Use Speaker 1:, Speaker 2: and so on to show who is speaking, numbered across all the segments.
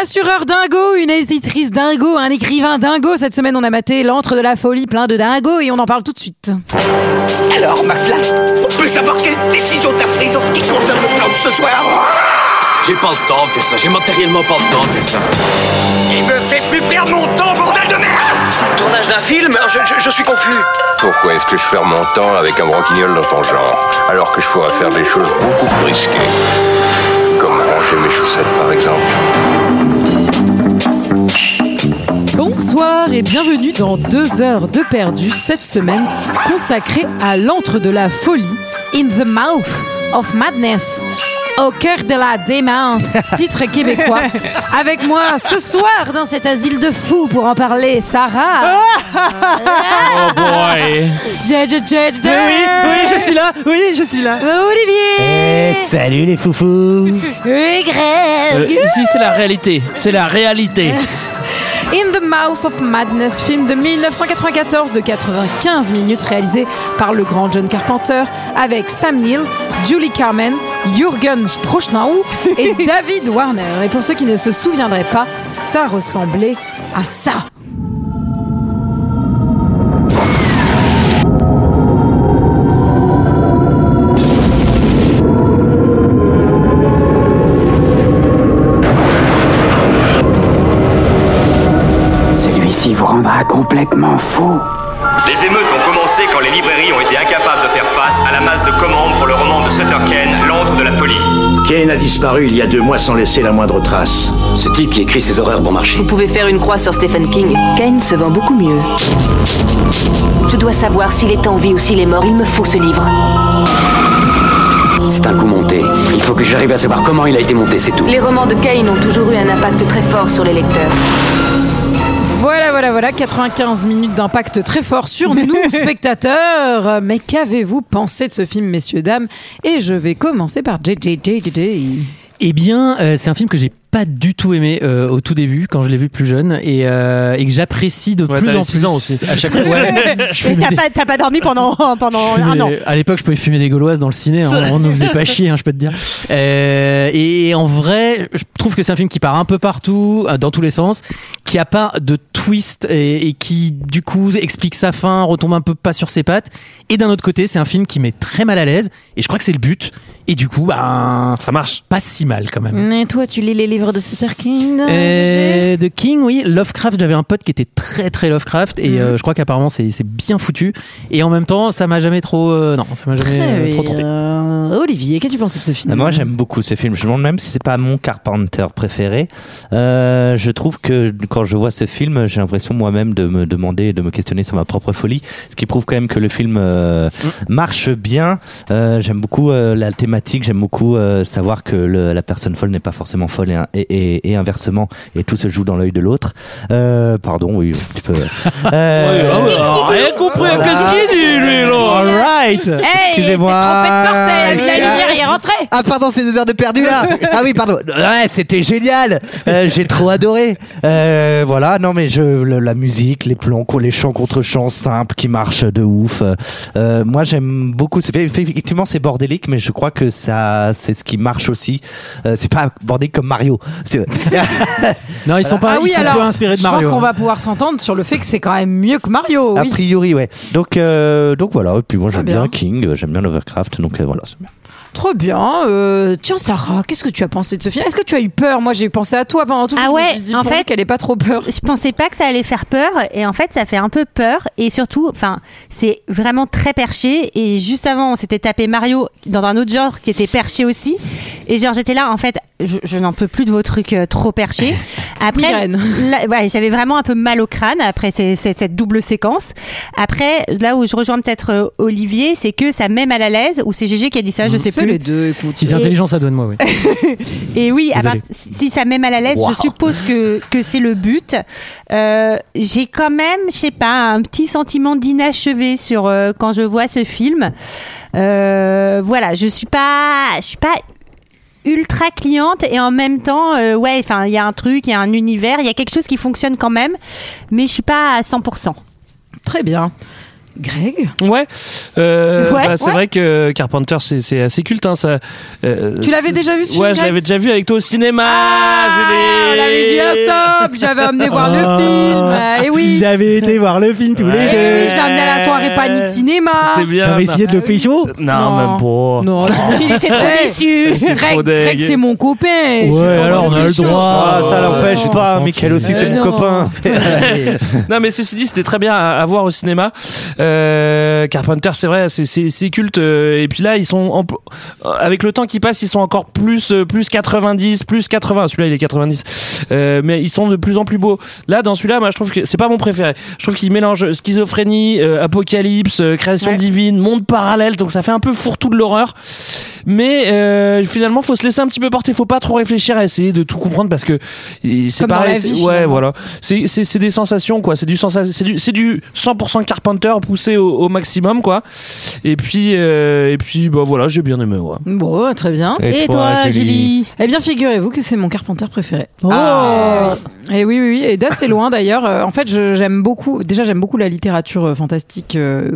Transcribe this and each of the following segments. Speaker 1: assureur dingo, une éditrice dingo, un écrivain dingo. Cette semaine, on a maté l'antre de la folie plein de dingos et on en parle tout de suite.
Speaker 2: Alors, McFly, on peut savoir quelle décision t'as prise en ce qui concerne le plan de ce soir
Speaker 3: J'ai pas le temps de faire ça, j'ai matériellement pas le temps de faire ça.
Speaker 2: Il me fait plus perdre mon temps, bordel de merde
Speaker 4: Tournage d'un film je, je- je suis confus.
Speaker 5: Pourquoi est-ce que je perds mon temps avec un broquignol dans ton genre Alors que je pourrais faire des choses beaucoup plus risquées. Comme ranger mes chaussettes par exemple.
Speaker 1: Bonsoir et bienvenue dans deux heures de perdu cette semaine consacrée à l'antre de la folie, in the mouth of madness, au cœur de la démence, titre québécois. Avec moi ce soir dans cet asile de fous pour en parler, Sarah.
Speaker 6: Oh boy!
Speaker 1: Jay, Jay, Jay, Jay.
Speaker 7: suis là, oui, je suis là.
Speaker 1: Olivier.
Speaker 7: Eh, salut les foufous.
Speaker 1: Et
Speaker 6: Euh,
Speaker 1: Greg.
Speaker 6: ici, c'est la réalité. C'est la réalité.
Speaker 1: In the Mouth of Madness, film de 1994 de 95 minutes réalisé par le grand John Carpenter avec Sam Neill, Julie Carmen, Jürgen Sproschnau et David Warner. Et pour ceux qui ne se souviendraient pas, ça ressemblait à ça.
Speaker 8: Celui-ci vous rendra complètement fou.
Speaker 9: Les émeutes ont commencé quand les librairies ont été incapables de faire face à la masse de commandes pour le roman de Sutter Kane, L'antre de la folie.
Speaker 2: Kane a disparu il y a deux mois sans laisser la moindre trace.
Speaker 4: Ce type qui écrit ses horreurs bon marché.
Speaker 10: Vous pouvez faire une croix sur Stephen King. Kane se vend beaucoup mieux. Je dois savoir s'il est en vie ou s'il est mort. Il me faut ce livre.
Speaker 4: C'est un coup monté. Il faut que j'arrive à savoir comment il a été monté, c'est tout.
Speaker 10: Les romans de Kane ont toujours eu un impact très fort sur les lecteurs.
Speaker 1: Voilà, voilà, voilà, 95 minutes d'impact très fort sur nous, spectateurs. Mais qu'avez-vous pensé de ce film, messieurs, dames Et je vais commencer par JJJJJ.
Speaker 7: Eh bien, euh, c'est un film que j'ai pas du tout aimé euh, au tout début quand je l'ai vu plus jeune et, euh, et que j'apprécie de
Speaker 6: Ouais,
Speaker 7: plus
Speaker 6: t'avais
Speaker 7: en
Speaker 6: six
Speaker 7: plus
Speaker 6: ans aussi.
Speaker 7: à chaque fois. Ouais, je
Speaker 11: Mais
Speaker 7: fumais
Speaker 11: t'as
Speaker 7: des-
Speaker 11: pas, t'as pas dormi pendant, pendant
Speaker 1: Ah
Speaker 7: je fumais
Speaker 11: un an.
Speaker 7: des- À l'époque, je pouvais fumer des gauloises dans le ciné. hein, on nous faisait pas chier, hein, je peux te dire. Euh, et, et en vrai, je trouve que c'est un film qui part un peu partout, euh, dans tous les sens, qui a pas de twist et, et qui, du coup, explique sa fin, retombe un peu pas sur ses pattes. Et d'un autre côté, c'est un film qui met très mal à l'aise. Et je crois que c'est le but. Et du coup, ben,
Speaker 6: Ça marche.
Speaker 7: pas si mal quand même.
Speaker 1: Et toi, tu lis les livres de Sutter King hein,
Speaker 7: Euh, The King, oui. Lovecraft, j'avais un pote qui était très très Lovecraft
Speaker 6: Mm.
Speaker 7: et euh, je crois qu'apparemment c'est c'est bien foutu. Et en même temps, ça m'a jamais trop. euh, non, ça m'a jamais
Speaker 1: Très
Speaker 7: euh,
Speaker 1: bien. Euh,
Speaker 7: trop Ah tenté.
Speaker 1: Olivier, qu'as-tu pensé de ce film
Speaker 12: Moi, j'aime beaucoup ce film. Je me demande même si c'est pas mon Carpenter préféré. Euh, je trouve que quand je vois ce film, j'ai l'impression moi-même de me demander et de me questionner sur ma propre folie. Ce qui prouve quand même que le film euh, marche bien. Euh, j'aime beaucoup euh, la thématique. J'aime beaucoup euh, savoir que le- la personne folle n'est pas forcément folle et, et- et- et inversement. Et tout se joue dans l'œil de l'autre. Euh, pardon, oui, un petit peu. Euh,
Speaker 7: bah,
Speaker 6: Rien compris. Qu'est-ce qu'il dit, lui, là?
Speaker 7: All right. Excusez-moi.
Speaker 1: est rentrée
Speaker 12: Ah pardon, c'est deux heures de perdu là. Ah oui, pardon. Ouais, c'était génial. Euh, J'ai trop adoré. Euh, voilà, non mais je le- la musique, les plans, co- les chants contre chants simples qui marchent de ouf. Euh, moi, j'aime beaucoup. C'est effectivement c'est bordélique, mais je crois que ça c'est ce qui marche aussi. Euh, c'est pas bordélique comme Mario. C'est-
Speaker 7: Non, ils sont pas.
Speaker 1: Ah oui,
Speaker 7: ils sont
Speaker 1: alors,
Speaker 7: peu inspirés de Mario.
Speaker 1: Je pense qu'on
Speaker 7: hein.
Speaker 1: va pouvoir s'entendre sur le fait que c'est quand même mieux que Mario.
Speaker 12: A
Speaker 1: oui.
Speaker 12: priori, ouais. Donc euh, donc voilà. Et puis moi j'aime
Speaker 1: bien.
Speaker 12: bien. King, euh, j'aime bien Lovecraft. Donc euh, voilà. c'est bien.
Speaker 1: Trop bien. Euh, tiens, Sarah, qu'est-ce que tu as pensé de ce film Est-ce que tu as eu peur Moi, j'ai pensé à toi pendant tout le
Speaker 11: Ah
Speaker 1: film. Je me
Speaker 11: ouais,
Speaker 1: suis dit,
Speaker 11: en
Speaker 1: pourvu
Speaker 11: fait-
Speaker 1: qu'elle ait pas trop peur.
Speaker 11: Je pensais pas que ça allait faire peur et en fait ça fait un peu peur et surtout enfin c'est vraiment très perché et juste avant on s'était tapé Mario dans un autre genre qui était perché aussi et genre j'étais là en fait je, je n'en peux plus de vos trucs euh, trop perchés après
Speaker 1: Migraine.
Speaker 11: là, ouais, j'avais vraiment un peu mal au crâne après ces- ces- cette double séquence après là où je rejoins peut-être euh, Olivier c'est que ça m'aime mal à l'aise ou c'est Gégé qui a dit ça je sais
Speaker 1: Mmh. C'est
Speaker 11: plus
Speaker 1: les deux, écoute.
Speaker 7: hein. Si c'est
Speaker 11: Et-
Speaker 7: intelligent, ça donne moi. Oui.
Speaker 11: et oui, à part-
Speaker 7: Désolé.
Speaker 11: si ça met mal à l'aise,
Speaker 12: Wow.
Speaker 11: je suppose que, que c'est le but. Euh, J'ai quand même, je sais pas, un petit sentiment d'inachevé sur euh, quand je vois ce film. Euh, voilà, je suis pas, je suis pas ultra cliente et en même temps, euh, ouais, enfin, il y a un truc, il y a un univers, il y a quelque chose qui fonctionne quand même, mais je suis pas à 100%.
Speaker 1: Très bien. Greg,
Speaker 6: Ouais. Euh,
Speaker 11: Ouais,
Speaker 6: bah, c'est
Speaker 11: ouais.
Speaker 6: vrai que Carpenter, c'est c'est assez culte. Hein, ça, Euh,
Speaker 1: Tu l'avais
Speaker 6: c'est-
Speaker 1: déjà vu, ce film,
Speaker 6: Ouais, je
Speaker 1: Greg
Speaker 6: l'avais déjà vu avec toi au cinéma.
Speaker 1: Ah,
Speaker 6: je l'ai-
Speaker 1: on l'avait vu bien simple, j'avais emmené voir le film. Ah, Et oui.
Speaker 7: Ils avaient Oh. été voir le film tous les
Speaker 1: Eh
Speaker 7: deux.
Speaker 1: oui, je l'ai emmené à la soirée Panique Cinéma.
Speaker 11: C'était bien.
Speaker 7: Ah. T'avais essayé de le pécho
Speaker 11: Non, même pas.
Speaker 1: Non, il était trop déçu.
Speaker 11: J'étais
Speaker 1: Greg,
Speaker 11: trop deg.
Speaker 1: Greg, c'est mon copain. Je
Speaker 7: Ouais,
Speaker 1: vais
Speaker 7: alors
Speaker 1: pas
Speaker 7: on a le
Speaker 1: méchant.
Speaker 7: droit.
Speaker 2: Ah, ça l'empêche
Speaker 7: Oh,
Speaker 2: pas,
Speaker 7: senti.
Speaker 2: Michael aussi, c'est
Speaker 1: Mais
Speaker 2: mon
Speaker 1: non.
Speaker 2: copain.
Speaker 11: non mais ceci dit c'était très bien à, à voir au cinéma Euh, Carpenter c'est vrai c'est- c'est c'est culte euh, et puis là ils sont en- euh, avec le temps qui passe ils sont encore plus euh, plus 90 plus 80 celui-là il est 90 Euh, mais ils sont de plus en plus beaux là dans celui-là moi je trouve que c'est pas mon préféré je trouve qu'il mélange schizophrénie euh, apocalypse euh, création divine monde parallèle donc ça fait un peu fourre-tout de l'horreur mais euh, finalement faut se laisser un petit peu porter faut pas trop réfléchir à essayer de tout comprendre parce que et c'est
Speaker 1: Comme dans
Speaker 11: pareil
Speaker 1: la vie,
Speaker 11: c'est- ouais
Speaker 1: finalement.
Speaker 11: voilà c'est c'est- c'est des sensations quoi c'est du sensa- c'est du c'est du 100% Carpenter poussé au, au maximum quoi et puis euh, et puis bah voilà j'ai bien aimé ouais.
Speaker 1: Bon, très bien.
Speaker 11: Et Et toi, toi, Julie Julie
Speaker 1: Eh bien, figurez-vous que c'est mon Carpenter préféré. Oh Et oui, oui, oui. Et d'assez loin d'ailleurs. Euh, En fait, je- j'aime beaucoup. Déjà, j'aime beaucoup la littérature euh, fantastique. euh,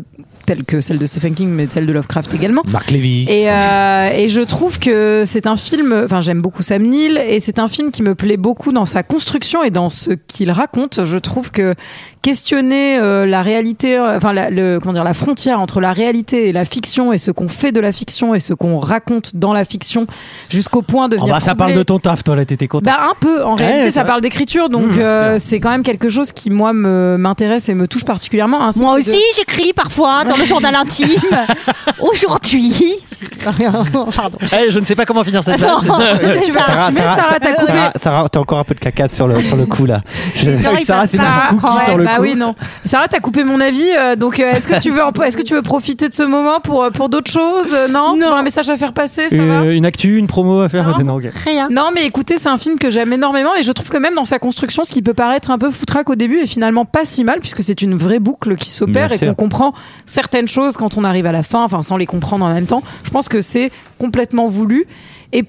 Speaker 1: telle que celle de Stephen King, mais celle de Lovecraft également.
Speaker 2: Marc Lévy.
Speaker 1: Et, euh, et je trouve que c'est un film, enfin j'aime beaucoup Sam Neill, et c'est un film qui me plaît beaucoup dans sa construction et dans ce qu'il raconte. Je trouve que questionner euh, la réalité, euh, enfin la, le, comment dire, la frontière entre la réalité et la fiction, et ce qu'on fait de la fiction et ce qu'on raconte dans la fiction, jusqu'au point de
Speaker 7: Oh,
Speaker 1: venir
Speaker 7: bah, ça parle
Speaker 1: combler-
Speaker 7: de ton taf, toi, là, t'étais content.
Speaker 1: bah, un peu. En
Speaker 7: Ouais,
Speaker 1: réalité,
Speaker 7: ouais,
Speaker 1: ça
Speaker 7: c'est
Speaker 1: parle d'écriture, donc
Speaker 7: Mmh,
Speaker 1: euh,
Speaker 7: c'est vrai.
Speaker 1: c'est quand même quelque chose qui, moi, me- m'intéresse et me touche particulièrement. ainsi
Speaker 12: Moi
Speaker 1: que de-
Speaker 12: aussi, j'écris parfois dans le journal intime. Aujourd'hui. Pardon.
Speaker 7: Eh, je ne sais pas comment finir cette
Speaker 12: Non,
Speaker 7: phrase. c'est ça
Speaker 1: tu vas assumer, Sarah, t'as coupé.
Speaker 2: Sarah, Sarah, t'as encore un peu de cacasse sur le, sur le coup là. Je-
Speaker 1: Sorry,
Speaker 2: Sarah, c'est
Speaker 1: Sarah.
Speaker 2: ma cookie
Speaker 1: Ouais,
Speaker 2: sur le
Speaker 1: bah
Speaker 2: coup.
Speaker 1: oui, non. Sarah, t'as coupé mon avis. euh, donc, euh, est-ce que tu veux, en- est-ce que tu veux profiter de ce moment pour euh, pour d'autres choses euh, Non. Pour un message à faire passer, ça va
Speaker 7: Euh, une actu, une promo à faire maintenant. ok.
Speaker 12: Rien.
Speaker 1: Non, mais écoutez, c'est un film que j'aime énormément et je trouve que même dans sa construction, ce qui peut paraître un peu foutraque au début est finalement pas si mal puisque c'est une vraie boucle qui s'opère
Speaker 2: Bien
Speaker 1: et
Speaker 2: sûr.
Speaker 1: qu'on comprend certaines choses quand on arrive à la fin, enfin sans les comprendre en même temps. Je pense que c'est complètement voulu et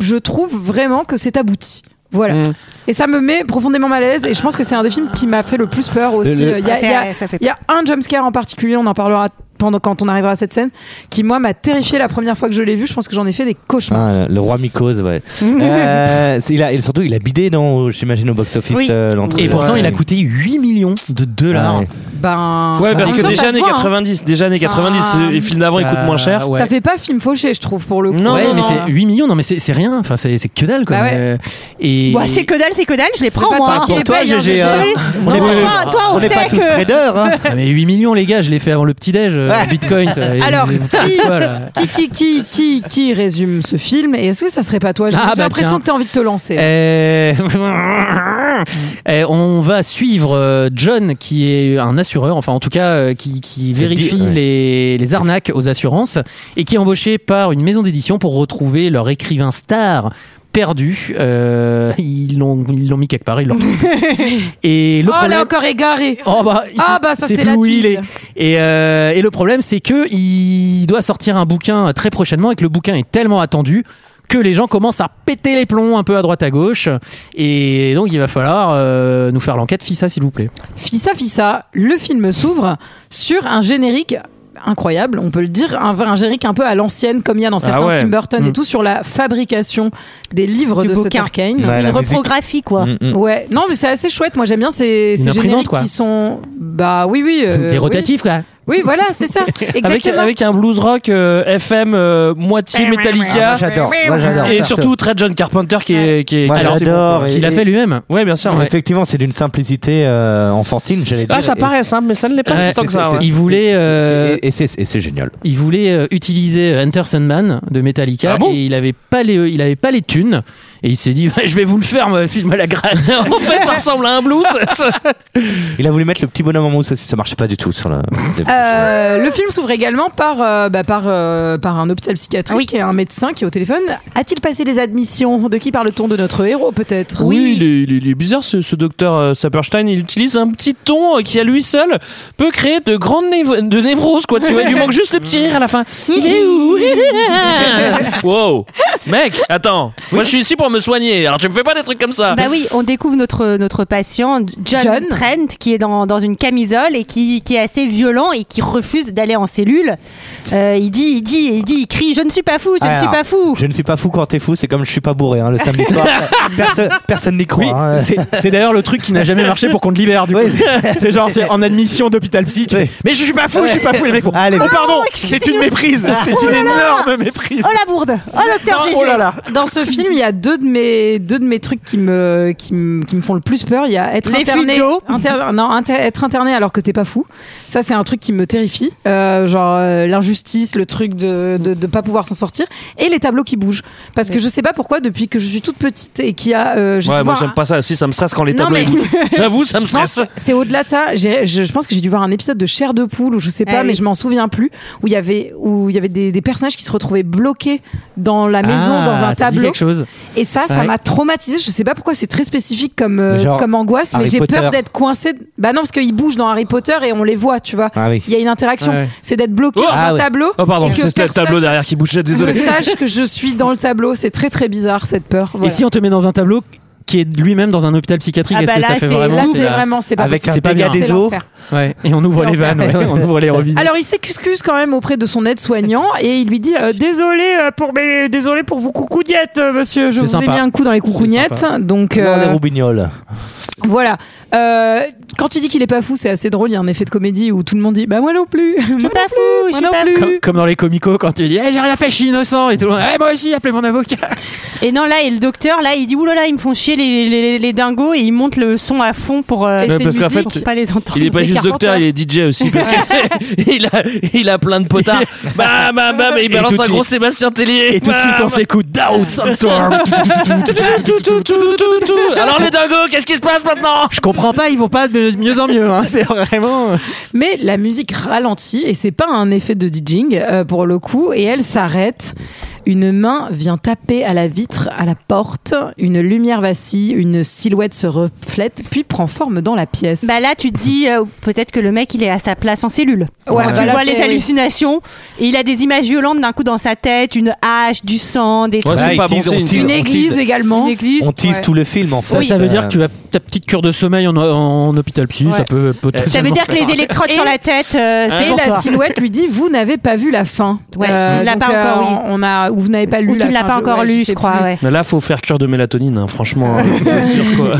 Speaker 1: je trouve vraiment que c'est abouti. Voilà.
Speaker 2: Mm.
Speaker 1: Et ça me met profondément mal à l'aise et je pense que c'est un des films qui m'a fait le plus peur aussi. Il
Speaker 2: Le-
Speaker 1: y, a- il y a- il y a un jumpscare en particulier, on en parlera pendant quand on arrivera à cette scène, qui moi m'a terrifié la première fois que je l'ai vu. Je pense que j'en ai fait des cauchemars.
Speaker 2: Ah, le roi mycose, ouais. Euh, c'est- il a, et surtout, il a bidé, non J'imagine au box-office
Speaker 1: Oui.
Speaker 2: euh, l'entrée.
Speaker 7: Et pourtant,
Speaker 2: Ouais. Ah
Speaker 7: il a coûté 8 millions de dollars.
Speaker 2: Ouais.
Speaker 1: Ben,
Speaker 11: Ouais,
Speaker 1: en
Speaker 11: parce
Speaker 1: même
Speaker 11: que
Speaker 1: temps,
Speaker 11: déjà
Speaker 1: ça se
Speaker 11: années
Speaker 1: voit, hein.
Speaker 11: 90, déjà années 90, euh, les films d'avant ils
Speaker 7: Ça-
Speaker 11: coûtent moins cher.
Speaker 7: ouais.
Speaker 1: Ça fait pas film fauché, je trouve, pour le coup.
Speaker 11: Non,
Speaker 7: ouais,
Speaker 2: Oh.
Speaker 11: non,
Speaker 7: mais
Speaker 11: non.
Speaker 7: c'est 8 millions, non, mais c'est c'est rien, enfin, c'est c'est que dalle quoi.
Speaker 1: Bah ouais.
Speaker 7: Euh, Et.
Speaker 12: Bah, c'est que dalle, c'est que dalle, je les prends
Speaker 1: pas
Speaker 12: moi.
Speaker 1: toi qui les paye, hein,
Speaker 7: GG, hein.
Speaker 1: GG.
Speaker 7: On
Speaker 12: Non,
Speaker 7: est
Speaker 12: mais
Speaker 7: pas-
Speaker 12: toi, toi, on,
Speaker 2: euh, On n'est
Speaker 12: sait
Speaker 2: pas tous
Speaker 12: que-
Speaker 2: traders, hein
Speaker 7: Ah, mais 8 millions, les gars, je l'ai fait avant le petit-déj, euh, en bitcoin. toi. Et
Speaker 1: Alors,
Speaker 7: vous- vous faites quoi, là
Speaker 1: qui, qui, qui, qui, qui résume ce film Et est-ce que ça serait pas toi J'ai
Speaker 7: Ah,
Speaker 1: j'ai
Speaker 7: bah,
Speaker 1: l'impression
Speaker 7: tiens.
Speaker 1: que t'as envie de te lancer.
Speaker 7: Euh, euh, on va suivre euh, John qui est un assureur, enfin en tout cas euh, qui, qui
Speaker 2: C'est
Speaker 7: vérifie
Speaker 2: bi- ouais.
Speaker 7: les, les arnaques aux assurances et qui est embauché par une maison d'édition pour retrouver leur écrivain star perdu. Euh, ils l'ont ils l'ont mis quelque part, ils l'ont retrouvé. Et le
Speaker 1: oh,
Speaker 7: problème...
Speaker 1: là encore égaré
Speaker 7: Oh bah, il
Speaker 1: Ah
Speaker 7: sait-
Speaker 1: bah, ça,
Speaker 7: sait
Speaker 1: c'est
Speaker 7: plus
Speaker 1: la
Speaker 7: où il
Speaker 1: tuile.
Speaker 7: est. Et, euh, et le problème c'est que il doit sortir un bouquin très prochainement et que le bouquin est tellement attendu que les gens commencent à péter les plombs un peu à droite à gauche et donc il va falloir euh, nous faire l'enquête Fissa s'il vous plaît.
Speaker 1: Fissa Fissa, le film s'ouvre sur un générique incroyable, on peut le dire, un, un générique un peu à l'ancienne, comme il y a dans certains
Speaker 11: ouais.
Speaker 1: Tim Burton et tout, sur la fabrication des livres
Speaker 12: Du
Speaker 1: de cet
Speaker 12: bouquin.
Speaker 1: arcane.
Speaker 2: Ouais,
Speaker 12: Une
Speaker 2: la musique.
Speaker 12: reprographie, quoi.
Speaker 2: Mm, mm.
Speaker 1: Ouais, non mais c'est assez chouette. Moi j'aime bien ces,
Speaker 7: Une
Speaker 1: ces
Speaker 7: imprimante,
Speaker 1: génériques
Speaker 7: quoi.
Speaker 1: qui sont bah oui oui euh,
Speaker 7: Des
Speaker 1: oui.
Speaker 7: rotatifs quoi.
Speaker 1: Oui, voilà, c'est ça.
Speaker 11: Avec,
Speaker 1: Exactement.
Speaker 11: avec un blues rock euh, FM euh, moitié
Speaker 2: Ah,
Speaker 11: Metallica
Speaker 2: moi, j'adore. Moi, j'adore.
Speaker 11: et surtout très John Carpenter qui est qui est
Speaker 2: Moi,
Speaker 11: qui est assez
Speaker 2: j'adore.
Speaker 11: bon,
Speaker 2: Et-
Speaker 7: Qu'il a fait lui-même.
Speaker 11: quoi. Ouais, bien sûr.
Speaker 2: Non, mais
Speaker 11: ouais.
Speaker 2: Effectivement, c'est d'une simplicité euh, enfantine, j'allais dire.
Speaker 11: Ah, ça
Speaker 2: Et-
Speaker 11: paraît simple, mais ça ne l'est pas
Speaker 7: Ouais,
Speaker 11: tant que
Speaker 2: c'est-
Speaker 11: ça.
Speaker 2: c'est-
Speaker 11: ouais.
Speaker 7: Il voulait,
Speaker 2: c'est- c'est-
Speaker 7: euh,
Speaker 2: Et c'est et c'est génial.
Speaker 7: Il voulait euh, utiliser Enter Sandman de Metallica
Speaker 11: Ah bon
Speaker 7: et il avait pas les il avait pas les thunes et il s'est dit je vais vous le faire moi, film à la gratte.
Speaker 11: en fait, ça ressemble à un blues.
Speaker 2: Il a voulu mettre le petit bonhomme en mousse aussi, ça marchait pas du tout sur la.
Speaker 1: Euh, le film s'ouvre également par, euh, bah, par, euh, par un hôpital psychiatrique
Speaker 12: Ah
Speaker 1: et un médecin qui est au téléphone. A-t-il passé les admissions De qui parle-t-on De notre héros peut-être
Speaker 11: il est, il est- il est bizarre ce, ce docteur euh, Saperstein. Il utilise un petit ton euh, qui à lui seul peut créer de grandes név- de névroses quoi. Tu vois, il lui manque juste le petit rire à la fin. Il est où Wow, mec, attends. Moi je suis ici pour me soigner. Alors tu me fais pas des trucs comme ça.
Speaker 12: Bah oui, on découvre notre, notre patient, John,
Speaker 11: John.
Speaker 12: Trent, qui est dans, dans une camisole et qui, qui est assez violent et qui refuse d'aller en cellule. Euh, il dit, il dit, il dit, il crie, je ne suis pas fou, je ne
Speaker 2: Alors,
Speaker 12: suis pas fou.
Speaker 2: Je ne suis pas fou quand t'es fou, c'est comme je suis pas bourré hein, le samedi soir. Personne- Personne n'y croit. hein.
Speaker 7: C'est c'est d'ailleurs le truc qui n'a jamais marché pour qu'on te libère. Du coup. C'est genre c'est en admission d'hôpital psy. tu fais, Mais je suis pas fou, je suis pas fou. Les mecs font,
Speaker 2: Allez,
Speaker 7: oh,
Speaker 2: vas-y.
Speaker 1: Ah,
Speaker 7: pardon, c'est une méprise,
Speaker 1: oh
Speaker 7: c'est une énorme méprise.
Speaker 12: Oh la bourde Oh docteur
Speaker 7: Oh
Speaker 12: GG
Speaker 7: là là.
Speaker 1: Dans ce film, il y a deux de mes deux de mes trucs qui me qui me, qui me font le plus peur. Il y a être
Speaker 12: Les
Speaker 1: interné,
Speaker 12: fuites d'eau.
Speaker 1: inter- non, inter- être interné alors que t'es pas fou. Ça, c'est un truc qui me terrifie. Euh, genre euh, l'injustice, le truc de, de de pas pouvoir s'en sortir et les tableaux qui bougent. Parce que je sais pas pourquoi depuis que je suis toute petite et qu'il y a euh, j'ai dû
Speaker 11: Ouais, moi
Speaker 1: voir
Speaker 11: j'aime pas ça aussi, ça me stresse quand les
Speaker 1: Non,
Speaker 11: tableaux
Speaker 1: mais-
Speaker 11: ils bougent. J'avoue, ça me
Speaker 1: Je pense-
Speaker 11: stresse.
Speaker 1: C'est au-delà de ça. J'ai- Je, je pense que j'ai dû voir un épisode de Chair de poule ou je sais pas,
Speaker 12: Ah oui.
Speaker 1: mais je m'en souviens plus où il y avait où il y avait des, des personnages qui se retrouvaient bloqués dans la maison,
Speaker 7: Ah,
Speaker 1: dans un
Speaker 7: ça dit
Speaker 1: tableau.
Speaker 7: quelque chose.
Speaker 1: Et ça, ça
Speaker 7: Ouais.
Speaker 1: m'a traumatisé. Je sais pas pourquoi c'est très spécifique comme euh,
Speaker 2: Genre
Speaker 1: comme angoisse, mais
Speaker 2: Harry
Speaker 1: j'ai
Speaker 2: Potter.
Speaker 1: peur d'être coincé. Bah non, parce qu'ils bougent dans Harry Potter et on les voit, tu vois.
Speaker 2: Ah oui.
Speaker 1: Il y a une interaction.
Speaker 2: Ouais.
Speaker 1: C'est d'être bloqué
Speaker 11: Oh
Speaker 1: dans
Speaker 11: Ah
Speaker 1: un
Speaker 11: ouais.
Speaker 1: tableau.
Speaker 11: Oh pardon,
Speaker 1: et que
Speaker 11: c'était le
Speaker 1: personne
Speaker 11: tableau derrière qui bougeait,
Speaker 1: ne
Speaker 11: désolé.
Speaker 1: sache que je suis dans le tableau. C'est très très bizarre cette peur.
Speaker 7: Et
Speaker 1: Voilà.
Speaker 7: si on te met dans un tableau qui est lui-même dans un hôpital psychiatrique,
Speaker 1: Ah
Speaker 7: est-ce
Speaker 1: bah
Speaker 7: que ça
Speaker 1: là,
Speaker 7: fait
Speaker 1: c'est-
Speaker 7: vraiment
Speaker 1: là,
Speaker 7: c'est
Speaker 1: c'est
Speaker 7: la-
Speaker 1: vraiment- c'est pas
Speaker 7: avec
Speaker 1: possible.
Speaker 7: un
Speaker 1: C'est pas
Speaker 7: dégât
Speaker 1: bien.
Speaker 7: des
Speaker 1: C'est
Speaker 7: eaux.
Speaker 1: l'enfer.
Speaker 7: Ouais. Et on ouvre
Speaker 1: C'est
Speaker 7: les vannes,
Speaker 1: l'enfer.
Speaker 7: ouais, on ouvre les robinets.
Speaker 1: Alors il s'excuse quand même auprès de son aide-soignant et il lui dit euh, désolé euh, pour mes désolé pour vos coucougnettes euh, monsieur je
Speaker 2: C'est
Speaker 1: vous ai
Speaker 2: sympa.
Speaker 1: mis un coup dans les coucougnettes
Speaker 2: C'est sympa.
Speaker 1: donc
Speaker 2: Non,
Speaker 1: euh,
Speaker 2: les roubignoles.
Speaker 1: voilà Euh, quand il dit qu'il est pas fou c'est assez drôle il y a un effet de comédie où tout le monde dit bah moi non plus je suis
Speaker 12: pas fou je suis pas
Speaker 1: plus
Speaker 7: Comme, comme dans les comicos quand tu dis Eh, j'ai rien fait, je suis innocent et tout le monde Eh, moi aussi appelez mon avocat
Speaker 12: Et non là, et le docteur là, il dit oulala, ils me font chier les, les, les dingos et il monte le son à fond pour, euh,
Speaker 11: Ouais,
Speaker 12: pour
Speaker 11: parce qu'en fait,
Speaker 12: pour pas les entendre.
Speaker 11: Il est pas juste docteur, il est DJ aussi parce que il a il a plein de potards. Bam bam bam et il
Speaker 7: Et
Speaker 11: balance
Speaker 7: tout de
Speaker 11: un
Speaker 7: suite-
Speaker 11: gros Sébastien Tellier.
Speaker 7: Et tout de suite on
Speaker 11: Bam.
Speaker 7: s'écoute Doubt Sandstorm
Speaker 11: Tout, tout, tout, tout, tout, tout. Alors les dingos, qu'est-ce qui se passe maintenant
Speaker 7: Je comprends pas, ils vont pas de mieux en mieux, hein, c'est vraiment.
Speaker 1: mais la musique ralentit et c'est pas un effet de DJing euh, pour le coup et elle s'arrête une main vient taper à la vitre, à la porte, une lumière vacille, une silhouette se reflète, puis prend forme dans la pièce.
Speaker 12: Bah là, tu te dis euh, peut-être que le mec il est à sa place en cellule.
Speaker 1: Ouais,
Speaker 12: tu
Speaker 1: bah là,
Speaker 12: vois
Speaker 1: c'est-
Speaker 12: les hallucinations et il a des images violentes d'un coup dans sa tête, une hache, du sang, des trucs.
Speaker 2: c'est Ouais, pas ils bon, disent, c'est on une- tire,
Speaker 1: Une
Speaker 2: on
Speaker 1: église
Speaker 2: tease.
Speaker 1: également.
Speaker 12: Une église.
Speaker 2: On tease
Speaker 1: Ouais.
Speaker 2: tout le film en fait.
Speaker 7: Ça, ça veut dire que tu
Speaker 2: Euh,
Speaker 7: as ta petite cure de sommeil en, en hôpital psy,
Speaker 1: Ouais.
Speaker 7: ça peut potentiellement.
Speaker 12: Ça veut dire que les électrodes
Speaker 1: Et-
Speaker 12: sur la tête, euh, c'est
Speaker 1: Et
Speaker 12: pour
Speaker 1: la
Speaker 12: toi.
Speaker 1: silhouette lui dit Vous n'avez pas vu la fin. Euh,
Speaker 12: Ouais, tu l'as
Speaker 1: donc,
Speaker 12: pas encore, oui.
Speaker 1: on a, ou vous n'avez pas lu
Speaker 12: Ou
Speaker 1: la
Speaker 12: tu ne l'as
Speaker 1: fin,
Speaker 12: pas encore
Speaker 1: ouais,
Speaker 12: lu,
Speaker 1: sais
Speaker 12: je crois.
Speaker 1: plus.
Speaker 12: Ouais.
Speaker 11: Mais Là, faut faire cure de mélatonine, hein, franchement. C'est sûr, quoi.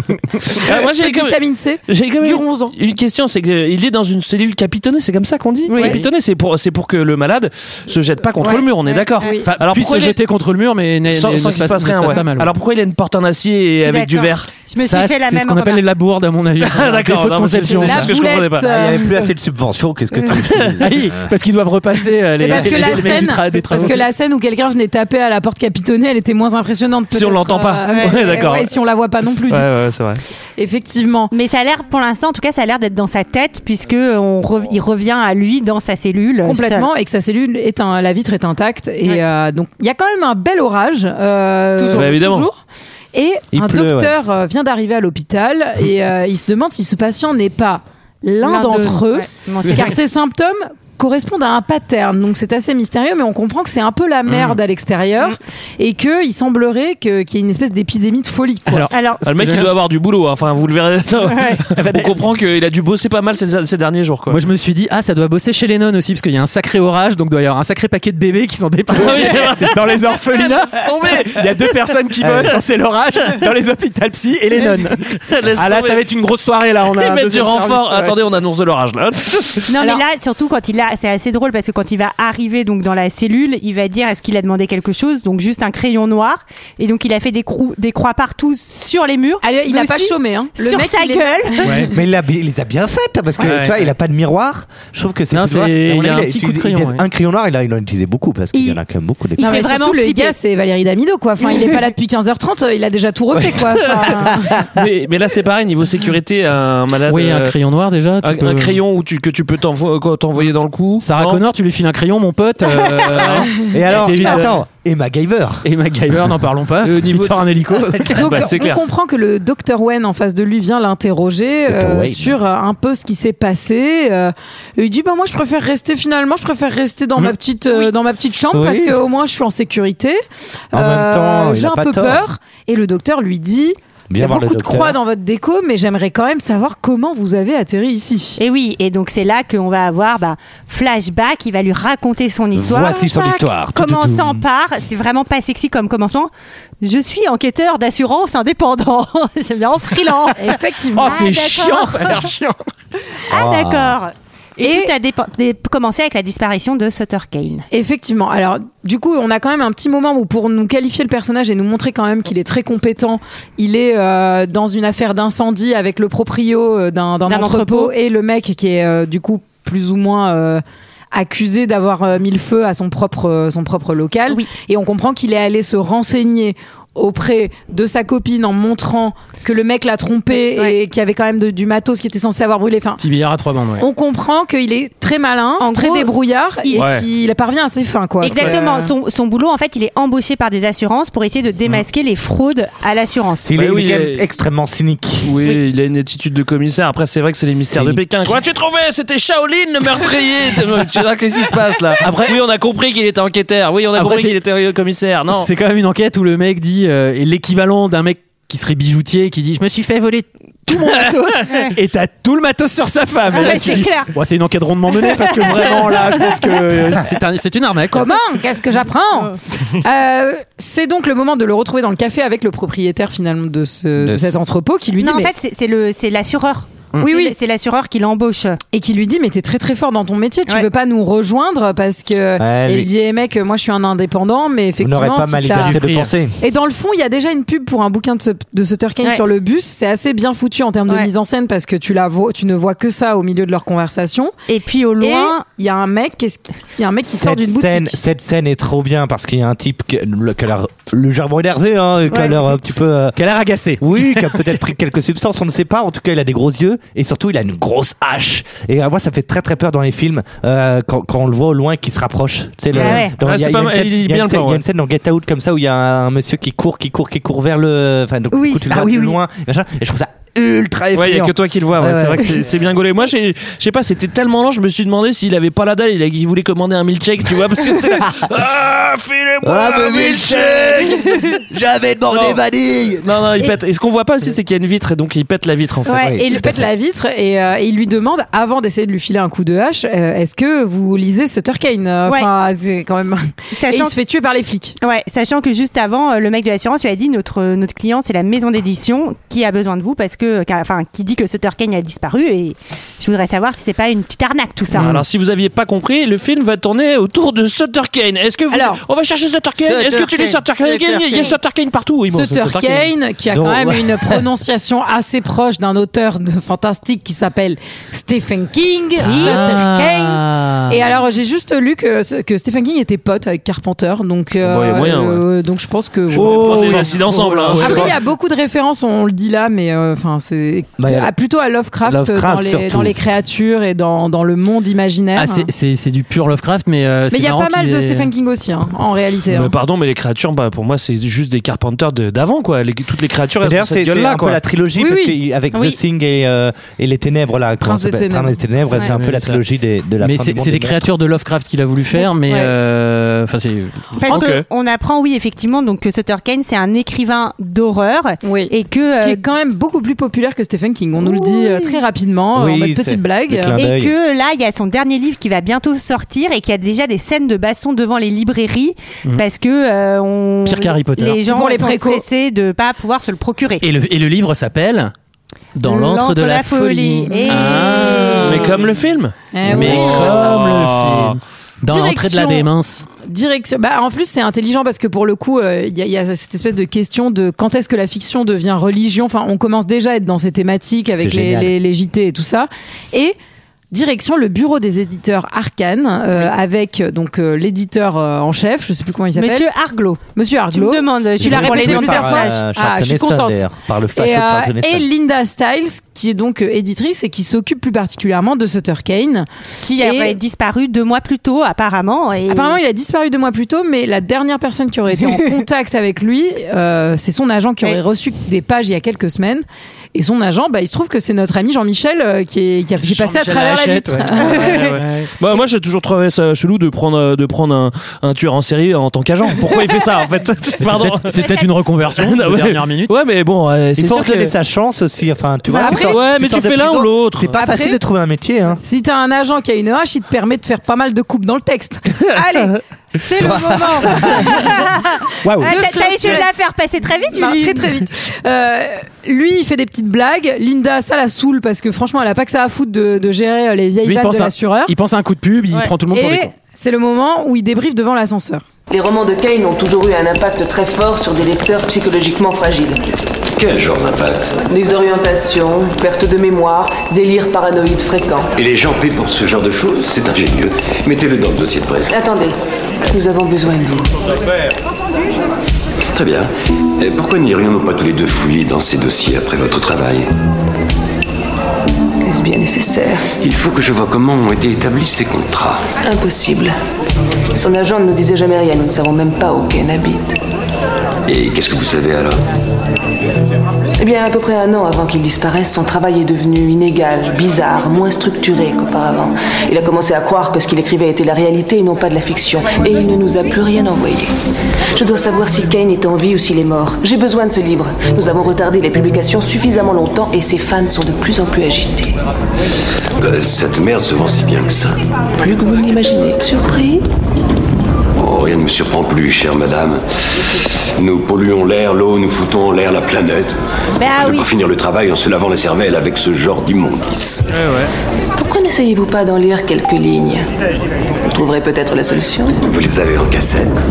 Speaker 11: Ah, moi, j'ai
Speaker 1: Et
Speaker 11: quand même-
Speaker 1: vitamine C.
Speaker 11: j'ai quand même
Speaker 1: Dure 11 ans.
Speaker 11: une question, c'est qu'il est dans une cellule capitonnée, c'est comme ça qu'on dit
Speaker 12: Oui.
Speaker 11: Capitonnée, c'est pour, c'est pour que le malade se jette pas contre
Speaker 1: Ouais.
Speaker 11: le mur, on est
Speaker 1: Ouais.
Speaker 11: d'accord
Speaker 1: Oui.
Speaker 7: Enfin,
Speaker 11: Alors,
Speaker 7: puis
Speaker 11: pourquoi
Speaker 7: se
Speaker 11: il est-
Speaker 7: jeter contre le mur, mais ne-
Speaker 11: Sans,
Speaker 7: ne-
Speaker 11: sans
Speaker 7: ne
Speaker 11: qu'il
Speaker 7: se
Speaker 11: se passe
Speaker 7: ne
Speaker 11: rien.
Speaker 7: passe
Speaker 11: ouais.
Speaker 7: pas mal.
Speaker 11: Alors pourquoi il a une porte en acier et
Speaker 12: suis
Speaker 11: avec du
Speaker 12: d'accord.
Speaker 11: verre
Speaker 12: Je me
Speaker 7: Ça,
Speaker 12: suis fait la
Speaker 7: c'est
Speaker 12: même.
Speaker 7: ce qu'on appelle les
Speaker 12: remarque.
Speaker 7: labourdes, à mon avis.
Speaker 11: Ah,
Speaker 7: Des
Speaker 11: d'accord,
Speaker 7: fautes de
Speaker 11: non, c'est-
Speaker 7: conception.
Speaker 11: c'est
Speaker 1: La
Speaker 11: ce que je comprenais pas.
Speaker 1: boulette,
Speaker 2: Il n'y
Speaker 1: euh,
Speaker 2: avait plus assez de subventions, qu'est-ce que tu.
Speaker 7: Ah oui, parce qu'ils doivent repasser euh, les,
Speaker 1: parce, que
Speaker 7: les-
Speaker 1: la
Speaker 7: les mecs
Speaker 1: scène,
Speaker 7: du tra- des
Speaker 1: parce
Speaker 7: travaux.
Speaker 1: que la scène où quelqu'un venait taper à la porte capitonnée, elle était moins impressionnante.
Speaker 11: Si on
Speaker 1: peut-être, euh,
Speaker 11: l'entend pas. Ouais, d'accord.
Speaker 1: ouais, si on la voit pas non plus. du
Speaker 11: Ouais, ouais, c'est vrai.
Speaker 1: Effectivement.
Speaker 12: Mais ça a l'air, pour l'instant, en tout cas, ça a l'air d'être dans sa tête, puisque on re- il revient à lui dans sa cellule.
Speaker 1: Complètement, et que sa cellule est un, la vitre est intacte, et
Speaker 12: Ouais.
Speaker 1: euh, donc il y a quand même un bel orage. euh,
Speaker 11: Toujours. Bah, évidemment.
Speaker 1: toujours. Et
Speaker 2: Il
Speaker 1: un
Speaker 2: pleut, ouais.
Speaker 1: docteur euh, vient d'arriver à l'hôpital et euh, il se demande si ce patient n'est pas l'un
Speaker 12: L'un
Speaker 1: d'entre
Speaker 12: d'eux.
Speaker 1: eux,
Speaker 12: Ouais. Non, c'est
Speaker 1: car
Speaker 12: vrai.
Speaker 1: ses symptômes correspondent à un pattern. Donc c'est assez mystérieux, mais on comprend que c'est un peu la
Speaker 2: Mm.
Speaker 1: merde à l'extérieur
Speaker 12: Mm.
Speaker 1: et qu'il semblerait que- qu'il y ait une espèce d'épidémie de folie. quoi.
Speaker 7: Alors,
Speaker 12: Alors,
Speaker 11: Ah, le mec, il doit avoir du boulot. hein. Enfin, vous le verrez. Non. On comprend qu'il a dû bosser pas mal ces, ces derniers jours. Quoi.
Speaker 7: moi je me suis dit, ah ça doit bosser chez les nonnes aussi, parce qu'il y a un sacré orage, donc doit y avoir un sacré paquet de bébés qui sont déposés
Speaker 11: Ah oui, c'est vrai.
Speaker 7: dans les orphelinats. Il y a deux personnes qui bossent quand c'est l'orage, dans les hôpitaux psy et les nonnes.
Speaker 11: Laisse
Speaker 7: Ah là,
Speaker 11: tomber.
Speaker 7: ça va être une grosse soirée là, on a
Speaker 11: Ils
Speaker 7: un
Speaker 11: mettent du
Speaker 7: deuxième service,
Speaker 11: renfort.
Speaker 7: ça va être-
Speaker 11: Attendez, on annonce de l'orage là.
Speaker 12: Non,
Speaker 1: Alors-
Speaker 12: mais là, surtout quand il a, c'est assez drôle parce que quand il va arriver donc dans la cellule, il va dire est-ce qu'il a demandé quelque chose, donc juste un crayon noir, et donc il a fait des, crou- des croix partout sur les murs.
Speaker 1: Allez, Ah, il
Speaker 12: mais
Speaker 1: n'a pas
Speaker 12: aussi
Speaker 1: chômé. Hein.
Speaker 12: sur sa
Speaker 1: il est-
Speaker 12: gueule.
Speaker 2: Mais il, a, bi- il les a bien faites parce que
Speaker 7: Ouais,
Speaker 2: tu vois,
Speaker 7: ouais.
Speaker 2: il a pas de miroir. Je trouve que c'est
Speaker 7: Non,
Speaker 2: plus droit.
Speaker 7: c'est-
Speaker 2: À mon
Speaker 7: il y a
Speaker 2: avis,
Speaker 7: un petit coup de
Speaker 2: utilisé-
Speaker 7: crayon,
Speaker 2: il a-
Speaker 7: ouais.
Speaker 2: Un crayon noir, il, a- il en utilisait beaucoup parce qu'il y en a quand même beaucoup. des-
Speaker 12: Il
Speaker 1: Non,
Speaker 12: fait
Speaker 1: mais
Speaker 12: vraiment
Speaker 1: surtout, le
Speaker 12: flipper.
Speaker 1: gars, c'est Valérie Damido, quoi. Enfin, il est pas là depuis 15h30, euh, il a déjà tout refait, quoi. Enfin,
Speaker 11: mais, mais là, c'est pareil niveau sécurité. Un malade.
Speaker 7: Oui, un
Speaker 11: euh,
Speaker 7: crayon noir déjà. tu
Speaker 11: un,
Speaker 7: peux-
Speaker 11: un crayon où tu, que tu peux t'envo- euh, quoi, t'envoyer dans le beaucoup.
Speaker 7: Sarah
Speaker 11: Non.
Speaker 7: Connor, tu lui files un crayon, mon pote. euh,
Speaker 2: Et alors,
Speaker 7: t'évites-
Speaker 2: attends, et MacGyver.
Speaker 7: Et MacGyver, n'en parlons pas.
Speaker 11: Au
Speaker 7: Il
Speaker 11: niveau
Speaker 7: sort
Speaker 11: de-
Speaker 7: un hélico.
Speaker 2: Ah,
Speaker 11: Eh ben,
Speaker 1: Donc
Speaker 2: bah,
Speaker 1: on comprend que le docteur Wen en face de lui vient l'interroger
Speaker 7: Dr.
Speaker 1: euh,
Speaker 7: Wayne.
Speaker 1: sur euh, un peu ce qui s'est passé. euh, et il dit bah moi je préfère rester finalement je préfère rester dans ma petite euh, dans ma petite chambre
Speaker 2: Hmm. Oui.
Speaker 1: parce que au moins je suis en sécurité. Euh,
Speaker 2: En même temps, il
Speaker 1: j'ai
Speaker 2: a
Speaker 1: un
Speaker 2: pas
Speaker 1: peu
Speaker 2: tort.
Speaker 1: peur et le docteur lui dit
Speaker 2: Viens
Speaker 1: il y a
Speaker 2: voir le
Speaker 1: beaucoup de
Speaker 2: docteur.
Speaker 1: croix dans votre déco mais j'aimerais quand même savoir comment vous avez atterri ici.
Speaker 12: Et oui, et donc c'est là qu'on va avoir bah, flashback, il va lui raconter son histoire.
Speaker 2: Voici son histoire. Tout, tout, tout.
Speaker 12: Commençant par, c'est vraiment pas sexy comme commencement, je suis enquêteur d'assurance indépendant, je viens en freelance.
Speaker 1: Effectivement.
Speaker 12: Ah, d'accord.
Speaker 7: Oh, chiant.
Speaker 12: Ah
Speaker 7: Ah.
Speaker 12: d'accord. Et, tout a dépa- dé- commencé avec la disparition de Sutter Kane.
Speaker 1: Effectivement. Alors, du coup, on a quand même un petit moment où pour nous qualifier le personnage et nous montrer quand même qu'il est très compétent, il est euh, dans une affaire d'incendie avec le proprio euh, d'un d'un
Speaker 12: D'un
Speaker 1: entrepôt,
Speaker 12: entrepôt.
Speaker 1: et le mec qui est euh, du coup plus ou moins euh, accusé d'avoir euh, mis le feu à son propre euh, son propre local et on comprend qu'il est allé se renseigner auprès de sa copine en montrant que le mec l'a trompé et qu'il y avait quand même de- du matos qui était censé avoir brûlé. Enfin,
Speaker 7: Petit billard à trois bandes, ouais.
Speaker 1: on comprend qu'il est très malin, très débrouillard et
Speaker 7: Ouais.
Speaker 1: qu'il parvient à ses fins. Quoi.
Speaker 12: Exactement,
Speaker 1: Euh,
Speaker 12: son, son boulot en fait, il est embauché par des assurances pour essayer de démasquer les fraudes à l'assurance.
Speaker 2: Il
Speaker 11: Bah
Speaker 2: est, il est quand
Speaker 11: il
Speaker 2: même extrêmement cynique.
Speaker 11: Oui, il a une attitude de commissaire. Après, c'est vrai que c'est les mystères de Pékin. Quoi, tu trouvais C'était Shaolin le meurtrier Tu vois, qu'est-ce qui se passe là Après, oui, on a compris qu'il était enquêteur. Oui, on a
Speaker 7: Après,
Speaker 11: compris
Speaker 7: c'est-
Speaker 11: qu'il était euh, commissaire. Non.
Speaker 7: C'est quand même une enquête où le mec dit euh, et l'équivalent d'un mec qui serait bijoutier qui dit je me suis fait voler tout mon matos et t'as tout le matos sur sa femme. Et là,
Speaker 1: Ah ouais,
Speaker 7: tu
Speaker 1: c'est
Speaker 7: dis,
Speaker 1: clair.
Speaker 7: Bon, c'est une enquête rondement menée parce que vraiment là je pense que euh, c'est un- c'est une arnaque.
Speaker 1: Comment Qu'est-ce que j'apprends
Speaker 12: Oh.
Speaker 1: Euh, C'est donc le moment de le retrouver dans le café avec le propriétaire finalement de, ce, de
Speaker 12: ce-
Speaker 1: cet entrepôt qui lui dit.
Speaker 12: non, en
Speaker 1: mais- Mm.
Speaker 12: fait, c'est- c'est le c'est l'assureur.
Speaker 1: Oui,
Speaker 12: C'est-
Speaker 1: oui.
Speaker 12: c'est l'assureur qui l'embauche.
Speaker 1: Et qui lui dit mais t'es très très fort dans ton métier, tu veux pas nous rejoindre parce que
Speaker 2: Ouais,
Speaker 1: et il
Speaker 2: lui-
Speaker 1: dit eh mec moi je suis un indépendant mais effectivement
Speaker 2: n'aurez pas
Speaker 1: si
Speaker 2: ma
Speaker 1: t'as-
Speaker 2: liberté de
Speaker 7: hein.
Speaker 2: penser.
Speaker 1: Et dans le fond il y a déjà une pub pour un bouquin de, ce, de Sutter Kane
Speaker 12: Ouais.
Speaker 1: sur le bus, c'est assez bien foutu en termes de
Speaker 12: Ouais.
Speaker 1: mise en scène parce que tu la vois, tu ne vois que ça au milieu de leur conversation.
Speaker 12: Et puis au loin-
Speaker 1: il y a un mec, qu'est-ce qui- il y a un mec qui sort
Speaker 2: Cette
Speaker 1: d'une
Speaker 2: scène,
Speaker 1: boutique.
Speaker 2: cette scène est trop bien parce qu'il y a un type qui le- qui a l'air légèrement énervé, hein, et qui a
Speaker 1: Ouais.
Speaker 2: l'air un petit peu. euh,
Speaker 7: Qui a l'air agacé.
Speaker 2: Oui, qui a peut-être pris quelques substances, on ne sait pas. En tout cas, il a des gros yeux et surtout, il a une grosse hache. Et à moi, ça fait très très peur dans les films euh, quand, quand on le voit au loin qui se rapproche. Tu sais, le-
Speaker 11: Ah ouais.
Speaker 2: dans-
Speaker 11: Ah,
Speaker 2: il y a- il
Speaker 11: c'est
Speaker 2: y a
Speaker 11: pas
Speaker 2: une
Speaker 11: mal,
Speaker 2: scène-
Speaker 11: il est
Speaker 2: il y a
Speaker 11: bien
Speaker 2: une scène-
Speaker 11: fort,
Speaker 2: il y a
Speaker 11: ouais.
Speaker 2: une scène dans Get Out comme ça où il y a un monsieur qui court, qui court, qui court, vers le. Enfin, donc, du coup, tu le
Speaker 11: Ah
Speaker 2: vois
Speaker 11: oui,
Speaker 2: de
Speaker 11: oui.
Speaker 2: loin. machin. et je trouve ça ultra effrayant.
Speaker 11: Ouais, il y a que toi qui le vois. ouais,
Speaker 2: Ouais,
Speaker 11: C'est
Speaker 2: ouais.
Speaker 11: vrai que c'est- c'est bien gaulé. Moi, j'ai- je sais pas, c'était tellement lent, je me suis demandé s'il avait pas la dalle, il, a- il voulait commander un milkshake, tu vois, parce que c'était là, ah, filez-moi
Speaker 2: Ah,
Speaker 11: un
Speaker 2: me milkshake J'avais demandé
Speaker 11: Non.
Speaker 2: vanille
Speaker 11: Non, non, il pète. Et ce qu'on voit pas aussi, c'est qu'il y a une vitre, et donc il pète la vitre en fait.
Speaker 1: Ouais, et il pète la vitre et, euh, et il lui demande, avant d'essayer de lui filer un coup de hache, euh, est-ce que vous lisez Sutter Kane Euh,
Speaker 12: Ouais.
Speaker 1: Enfin, c'est quand même. Et il se fait tuer par les flics.
Speaker 12: Ouais, sachant que juste avant, euh, le mec de l'assurance lui a dit notre euh, notre client, c'est la maison d'édition qui a besoin de vous parce que, qu'a- enfin, qui dit que Sutter Kane a disparu et je voudrais savoir si c'est pas une petite arnaque tout ça.
Speaker 11: Alors, si vous aviez pas compris, le film va tourner autour de Sutter Kane. Est-ce que vous.
Speaker 1: Alors.
Speaker 11: on va chercher Sutter Kane.
Speaker 1: Sutter
Speaker 11: Est-ce que tu dis Sutter
Speaker 1: Kane,
Speaker 11: Kane Il y a Sutter Kane partout. Oui, bon, c'est
Speaker 1: Sutter Kane, qui a
Speaker 11: Donc-
Speaker 1: quand même une prononciation assez proche d'un auteur de fantastique qui s'appelle Stephen King.
Speaker 11: Ah.
Speaker 1: Sutter
Speaker 2: Ah.
Speaker 1: Kane.
Speaker 7: Ah.
Speaker 1: Et alors, j'ai juste lu que, que Stephen King était pote avec Carpenter, donc euh,
Speaker 11: Bon, il y a moyen,
Speaker 1: euh, donc je pense
Speaker 2: Oh,
Speaker 1: que.
Speaker 11: On
Speaker 1: Oh.
Speaker 11: est assis ensemble. hein.
Speaker 1: Après, il y a beaucoup de références, on le dit là, mais euh, enfin, c'est
Speaker 7: Bah, il y a-
Speaker 1: à- plutôt à Lovecraft, euh,
Speaker 7: Lovecraft,
Speaker 1: dans, les,
Speaker 7: surtout.
Speaker 1: dans les créatures et dans, dans le monde imaginaire.
Speaker 7: Ah, c'est- c'est c'est du pur Lovecraft mais euh,
Speaker 1: mais
Speaker 7: c'est
Speaker 1: il y a
Speaker 7: marrant
Speaker 1: pas mal
Speaker 7: qu'il
Speaker 1: de
Speaker 7: ait-
Speaker 1: Stephen King aussi, hein, en réalité.
Speaker 11: Mais
Speaker 1: hein.
Speaker 11: pardon, mais les créatures, bah, pour moi, c'est juste des carpenters de- d'avant, quoi. Les- toutes les créatures,
Speaker 2: Mais
Speaker 11: elles ont
Speaker 2: D'ailleurs, c'est
Speaker 11: cette
Speaker 2: c'est
Speaker 11: gueule-là,
Speaker 2: un
Speaker 11: quoi.
Speaker 2: peu la trilogie,
Speaker 11: Oui,
Speaker 2: parce
Speaker 11: oui.
Speaker 2: que avec
Speaker 11: Oui.
Speaker 2: The Thing et, euh, et les ténèbres, là, comment
Speaker 11: Prince
Speaker 2: ça
Speaker 11: des
Speaker 2: s'appelle
Speaker 11: Ténèbres.
Speaker 2: Prince des ténèbres, c'est un
Speaker 7: Ouais.
Speaker 2: peu la trilogie des, de la
Speaker 7: mais
Speaker 2: fin
Speaker 7: c'est
Speaker 2: du monde
Speaker 7: c'est des
Speaker 2: monstres.
Speaker 7: créatures de Lovecraft qu'il a voulu faire mais
Speaker 12: Ouais.
Speaker 7: euh, enfin c'est
Speaker 12: Parce qu'on apprend, oui, effectivement, donc que Sutter Kane, c'est un écrivain d'horreur et que euh,
Speaker 1: Qui est quand même beaucoup plus populaire que Stephen King. On nous le dit euh, très rapidement,
Speaker 12: Oui,
Speaker 1: en mode
Speaker 12: c'est
Speaker 1: petite blague.
Speaker 12: Et que là, il y a son dernier livre qui va bientôt sortir et qui a déjà des scènes de baston devant les librairies
Speaker 7: Mhm.
Speaker 12: parce que euh, on
Speaker 7: Pire qu'Harry Potter.
Speaker 12: les gens
Speaker 1: C'est pour les
Speaker 12: sont
Speaker 1: précos.
Speaker 12: stressés de pas pouvoir se le procurer.
Speaker 7: et le et le livre s'appelle dans l'antre de la, folie.
Speaker 1: Mmh.
Speaker 7: Ah.
Speaker 12: Et-
Speaker 11: Mais comme le film.
Speaker 7: Mais
Speaker 1: Eh oui.
Speaker 7: comme le film. Dans l'entrée de la
Speaker 1: Direction-
Speaker 7: démence.
Speaker 1: Direction. Bah, en plus, c'est intelligent parce que pour le coup, euh, il y, a- il y a cette espèce de question de quand est-ce que la fiction devient religion. Enfin, on commence déjà à être dans ces thématiques avec
Speaker 7: C'est
Speaker 1: les,
Speaker 7: génial.
Speaker 1: les- les JT et tout ça. Et Direction le bureau des éditeurs Arkane, euh, avec euh, donc euh, l'éditeur euh, en chef, je sais plus comment il s'appelle.
Speaker 2: Monsieur Arglo.
Speaker 1: Monsieur Arglo.
Speaker 2: Tu me demandes, je
Speaker 1: tu l'as
Speaker 2: comprends
Speaker 1: répété
Speaker 2: les noms
Speaker 1: plusieurs
Speaker 2: par,
Speaker 1: fois.
Speaker 7: euh,
Speaker 1: ah, je suis
Speaker 7: Charlton Heston,
Speaker 1: contente.
Speaker 7: d'ailleurs, par le facho
Speaker 1: et, euh,
Speaker 7: Charlton Heston.
Speaker 1: et Linda Stiles, qui est donc euh, éditrice et qui s'occupe plus particulièrement de Sutter Kane.
Speaker 2: Qui aurait disparu deux mois plus tôt, apparemment. Et...
Speaker 1: Apparemment, il a disparu deux mois plus tôt, mais la dernière personne qui aurait été en contact avec lui, euh, c'est son agent qui aurait reçu des pages il y a quelques semaines. Et son agent, bah, il se trouve que c'est notre ami Jean-Michel euh, qui, est, qui, a- qui est passé à
Speaker 11: Jean-Michel
Speaker 1: travers la
Speaker 11: Hachette,
Speaker 1: vitre.
Speaker 11: Ouais, ouais. Bah, moi, j'ai toujours trouvé ça chelou de prendre, euh, de prendre un, un tueur en série en tant qu'agent. Pourquoi il fait ça, en fait Pardon.
Speaker 13: peut-être- c'est peut-être une reconversion de
Speaker 11: Non, ouais.
Speaker 13: dernière minute.
Speaker 11: Ouais, mais bon, euh, c'est
Speaker 7: Il faut
Speaker 11: sûr que-
Speaker 7: redonner sa chance aussi. Enfin, tu vois,
Speaker 1: Bah
Speaker 7: tu
Speaker 1: après-
Speaker 7: sors-
Speaker 1: Ouais, mais
Speaker 7: sors
Speaker 1: tu
Speaker 7: de
Speaker 1: fais l'un
Speaker 7: prison,
Speaker 1: ou l'autre.
Speaker 7: C'est pas
Speaker 1: Après-
Speaker 7: facile de trouver un métier. Hein.
Speaker 1: Si t'as un agent qui a une hache, il te permet de faire pas mal de coupes dans le texte. Allez, c'est le moment.
Speaker 2: Waouh.
Speaker 1: De
Speaker 2: Ah, t'as- t'as essayé de la
Speaker 1: clôture.
Speaker 2: faire passer très vite,
Speaker 1: Non,
Speaker 2: Julie.
Speaker 1: Très très vite. Euh, lui, il fait des petites blagues. Linda, ça la saoule parce que franchement, elle a pas que ça à foutre de, de gérer euh, les vieilles
Speaker 13: Lui, il
Speaker 1: vannes
Speaker 13: pense,
Speaker 1: de
Speaker 13: à-
Speaker 1: l'assureur.
Speaker 13: il pense à un coup de pub, il prend tout le monde pour des
Speaker 1: Et
Speaker 13: cons.
Speaker 1: c'est le moment où il débriefe devant l'ascenseur.
Speaker 14: Les romans de Kane ont toujours eu un impact très fort sur des lecteurs psychologiquement fragiles.
Speaker 12: Quel genre d'impact
Speaker 14: Désorientation, perte de mémoire, délire paranoïde fréquent.
Speaker 12: Et les gens paient pour ce genre de choses, c'est ingénieux. Mettez-le dans le dossier de presse.
Speaker 14: Attendez, nous avons besoin de vous.
Speaker 12: Très bien. Et pourquoi n'irions-nous pas tous les deux fouiller dans ces dossiers après votre travail
Speaker 14: Est-ce bien nécessaire
Speaker 12: Il faut que je vois comment ont été établis ces contrats.
Speaker 14: Impossible. Son agent ne nous disait jamais rien, nous ne savons même pas où Kane habite.
Speaker 12: Et qu'est-ce que vous savez alors
Speaker 14: Eh bien, à peu près un an avant qu'il disparaisse, son travail est devenu inégal, bizarre, moins structuré qu'auparavant. Il a commencé à croire que ce qu'il écrivait était la réalité et non pas de la fiction, et il ne nous a plus rien envoyé. Je dois savoir si Kane est en vie ou s'il est mort. J'ai besoin de ce livre. Nous avons retardé les publications suffisamment longtemps et ses fans sont de plus en plus agités.
Speaker 12: Euh, Cette merde se vend si bien que ça.
Speaker 14: Plus que vous ne l'imaginez. Surpris
Speaker 12: Oh, rien ne me surprend plus, chère madame. Nous polluons l'air, l'eau, nous foutons en l'air la planète.
Speaker 14: Bah
Speaker 12: De pas finir le travail en se lavant la cervelle avec ce genre d'immondice.
Speaker 14: Pourquoi n'essayez-vous pas d'en lire quelques lignes Vous trouverez peut-être la solution.
Speaker 12: Vous les avez en cassette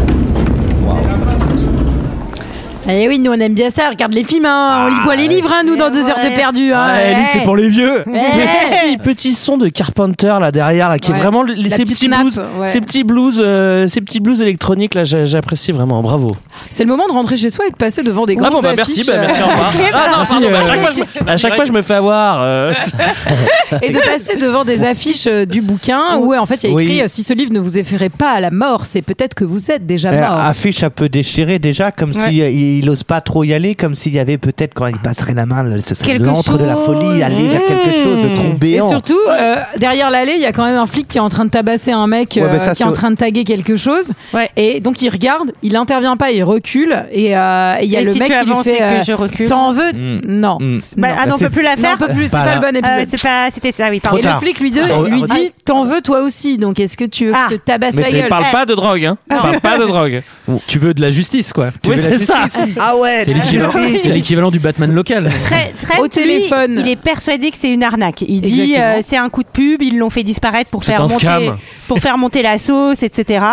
Speaker 1: Eh oui, nous on aime bien ça, regarde les films, hein. on lit pas les livres, hein, nous, dans deux heures de perdu. Hein. Eh.
Speaker 13: Ah, Luc, c'est pour les vieux.
Speaker 11: Petit, petit son de Carpenter là derrière là, qui
Speaker 1: Ouais.
Speaker 11: est vraiment les-
Speaker 1: La
Speaker 11: ces
Speaker 1: petite
Speaker 11: petits,
Speaker 1: nappe,
Speaker 11: blues,
Speaker 1: ouais.
Speaker 11: ces petits blues euh, ces petits blues électroniques là j'a- j'apprécie vraiment bravo
Speaker 1: C'est le moment de rentrer chez soi et de passer devant des
Speaker 11: ah
Speaker 1: grandes
Speaker 11: bon bah merci
Speaker 1: affiches.
Speaker 11: bah, merci au
Speaker 1: euh,
Speaker 11: revoir ah, non,
Speaker 13: Merci,
Speaker 11: pardon, bah, à
Speaker 13: euh,
Speaker 11: chaque, fois je, me- à chaque fois, je me fais avoir euh.
Speaker 1: euh, et de passer devant des affiches euh, du bouquin où en fait il y a écrit
Speaker 7: Oui.
Speaker 1: euh, si ce livre ne vous effraie pas à la mort, c'est peut-être que vous êtes déjà
Speaker 7: Euh,
Speaker 1: mort.
Speaker 7: affiche un peu déchirée déjà, comme
Speaker 1: Ouais.
Speaker 7: si euh, il n'ose pas trop y aller, comme s'il y avait peut-être quand il passerait la main, là, ce serait
Speaker 1: Quelque
Speaker 7: l'antre de la folie, aller vers quelque chose, le trou
Speaker 1: Et
Speaker 7: béant.
Speaker 1: surtout, euh, derrière l'allée, il y a quand même un flic qui est en train de tabasser un mec
Speaker 7: Ouais,
Speaker 1: euh,
Speaker 7: bah ça,
Speaker 1: qui est en
Speaker 7: c'est-
Speaker 1: train de taguer quelque chose. Et donc il regarde, il intervient pas, il recule. Et euh, et il y a
Speaker 2: Et
Speaker 1: le
Speaker 2: si
Speaker 1: mec
Speaker 2: tu
Speaker 1: qui lui
Speaker 2: avances
Speaker 1: fait
Speaker 2: et que
Speaker 1: euh,
Speaker 2: je recule
Speaker 1: T'en veux
Speaker 7: Mm.
Speaker 1: Non.
Speaker 7: Mm.
Speaker 2: Bah, ah non, on
Speaker 7: c'est-
Speaker 2: peut plus la
Speaker 1: Non,
Speaker 2: faire
Speaker 1: on peut plus, c'est pas le bon épisode.
Speaker 2: Euh, c'est pas, c'était ça, oui, pardon.
Speaker 1: Et le flic lui, dit-
Speaker 7: Attends,
Speaker 1: lui
Speaker 7: attends.
Speaker 1: dit T'en veux toi aussi, donc est-ce que tu veux que
Speaker 2: Ah.
Speaker 1: je te tabasse
Speaker 11: mais
Speaker 1: la
Speaker 11: il
Speaker 1: gueule
Speaker 11: parle pas de drogue hein Il parle pas de drogue
Speaker 13: Tu veux de la justice, quoi. Tu
Speaker 11: oui
Speaker 13: veux la
Speaker 11: c'est
Speaker 13: justice.
Speaker 11: ça
Speaker 7: Ah ouais,
Speaker 13: C'est l'équivalent- C'est l'équivalent du Batman local.
Speaker 2: Très, très,
Speaker 1: Au téléphone.
Speaker 2: Il est persuadé que c'est une arnaque. Il dit
Speaker 1: Exactement.
Speaker 2: euh, c'est un coup de pub, ils l'ont fait disparaître pour
Speaker 11: C'est
Speaker 2: faire
Speaker 11: un
Speaker 2: monter,
Speaker 11: scam.
Speaker 2: pour faire monter la sauce, etc.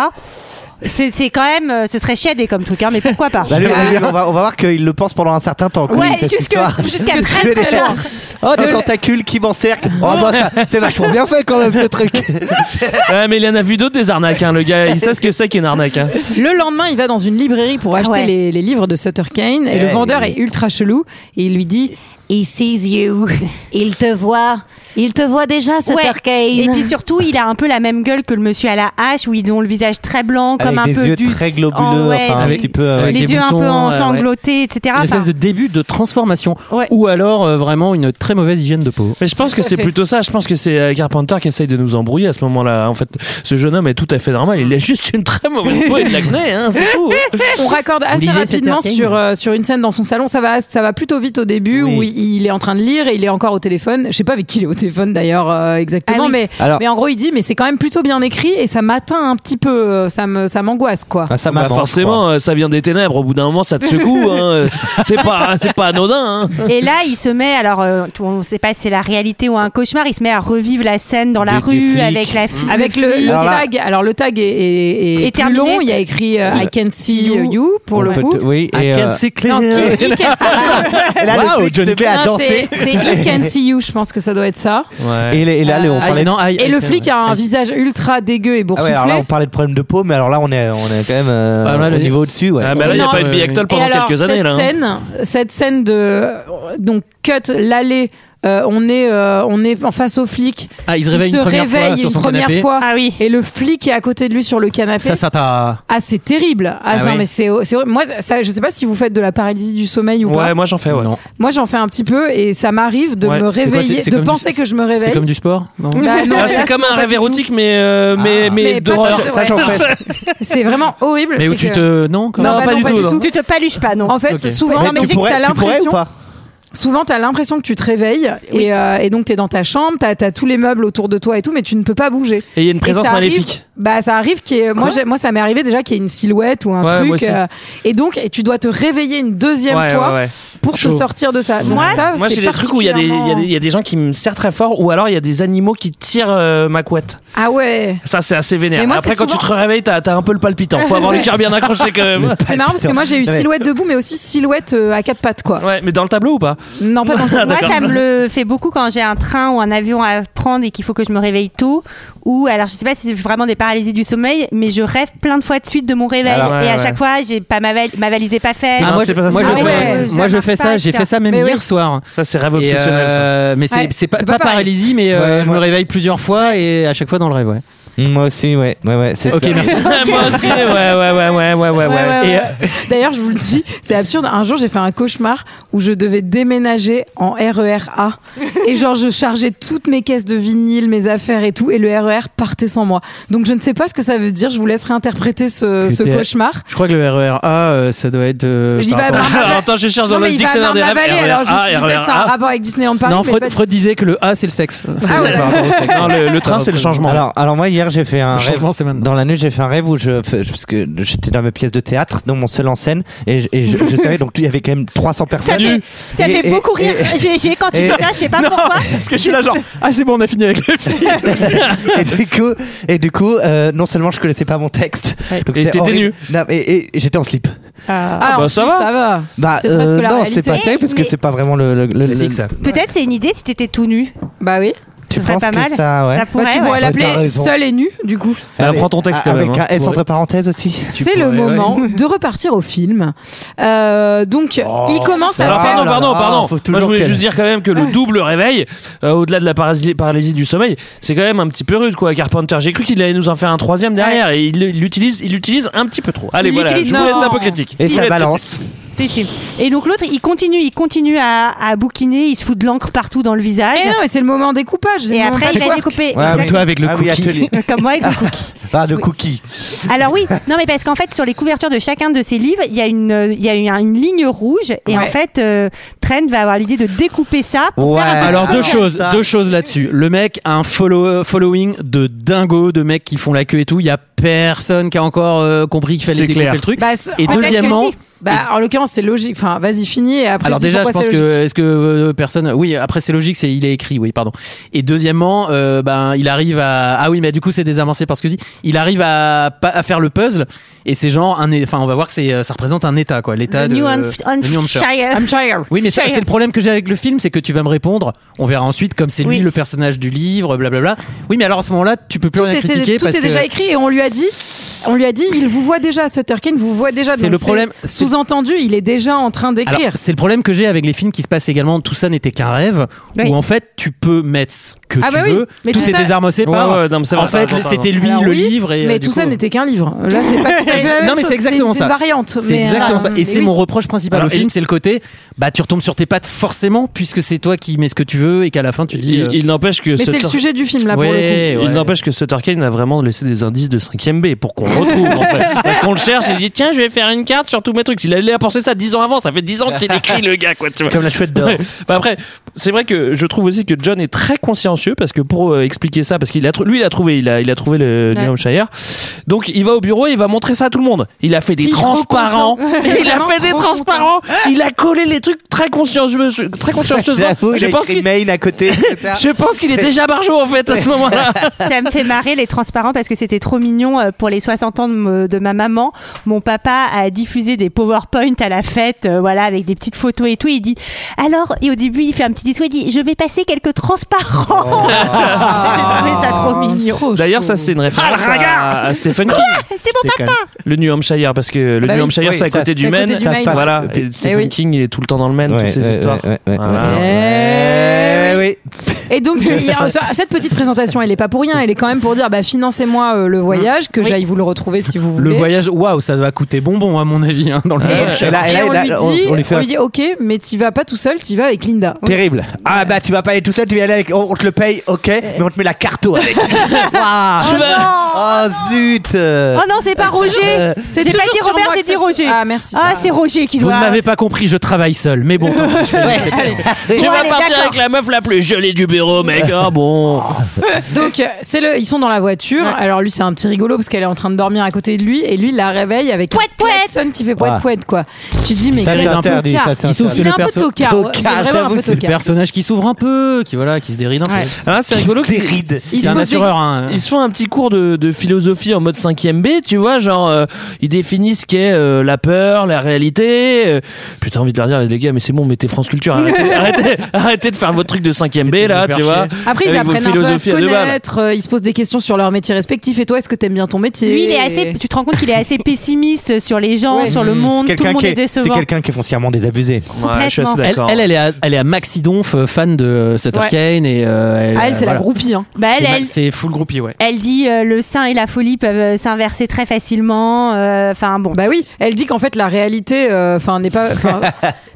Speaker 2: C'est c'est quand même, euh, ce serait chiadé comme truc, hein, mais pourquoi pas
Speaker 7: Bah, lui, on, va lui- on va, on va voir qu'il le pense pendant un certain temps. quoi,
Speaker 2: Ouais,
Speaker 7: cette
Speaker 2: jusque-
Speaker 7: histoire.
Speaker 2: jusqu'à très, très loin.
Speaker 7: Oh, des tentacules qui m'encerclent. Oh, bah, ça, c'est vachement bien fait quand même ce truc.
Speaker 11: ouais, mais il en a vu d'autres des arnaques hein, le gars il sait ce que c'est qu'une arnaque hein.
Speaker 1: Le lendemain, il va dans une librairie pour acheter
Speaker 2: Ouais.
Speaker 1: les, les livres de Sutter Kane et le
Speaker 7: Hey.
Speaker 1: vendeur est ultra chelou et il lui dit He sees you, il te voit, il te voit déjà, Sutter
Speaker 2: Ouais. Et
Speaker 1: Kane.
Speaker 2: puis surtout, il a une peu la même gueule que le monsieur à la hache, où ils ont le visage très blanc,
Speaker 7: Avec
Speaker 2: comme un
Speaker 7: des
Speaker 2: peu
Speaker 7: yeux
Speaker 2: du-
Speaker 7: très globuleux,
Speaker 2: en- ouais,
Speaker 7: enfin, un
Speaker 2: des-
Speaker 7: petit peu, euh,
Speaker 2: les
Speaker 13: avec des
Speaker 2: yeux un peu
Speaker 13: boutons, euh, ouais.
Speaker 2: ensanglotés, etc.
Speaker 13: Une espèce
Speaker 2: Enfin,
Speaker 13: de début de transformation.
Speaker 2: Ouais.
Speaker 13: Ou alors euh, vraiment une très mauvaise hygiène de peau.
Speaker 11: Mais je pense que
Speaker 1: Tout à
Speaker 11: c'est
Speaker 1: fait.
Speaker 11: plutôt ça. Je pense que c'est euh, Carpenter qui essaye de nous embrouiller à ce moment-là. En fait, ce jeune homme est tout à fait normal. Il a juste une très mauvaise peau et de l'acné, hein, c'est tout.
Speaker 1: On raccorde assez
Speaker 7: Oubliez
Speaker 1: rapidement
Speaker 7: Sutter Kane.
Speaker 1: sur, euh, sur une scène dans son salon. Ça va, ça va plutôt vite au début
Speaker 7: Oui.
Speaker 1: où il, il est en train de lire et il est encore au téléphone. Je sais pas avec qui il est au téléphone d'ailleurs euh, exactement,
Speaker 2: Ah oui.
Speaker 1: mais,
Speaker 7: Alors-
Speaker 1: mais en gros, il dit Mais c'est quand même plutôt bien écrit et ça m'atteint un petit peu, euh, ça me- ça m'angoisse quoi.
Speaker 7: Ah, ça
Speaker 11: Bah, forcément, euh, ça vient des ténèbres. Au bout d'un moment, ça te secoue. hein. C'est pas, c'est pas anodin. hein.
Speaker 2: Et là, il se met, alors euh, on ne sait pas si c'est la réalité ou un cauchemar, il se met à revivre la scène dans la
Speaker 7: Des- des
Speaker 2: rue
Speaker 7: flics.
Speaker 2: avec la fille.
Speaker 1: Avec le, le
Speaker 7: Alors là-
Speaker 1: tag, alors le tag est, est- est
Speaker 2: Est
Speaker 1: plus
Speaker 2: terminé.
Speaker 1: long. Il y a écrit euh, I can see you, pour le coup.
Speaker 7: Oui,
Speaker 13: I
Speaker 7: et, euh,
Speaker 13: can see
Speaker 1: Non,
Speaker 13: clearly.
Speaker 1: qui- he can see you.
Speaker 7: et là,
Speaker 13: Wow,
Speaker 7: le flic
Speaker 13: John
Speaker 7: se met à
Speaker 1: Non, c'est
Speaker 7: danser.
Speaker 1: c'est He Can See You, je pense que ça doit être ça. ça.
Speaker 11: Ouais.
Speaker 2: Et, les- et là, le- on
Speaker 1: Euh,
Speaker 2: parlait. non, aïe,
Speaker 1: et le
Speaker 2: aïe,
Speaker 1: flic a un visage ultra dégueu et
Speaker 2: Ah ouais,
Speaker 1: boursouflé.
Speaker 2: alors là, on parlait de problème de peau, mais alors là, on est, on est quand même euh,
Speaker 7: Ah, là,
Speaker 2: au
Speaker 7: le-
Speaker 2: niveau au-dessus. Ouais.
Speaker 11: Ah, bah là, il y a pas eu de Biactol pendant
Speaker 1: Et alors,
Speaker 11: quelques
Speaker 1: cette
Speaker 11: années. là, hein.
Speaker 1: Scène, cette scène de donc cut l'allée. euh, on est euh, on est en face au flic.
Speaker 7: Ah, il se réveille une première fois
Speaker 1: réveille
Speaker 7: sur
Speaker 1: une
Speaker 7: son
Speaker 1: première
Speaker 7: canapé.
Speaker 1: fois. Et le flic est à côté de lui sur le canapé.
Speaker 7: Ça, ça t'a.
Speaker 1: Ah, c'est terrible. Ah,
Speaker 7: Ah
Speaker 1: non,
Speaker 7: oui.
Speaker 1: mais c'est, c'est horrible. moi ça je sais pas si vous faites de la paralysie du sommeil ou
Speaker 11: Ouais,
Speaker 1: pas.
Speaker 11: moi j'en fais, ouais.
Speaker 1: Moi j'en fais un petit peu et ça m'arrive de
Speaker 11: Ouais,
Speaker 1: me
Speaker 11: c'est quoi,
Speaker 1: réveiller,
Speaker 11: c'est- c'est
Speaker 1: de
Speaker 11: comme du-
Speaker 1: penser que je me réveille.
Speaker 7: C'est comme du sport non
Speaker 1: Bah non,
Speaker 11: Ah,
Speaker 1: mais là,
Speaker 11: c'est comme
Speaker 1: non,
Speaker 11: un
Speaker 1: pas
Speaker 11: rêve
Speaker 1: du tout.
Speaker 11: érotique, mais,
Speaker 1: Ah.
Speaker 11: euh, mais, mais,
Speaker 1: pas
Speaker 11: d'horreur.
Speaker 1: ça, ouais. C'est vraiment horrible.
Speaker 7: Mais où
Speaker 1: c'est
Speaker 7: tu
Speaker 1: que-
Speaker 7: te. Non, quand
Speaker 1: Non,
Speaker 7: même.
Speaker 1: bah non, pas du tout.
Speaker 12: Tu te paluches pas, non
Speaker 1: En fait,
Speaker 7: Ok.
Speaker 1: souvent,
Speaker 7: Mais
Speaker 1: non, mais
Speaker 7: tu
Speaker 1: j'ai que
Speaker 7: pourrais-
Speaker 1: t'as
Speaker 7: tu pourrais
Speaker 1: l'impression.
Speaker 7: ou pas
Speaker 1: Souvent, t'as l'impression que tu te réveilles et, euh, et donc t'es dans ta chambre, t'as as tous les meubles autour de toi et tout, mais tu ne peux pas bouger.
Speaker 11: Et il y a une présence
Speaker 1: ça arrive-
Speaker 11: maléfique.
Speaker 1: bah, ça arrive qu'il y ait- moi, j'ai- moi, ça m'est arrivé déjà qu'il y ait une silhouette ou un
Speaker 11: Ouais, moi
Speaker 1: truc. euh,
Speaker 11: aussi.
Speaker 1: et donc, et tu dois te réveiller une deuxième
Speaker 11: Ouais,
Speaker 1: fois
Speaker 11: ouais, ouais.
Speaker 1: pour
Speaker 11: Chaud.
Speaker 1: te sortir de ça. Donc,
Speaker 12: Moi,
Speaker 1: ça,
Speaker 11: Moi,
Speaker 1: c'est
Speaker 11: j'ai des trucs où il y, a des- il y a des- il y a des gens qui me serrent très fort, ou alors il y a des animaux qui tirent euh, ma couette.
Speaker 1: Ah ouais.
Speaker 11: Ça, c'est assez vénère.
Speaker 1: Mais moi,
Speaker 11: Après,
Speaker 1: c'est
Speaker 11: quand
Speaker 1: souvent-
Speaker 11: tu te réveilles, t'as t'as un peu le palpitant. Faut avoir le cœur bien accroché quand même.
Speaker 1: C'est marrant parce que moi j'ai eu
Speaker 11: Ouais.
Speaker 1: silhouette debout mais aussi silhouette euh, à quatre pattes quoi.
Speaker 11: Ouais, mais dans le tableau ou pas
Speaker 1: Non pas dans
Speaker 11: Ah,
Speaker 1: le
Speaker 12: Moi,
Speaker 11: d'accord.
Speaker 12: ça me le fait beaucoup quand j'ai un train ou un avion à prendre et qu'il faut que je me réveille tôt. Ou alors, je sais pas si c'est vraiment des paralysies du sommeil, mais je rêve plein de fois de suite de mon réveil.
Speaker 11: Ah,
Speaker 7: Alors,
Speaker 12: et
Speaker 7: ouais,
Speaker 12: à
Speaker 7: ouais.
Speaker 12: chaque fois, j'ai pas ma, val- ma valise est pas faite.
Speaker 7: Ah, moi, je, moi, je
Speaker 12: Ah
Speaker 7: fais-
Speaker 12: ouais,
Speaker 7: moi, je
Speaker 12: marche
Speaker 7: fais ça,
Speaker 12: pas,
Speaker 7: j'ai
Speaker 12: etc.
Speaker 7: fait ça même
Speaker 12: Mais oui.
Speaker 7: hier soir.
Speaker 11: Ça, c'est rêve
Speaker 7: Et,
Speaker 11: obsessionnel. ça.
Speaker 7: euh, mais c'est
Speaker 1: Ouais,
Speaker 7: c'est pas,
Speaker 1: c'est pas
Speaker 7: pas
Speaker 1: pareil.
Speaker 7: paralysie, mais euh, je me réveille plusieurs fois et à chaque fois dans le rêve, ouais.
Speaker 2: Moi aussi, ouais. ouais, ouais c'est
Speaker 7: Ok,
Speaker 2: ça.
Speaker 7: merci.
Speaker 11: Moi aussi, ouais, ouais, ouais, ouais, ouais, ouais. ouais.
Speaker 1: Ouais,
Speaker 7: Et,
Speaker 1: ouais. euh, D'ailleurs, je vous le dis, c'est absurde. Un jour, j'ai fait un cauchemar où je devais déménager en RER A. Et genre, je chargeais toutes mes caisses de vinyle, mes affaires et tout, et le RER partait sans moi. Donc, je ne sais pas ce que ça veut dire. Je vous laisserai interpréter ce, ce
Speaker 7: C'était-
Speaker 1: cauchemar.
Speaker 7: Je crois que le RER A, euh, ça doit être. euh,
Speaker 1: Je dis
Speaker 7: par
Speaker 1: pas
Speaker 7: rapport à-
Speaker 1: Bernard Laval.
Speaker 11: Ah, Attends, je cherche dans
Speaker 1: Non, mais
Speaker 11: le
Speaker 1: il va
Speaker 11: dictionnaire
Speaker 1: à
Speaker 11: des
Speaker 1: Bernard
Speaker 11: rêves, E
Speaker 1: Laval, alors je me
Speaker 11: RER,
Speaker 1: suis dit peut-être ça E a un
Speaker 11: RER.
Speaker 1: rapport avec Disney en Paris.
Speaker 7: non,
Speaker 1: mais
Speaker 7: Freud,
Speaker 1: pas du-
Speaker 7: Freud disait que le A, c'est le sexe. C'est
Speaker 1: Ah, voilà.
Speaker 7: par rapport au sexe.
Speaker 11: Non, le,
Speaker 7: Ça
Speaker 11: le train, c'est le
Speaker 7: représente-
Speaker 11: changement.
Speaker 2: Alors, alors moi hier j'ai fait un
Speaker 7: Le
Speaker 2: rêve.
Speaker 7: changement, c'est maintenant.
Speaker 2: Dans la nuit j'ai fait un rêve où je fais- je- parce que j'étais dans mes pièces de théâtre, dans mon seul en scène, et je, et je- je savais donc il y avait quand même 300
Speaker 12: Ça
Speaker 2: personnes.
Speaker 12: fait, ça
Speaker 2: Et-
Speaker 12: fait
Speaker 2: et-
Speaker 12: beaucoup rire.
Speaker 2: et-
Speaker 12: GG quand tu
Speaker 2: et-
Speaker 12: dis ça, je sais pas pourquoi.
Speaker 7: Parce que je suis là, genre, ah, c'est bon, on a fini avec les filles.
Speaker 2: et du coup, et du coup, euh, non seulement je connaissais pas mon texte, donc
Speaker 11: Et
Speaker 2: c'était
Speaker 11: t'étais
Speaker 2: horrible.
Speaker 11: nu.
Speaker 2: Non, et, et- et j'étais en slip.
Speaker 1: Ah,
Speaker 11: bah,
Speaker 1: ensuite,
Speaker 11: ça va.
Speaker 2: Bah
Speaker 1: C'est presque
Speaker 2: euh,
Speaker 1: la
Speaker 2: non,
Speaker 1: réalité.
Speaker 2: c'est pas terrible parce que
Speaker 12: mais-
Speaker 2: c'est pas vraiment le. le, le-
Speaker 7: Classique,
Speaker 2: le-
Speaker 7: ça.
Speaker 12: Peut-être c'est une idée si t'étais tout nu.
Speaker 1: Bah oui.
Speaker 2: Tu
Speaker 12: Ce serait
Speaker 2: penses
Speaker 12: pas
Speaker 2: que
Speaker 12: mal.
Speaker 2: ça, ouais.
Speaker 12: Ça pourrait.
Speaker 1: bah, tu
Speaker 12: ouais.
Speaker 1: pourrais
Speaker 2: Bah, t'as
Speaker 1: l'appeler
Speaker 2: raison.
Speaker 1: seul et nu, du coup.
Speaker 11: Bah,
Speaker 2: Avec-
Speaker 11: prends ton texte, quand
Speaker 2: Ah, Avec
Speaker 11: même, hein.
Speaker 2: un S entre parenthèses aussi.
Speaker 1: C'est le
Speaker 7: pourrais, ouais.
Speaker 1: moment de repartir au film. Euh, donc, il commence à
Speaker 11: Oh. Alors
Speaker 1: faire.
Speaker 11: pardon,
Speaker 2: là
Speaker 11: pardon,
Speaker 2: là,
Speaker 11: pardon.
Speaker 2: faut
Speaker 11: Moi
Speaker 2: toujours
Speaker 11: je voulais
Speaker 2: qu'elle-
Speaker 11: juste dire quand même que le double réveil, euh, au-delà de la paralysie, paralysie du sommeil, c'est quand même un petit peu rude quoi. Carpenter, j'ai cru qu'il allait nous en faire un troisième derrière et il il l'utilise, il l'utilise un petit peu trop. Allez
Speaker 12: Il
Speaker 11: voilà, je
Speaker 12: l'utilise-
Speaker 11: voulais être
Speaker 12: non.
Speaker 11: un peu critique.
Speaker 2: Et
Speaker 11: Je voulais
Speaker 2: ça
Speaker 11: être
Speaker 2: balance.
Speaker 12: Si, si. Et donc l'autre, il continue, il continue à, à bouquiner, il se fout de l'encre partout dans le visage.
Speaker 1: Eh non, mais c'est le moment découpage.
Speaker 12: Et après, il va découper.
Speaker 2: Ouais, mais-
Speaker 7: Toi, avec le
Speaker 2: ah oui,
Speaker 7: cookie.
Speaker 2: atelier.
Speaker 12: Comme moi avec le cookie.
Speaker 2: Ah, le cookie.
Speaker 12: Alors oui, non mais parce qu'en fait sur les couvertures de chacun de ces livres, il y a une, euh, il y a une, une ligne rouge et
Speaker 1: Ouais.
Speaker 12: en fait euh, Trent va avoir l'idée de découper ça. Pour
Speaker 2: Ouais.
Speaker 12: faire un
Speaker 7: Alors deux
Speaker 2: Ah,
Speaker 7: choses,
Speaker 2: ça.
Speaker 7: deux choses là-dessus. Le mec a un follow- following de dingo, de mecs qui font la queue et tout. Il y a personne qui a encore euh, compris qu'il
Speaker 11: C'est
Speaker 7: fallait découper
Speaker 11: clair.
Speaker 7: le truc.
Speaker 1: Bah, c'est-
Speaker 7: et
Speaker 1: en fait,
Speaker 7: deuxièmement,
Speaker 12: que
Speaker 1: Bah, en l'occurrence, c'est logique. Enfin, vas-y, finis et après.
Speaker 7: alors
Speaker 1: je dis
Speaker 7: déjà, je
Speaker 1: pourquoi
Speaker 7: pense
Speaker 1: c'est logique.
Speaker 7: que est-ce que euh, personne, oui, après c'est logique, c'est il est écrit, oui, pardon. Et deuxièmement, euh, ben il arrive à, ah oui, mais du coup c'est désamancé parce que dit, il arrive à, pas- à faire le puzzle et c'est genre un, é- enfin on va voir que c'est, euh, ça représente un état quoi, l'état Ah,
Speaker 12: le
Speaker 7: de
Speaker 12: New
Speaker 7: de New Hampshire.
Speaker 12: Hampshire.
Speaker 1: I'm tired.
Speaker 7: Oui, mais ça, c'est le problème que j'ai avec le film, c'est que tu vas me répondre. On verra ensuite, comme c'est
Speaker 12: Oui.
Speaker 7: lui le personnage du livre, blablabla. Oui, mais alors à ce moment-là, tu peux plus
Speaker 1: Tout,
Speaker 7: rien
Speaker 1: était-
Speaker 7: critiquer
Speaker 1: tout
Speaker 7: parce
Speaker 1: est
Speaker 7: que.
Speaker 1: déjà écrit et on lui a dit, on lui a dit, il vous voit déjà, Sutter Kane vous voit déjà.
Speaker 7: C'est
Speaker 1: Donc
Speaker 7: le problème, c'est-
Speaker 1: Sous-entendu, il est déjà en train
Speaker 7: Alors,
Speaker 1: d'écrire.
Speaker 7: c'est le problème que j'ai avec les films qui se passent également. Tout ça n'était qu'un rêve,
Speaker 12: Oui.
Speaker 7: où en fait tu peux mettre ce que
Speaker 1: Ah
Speaker 7: tu
Speaker 1: bah oui,
Speaker 7: veux.
Speaker 1: mais
Speaker 7: tout,
Speaker 1: tout
Speaker 7: est
Speaker 1: ça-
Speaker 7: désarmocé
Speaker 11: Ouais,
Speaker 7: par.
Speaker 11: ouais, non, mais c'est vrai,
Speaker 7: en fait,
Speaker 11: t'as raison,
Speaker 7: c'était lui
Speaker 1: Alors
Speaker 7: le
Speaker 1: oui,
Speaker 7: livre et. euh,
Speaker 1: mais
Speaker 7: du
Speaker 1: tout ça
Speaker 7: coup,
Speaker 1: n'était qu'un livre. Là, c'est pas. tout à fait la même
Speaker 7: Non, mais
Speaker 1: chose.
Speaker 7: c'est exactement
Speaker 1: une- C'est
Speaker 7: ça.
Speaker 1: une variante.
Speaker 7: C'est
Speaker 1: mais,
Speaker 7: exactement
Speaker 1: euh,
Speaker 7: ça.
Speaker 1: mais
Speaker 7: Et c'est
Speaker 1: oui.
Speaker 7: mon reproche principal
Speaker 11: Alors,
Speaker 7: au
Speaker 11: il-
Speaker 7: film, c'est le côté, bah tu retombes sur tes pattes forcément, puisque c'est toi qui mets ce que tu veux et qu'à la fin tu dis.
Speaker 11: Il,
Speaker 7: euh,
Speaker 11: il n'empêche que
Speaker 1: Mais c'est le
Speaker 11: Sutter-
Speaker 1: sujet du film là pour le coup.
Speaker 7: Ouais, ouais.
Speaker 11: Il n'empêche que Sutter Kane a vraiment laissé des indices de 5ème B pour qu'on retrouve en fait. Parce qu'on le cherche et il dit tiens je vais faire une carte sur tous mes trucs. Il allait penser ça 10 ans avant, ça fait 10 ans qu'il écrit le gars quoi. Tu vois.
Speaker 2: Comme la chouette d'or.
Speaker 11: Ouais. Bah après, c'est vrai que je trouve aussi que John est très consciencieux parce que pour euh, expliquer ça, parce qu'il a trou- lui il a trouvé, il a, il a trouvé le
Speaker 12: Ouais.
Speaker 11: New Hampshire. Donc il va au bureau et il va montrer ça à tout le monde. Il a fait des
Speaker 1: Il est trop
Speaker 11: transparents,
Speaker 1: content. Il est
Speaker 11: il a
Speaker 1: vraiment
Speaker 11: fait des
Speaker 1: trop
Speaker 11: transparents, il a collé les trucs très consciencieux, très consciencieusement.
Speaker 2: J'avoue,
Speaker 11: Je
Speaker 2: j'ai
Speaker 11: pense
Speaker 2: écrit
Speaker 11: qu'il
Speaker 2: mail à côté. etc.
Speaker 11: je pense qu'il est déjà barjot en fait à ce moment-là.
Speaker 12: Ça me fait marrer les transparents parce que c'était trop mignon euh, pour les 60 ans de, me- de ma maman, mon papa a diffusé des PowerPoint à la fête, euh, voilà, avec des petites photos et tout. Il dit, alors, et au début, il fait un petit discours, il dit, je vais passer quelques transparents.
Speaker 7: Ah.
Speaker 12: J'ai
Speaker 1: Ah.
Speaker 12: trouvé ça trop mignon.
Speaker 11: D'ailleurs, ça, c'est une référence
Speaker 12: Ah, le
Speaker 11: à, à Stephen King.
Speaker 12: C'est mon papa.
Speaker 11: Le New Hampshire, parce que le
Speaker 12: Bah
Speaker 11: New
Speaker 12: oui.
Speaker 11: Hampshire,
Speaker 12: Oui,
Speaker 11: c'est à
Speaker 12: ça-
Speaker 11: côté du
Speaker 12: c'est à
Speaker 11: Maine.
Speaker 12: côté du Maine. Ça
Speaker 11: Voilà.
Speaker 12: se passe.
Speaker 11: Et Stephen
Speaker 1: Eh oui.
Speaker 11: King, il est tout le temps dans le Maine, toutes ces
Speaker 2: ouais,
Speaker 11: histoires.
Speaker 2: ouais, ouais, ouais,
Speaker 11: Voilà.
Speaker 1: Eh
Speaker 7: Eh
Speaker 1: Et donc, il y a- cette petite présentation, elle est pas pour rien. Elle est quand même pour dire, bah, financez-moi euh, le voyage, que j'aille vous le retrouver si vous voulez.
Speaker 7: Le voyage, waouh, ça doit coûter bonbon à mon avis hein, dans le.
Speaker 1: Et,
Speaker 7: Et là- et
Speaker 1: et
Speaker 7: là-
Speaker 1: on,
Speaker 7: et là,
Speaker 1: lui dit,
Speaker 7: on- on lui fait
Speaker 1: on
Speaker 7: un-
Speaker 1: lui dit, ok, mais tu vas pas tout seul, tu vas avec Linda. Oui.
Speaker 15: Terrible. Ah bah tu vas pas aller tout seul, tu vas aller avec. On, on te le paye, ok,
Speaker 12: Euh.
Speaker 15: mais on te met la carto avec. Waouh.
Speaker 12: Oh
Speaker 7: Ah,
Speaker 15: Oh zut
Speaker 12: Oh non, c'est pas Roger.
Speaker 1: c'est
Speaker 12: J'ai pas
Speaker 1: toujours
Speaker 12: dit
Speaker 1: sur
Speaker 12: Robert,
Speaker 1: moi
Speaker 12: j'ai
Speaker 1: que
Speaker 12: dit
Speaker 1: ça-
Speaker 12: Roger.
Speaker 1: Ah, merci,
Speaker 12: Ah,
Speaker 1: Sarah.
Speaker 12: c'est Roger qui
Speaker 7: Vous ne
Speaker 12: doit.
Speaker 7: m'avez pas compris, je travaille seul. Mais bon, tant pis, je fais une
Speaker 12: Ouais,
Speaker 7: exception.
Speaker 11: Tu
Speaker 12: Bon,
Speaker 11: vas
Speaker 12: allez,
Speaker 11: partir
Speaker 12: d'accord.
Speaker 11: avec la meuf la plus gelée du bureau, mec. Ah bon.
Speaker 1: Donc euh, c'est le, ils sont dans la voiture. Alors lui c'est un petit rigolo parce qu'elle est en train de dormir à côté de lui et lui il la réveille avec pouet un klaxon qui fait pouet
Speaker 7: Ouais.
Speaker 1: pouet quoi. Tu te dis mais
Speaker 7: Ça,
Speaker 1: quel
Speaker 7: c'est interdit,
Speaker 1: tocard.
Speaker 7: ça, c'est
Speaker 1: Il
Speaker 7: interdit.
Speaker 1: est un peu tocard. ouais. C'est vraiment un
Speaker 7: J'avoue,
Speaker 1: peu
Speaker 7: c'est le
Speaker 1: tocard.
Speaker 7: personnage qui s'ouvre un peu, qui voilà, qui se déride un peu.
Speaker 1: Ouais.
Speaker 11: Ah, c'est rigolo. qu'ils-
Speaker 7: Il y a un assureur. hein.
Speaker 11: Ils se font un petit cours de, de philosophie en mode 5ème B, tu vois, genre euh, ils définissent ce qu'est euh, la peur, la réalité. euh, putain, envie de leur dire les gars, mais c'est bon, mettez France Culture, arrêtez, arrêtez, arrêtez de faire votre truc de 5ème B là,
Speaker 7: faire
Speaker 11: tu vois.
Speaker 7: chier.
Speaker 1: Après ils
Speaker 11: avec vos
Speaker 1: apprennent un peu à se
Speaker 11: philosophies deux balles.
Speaker 1: connaître. euh, Ils se posent des questions sur leur métier respectif. Et toi est-ce que t'aimes bien ton métier
Speaker 12: Lui, il est assez. Tu te rends compte qu'il est assez pessimiste sur les gens,
Speaker 1: Ouais.
Speaker 12: sur le monde. Tout le monde
Speaker 2: qui
Speaker 12: est,
Speaker 2: est, c'est
Speaker 12: décevant.
Speaker 2: quelqu'un qui est foncièrement désabusé.
Speaker 12: Ouais, je suis assez
Speaker 7: elle,
Speaker 12: d'accord.
Speaker 7: elle, elle est à, elle est à Maxi Donf, euh, fan de euh, Sutter
Speaker 12: Ouais.
Speaker 7: Kane et euh,
Speaker 12: Ah, elle, c'est la
Speaker 1: groupie, hein.
Speaker 12: Bah, elle,
Speaker 7: C'est ma-
Speaker 12: elle-
Speaker 7: c'est full groupie, ouais.
Speaker 12: Elle dit euh, le sein et la folie peuvent euh, s'inverser très facilement. euh, Enfin bon.
Speaker 1: Bah oui, elle dit qu'en fait la réalité, euh, enfin n'est pas, enfin,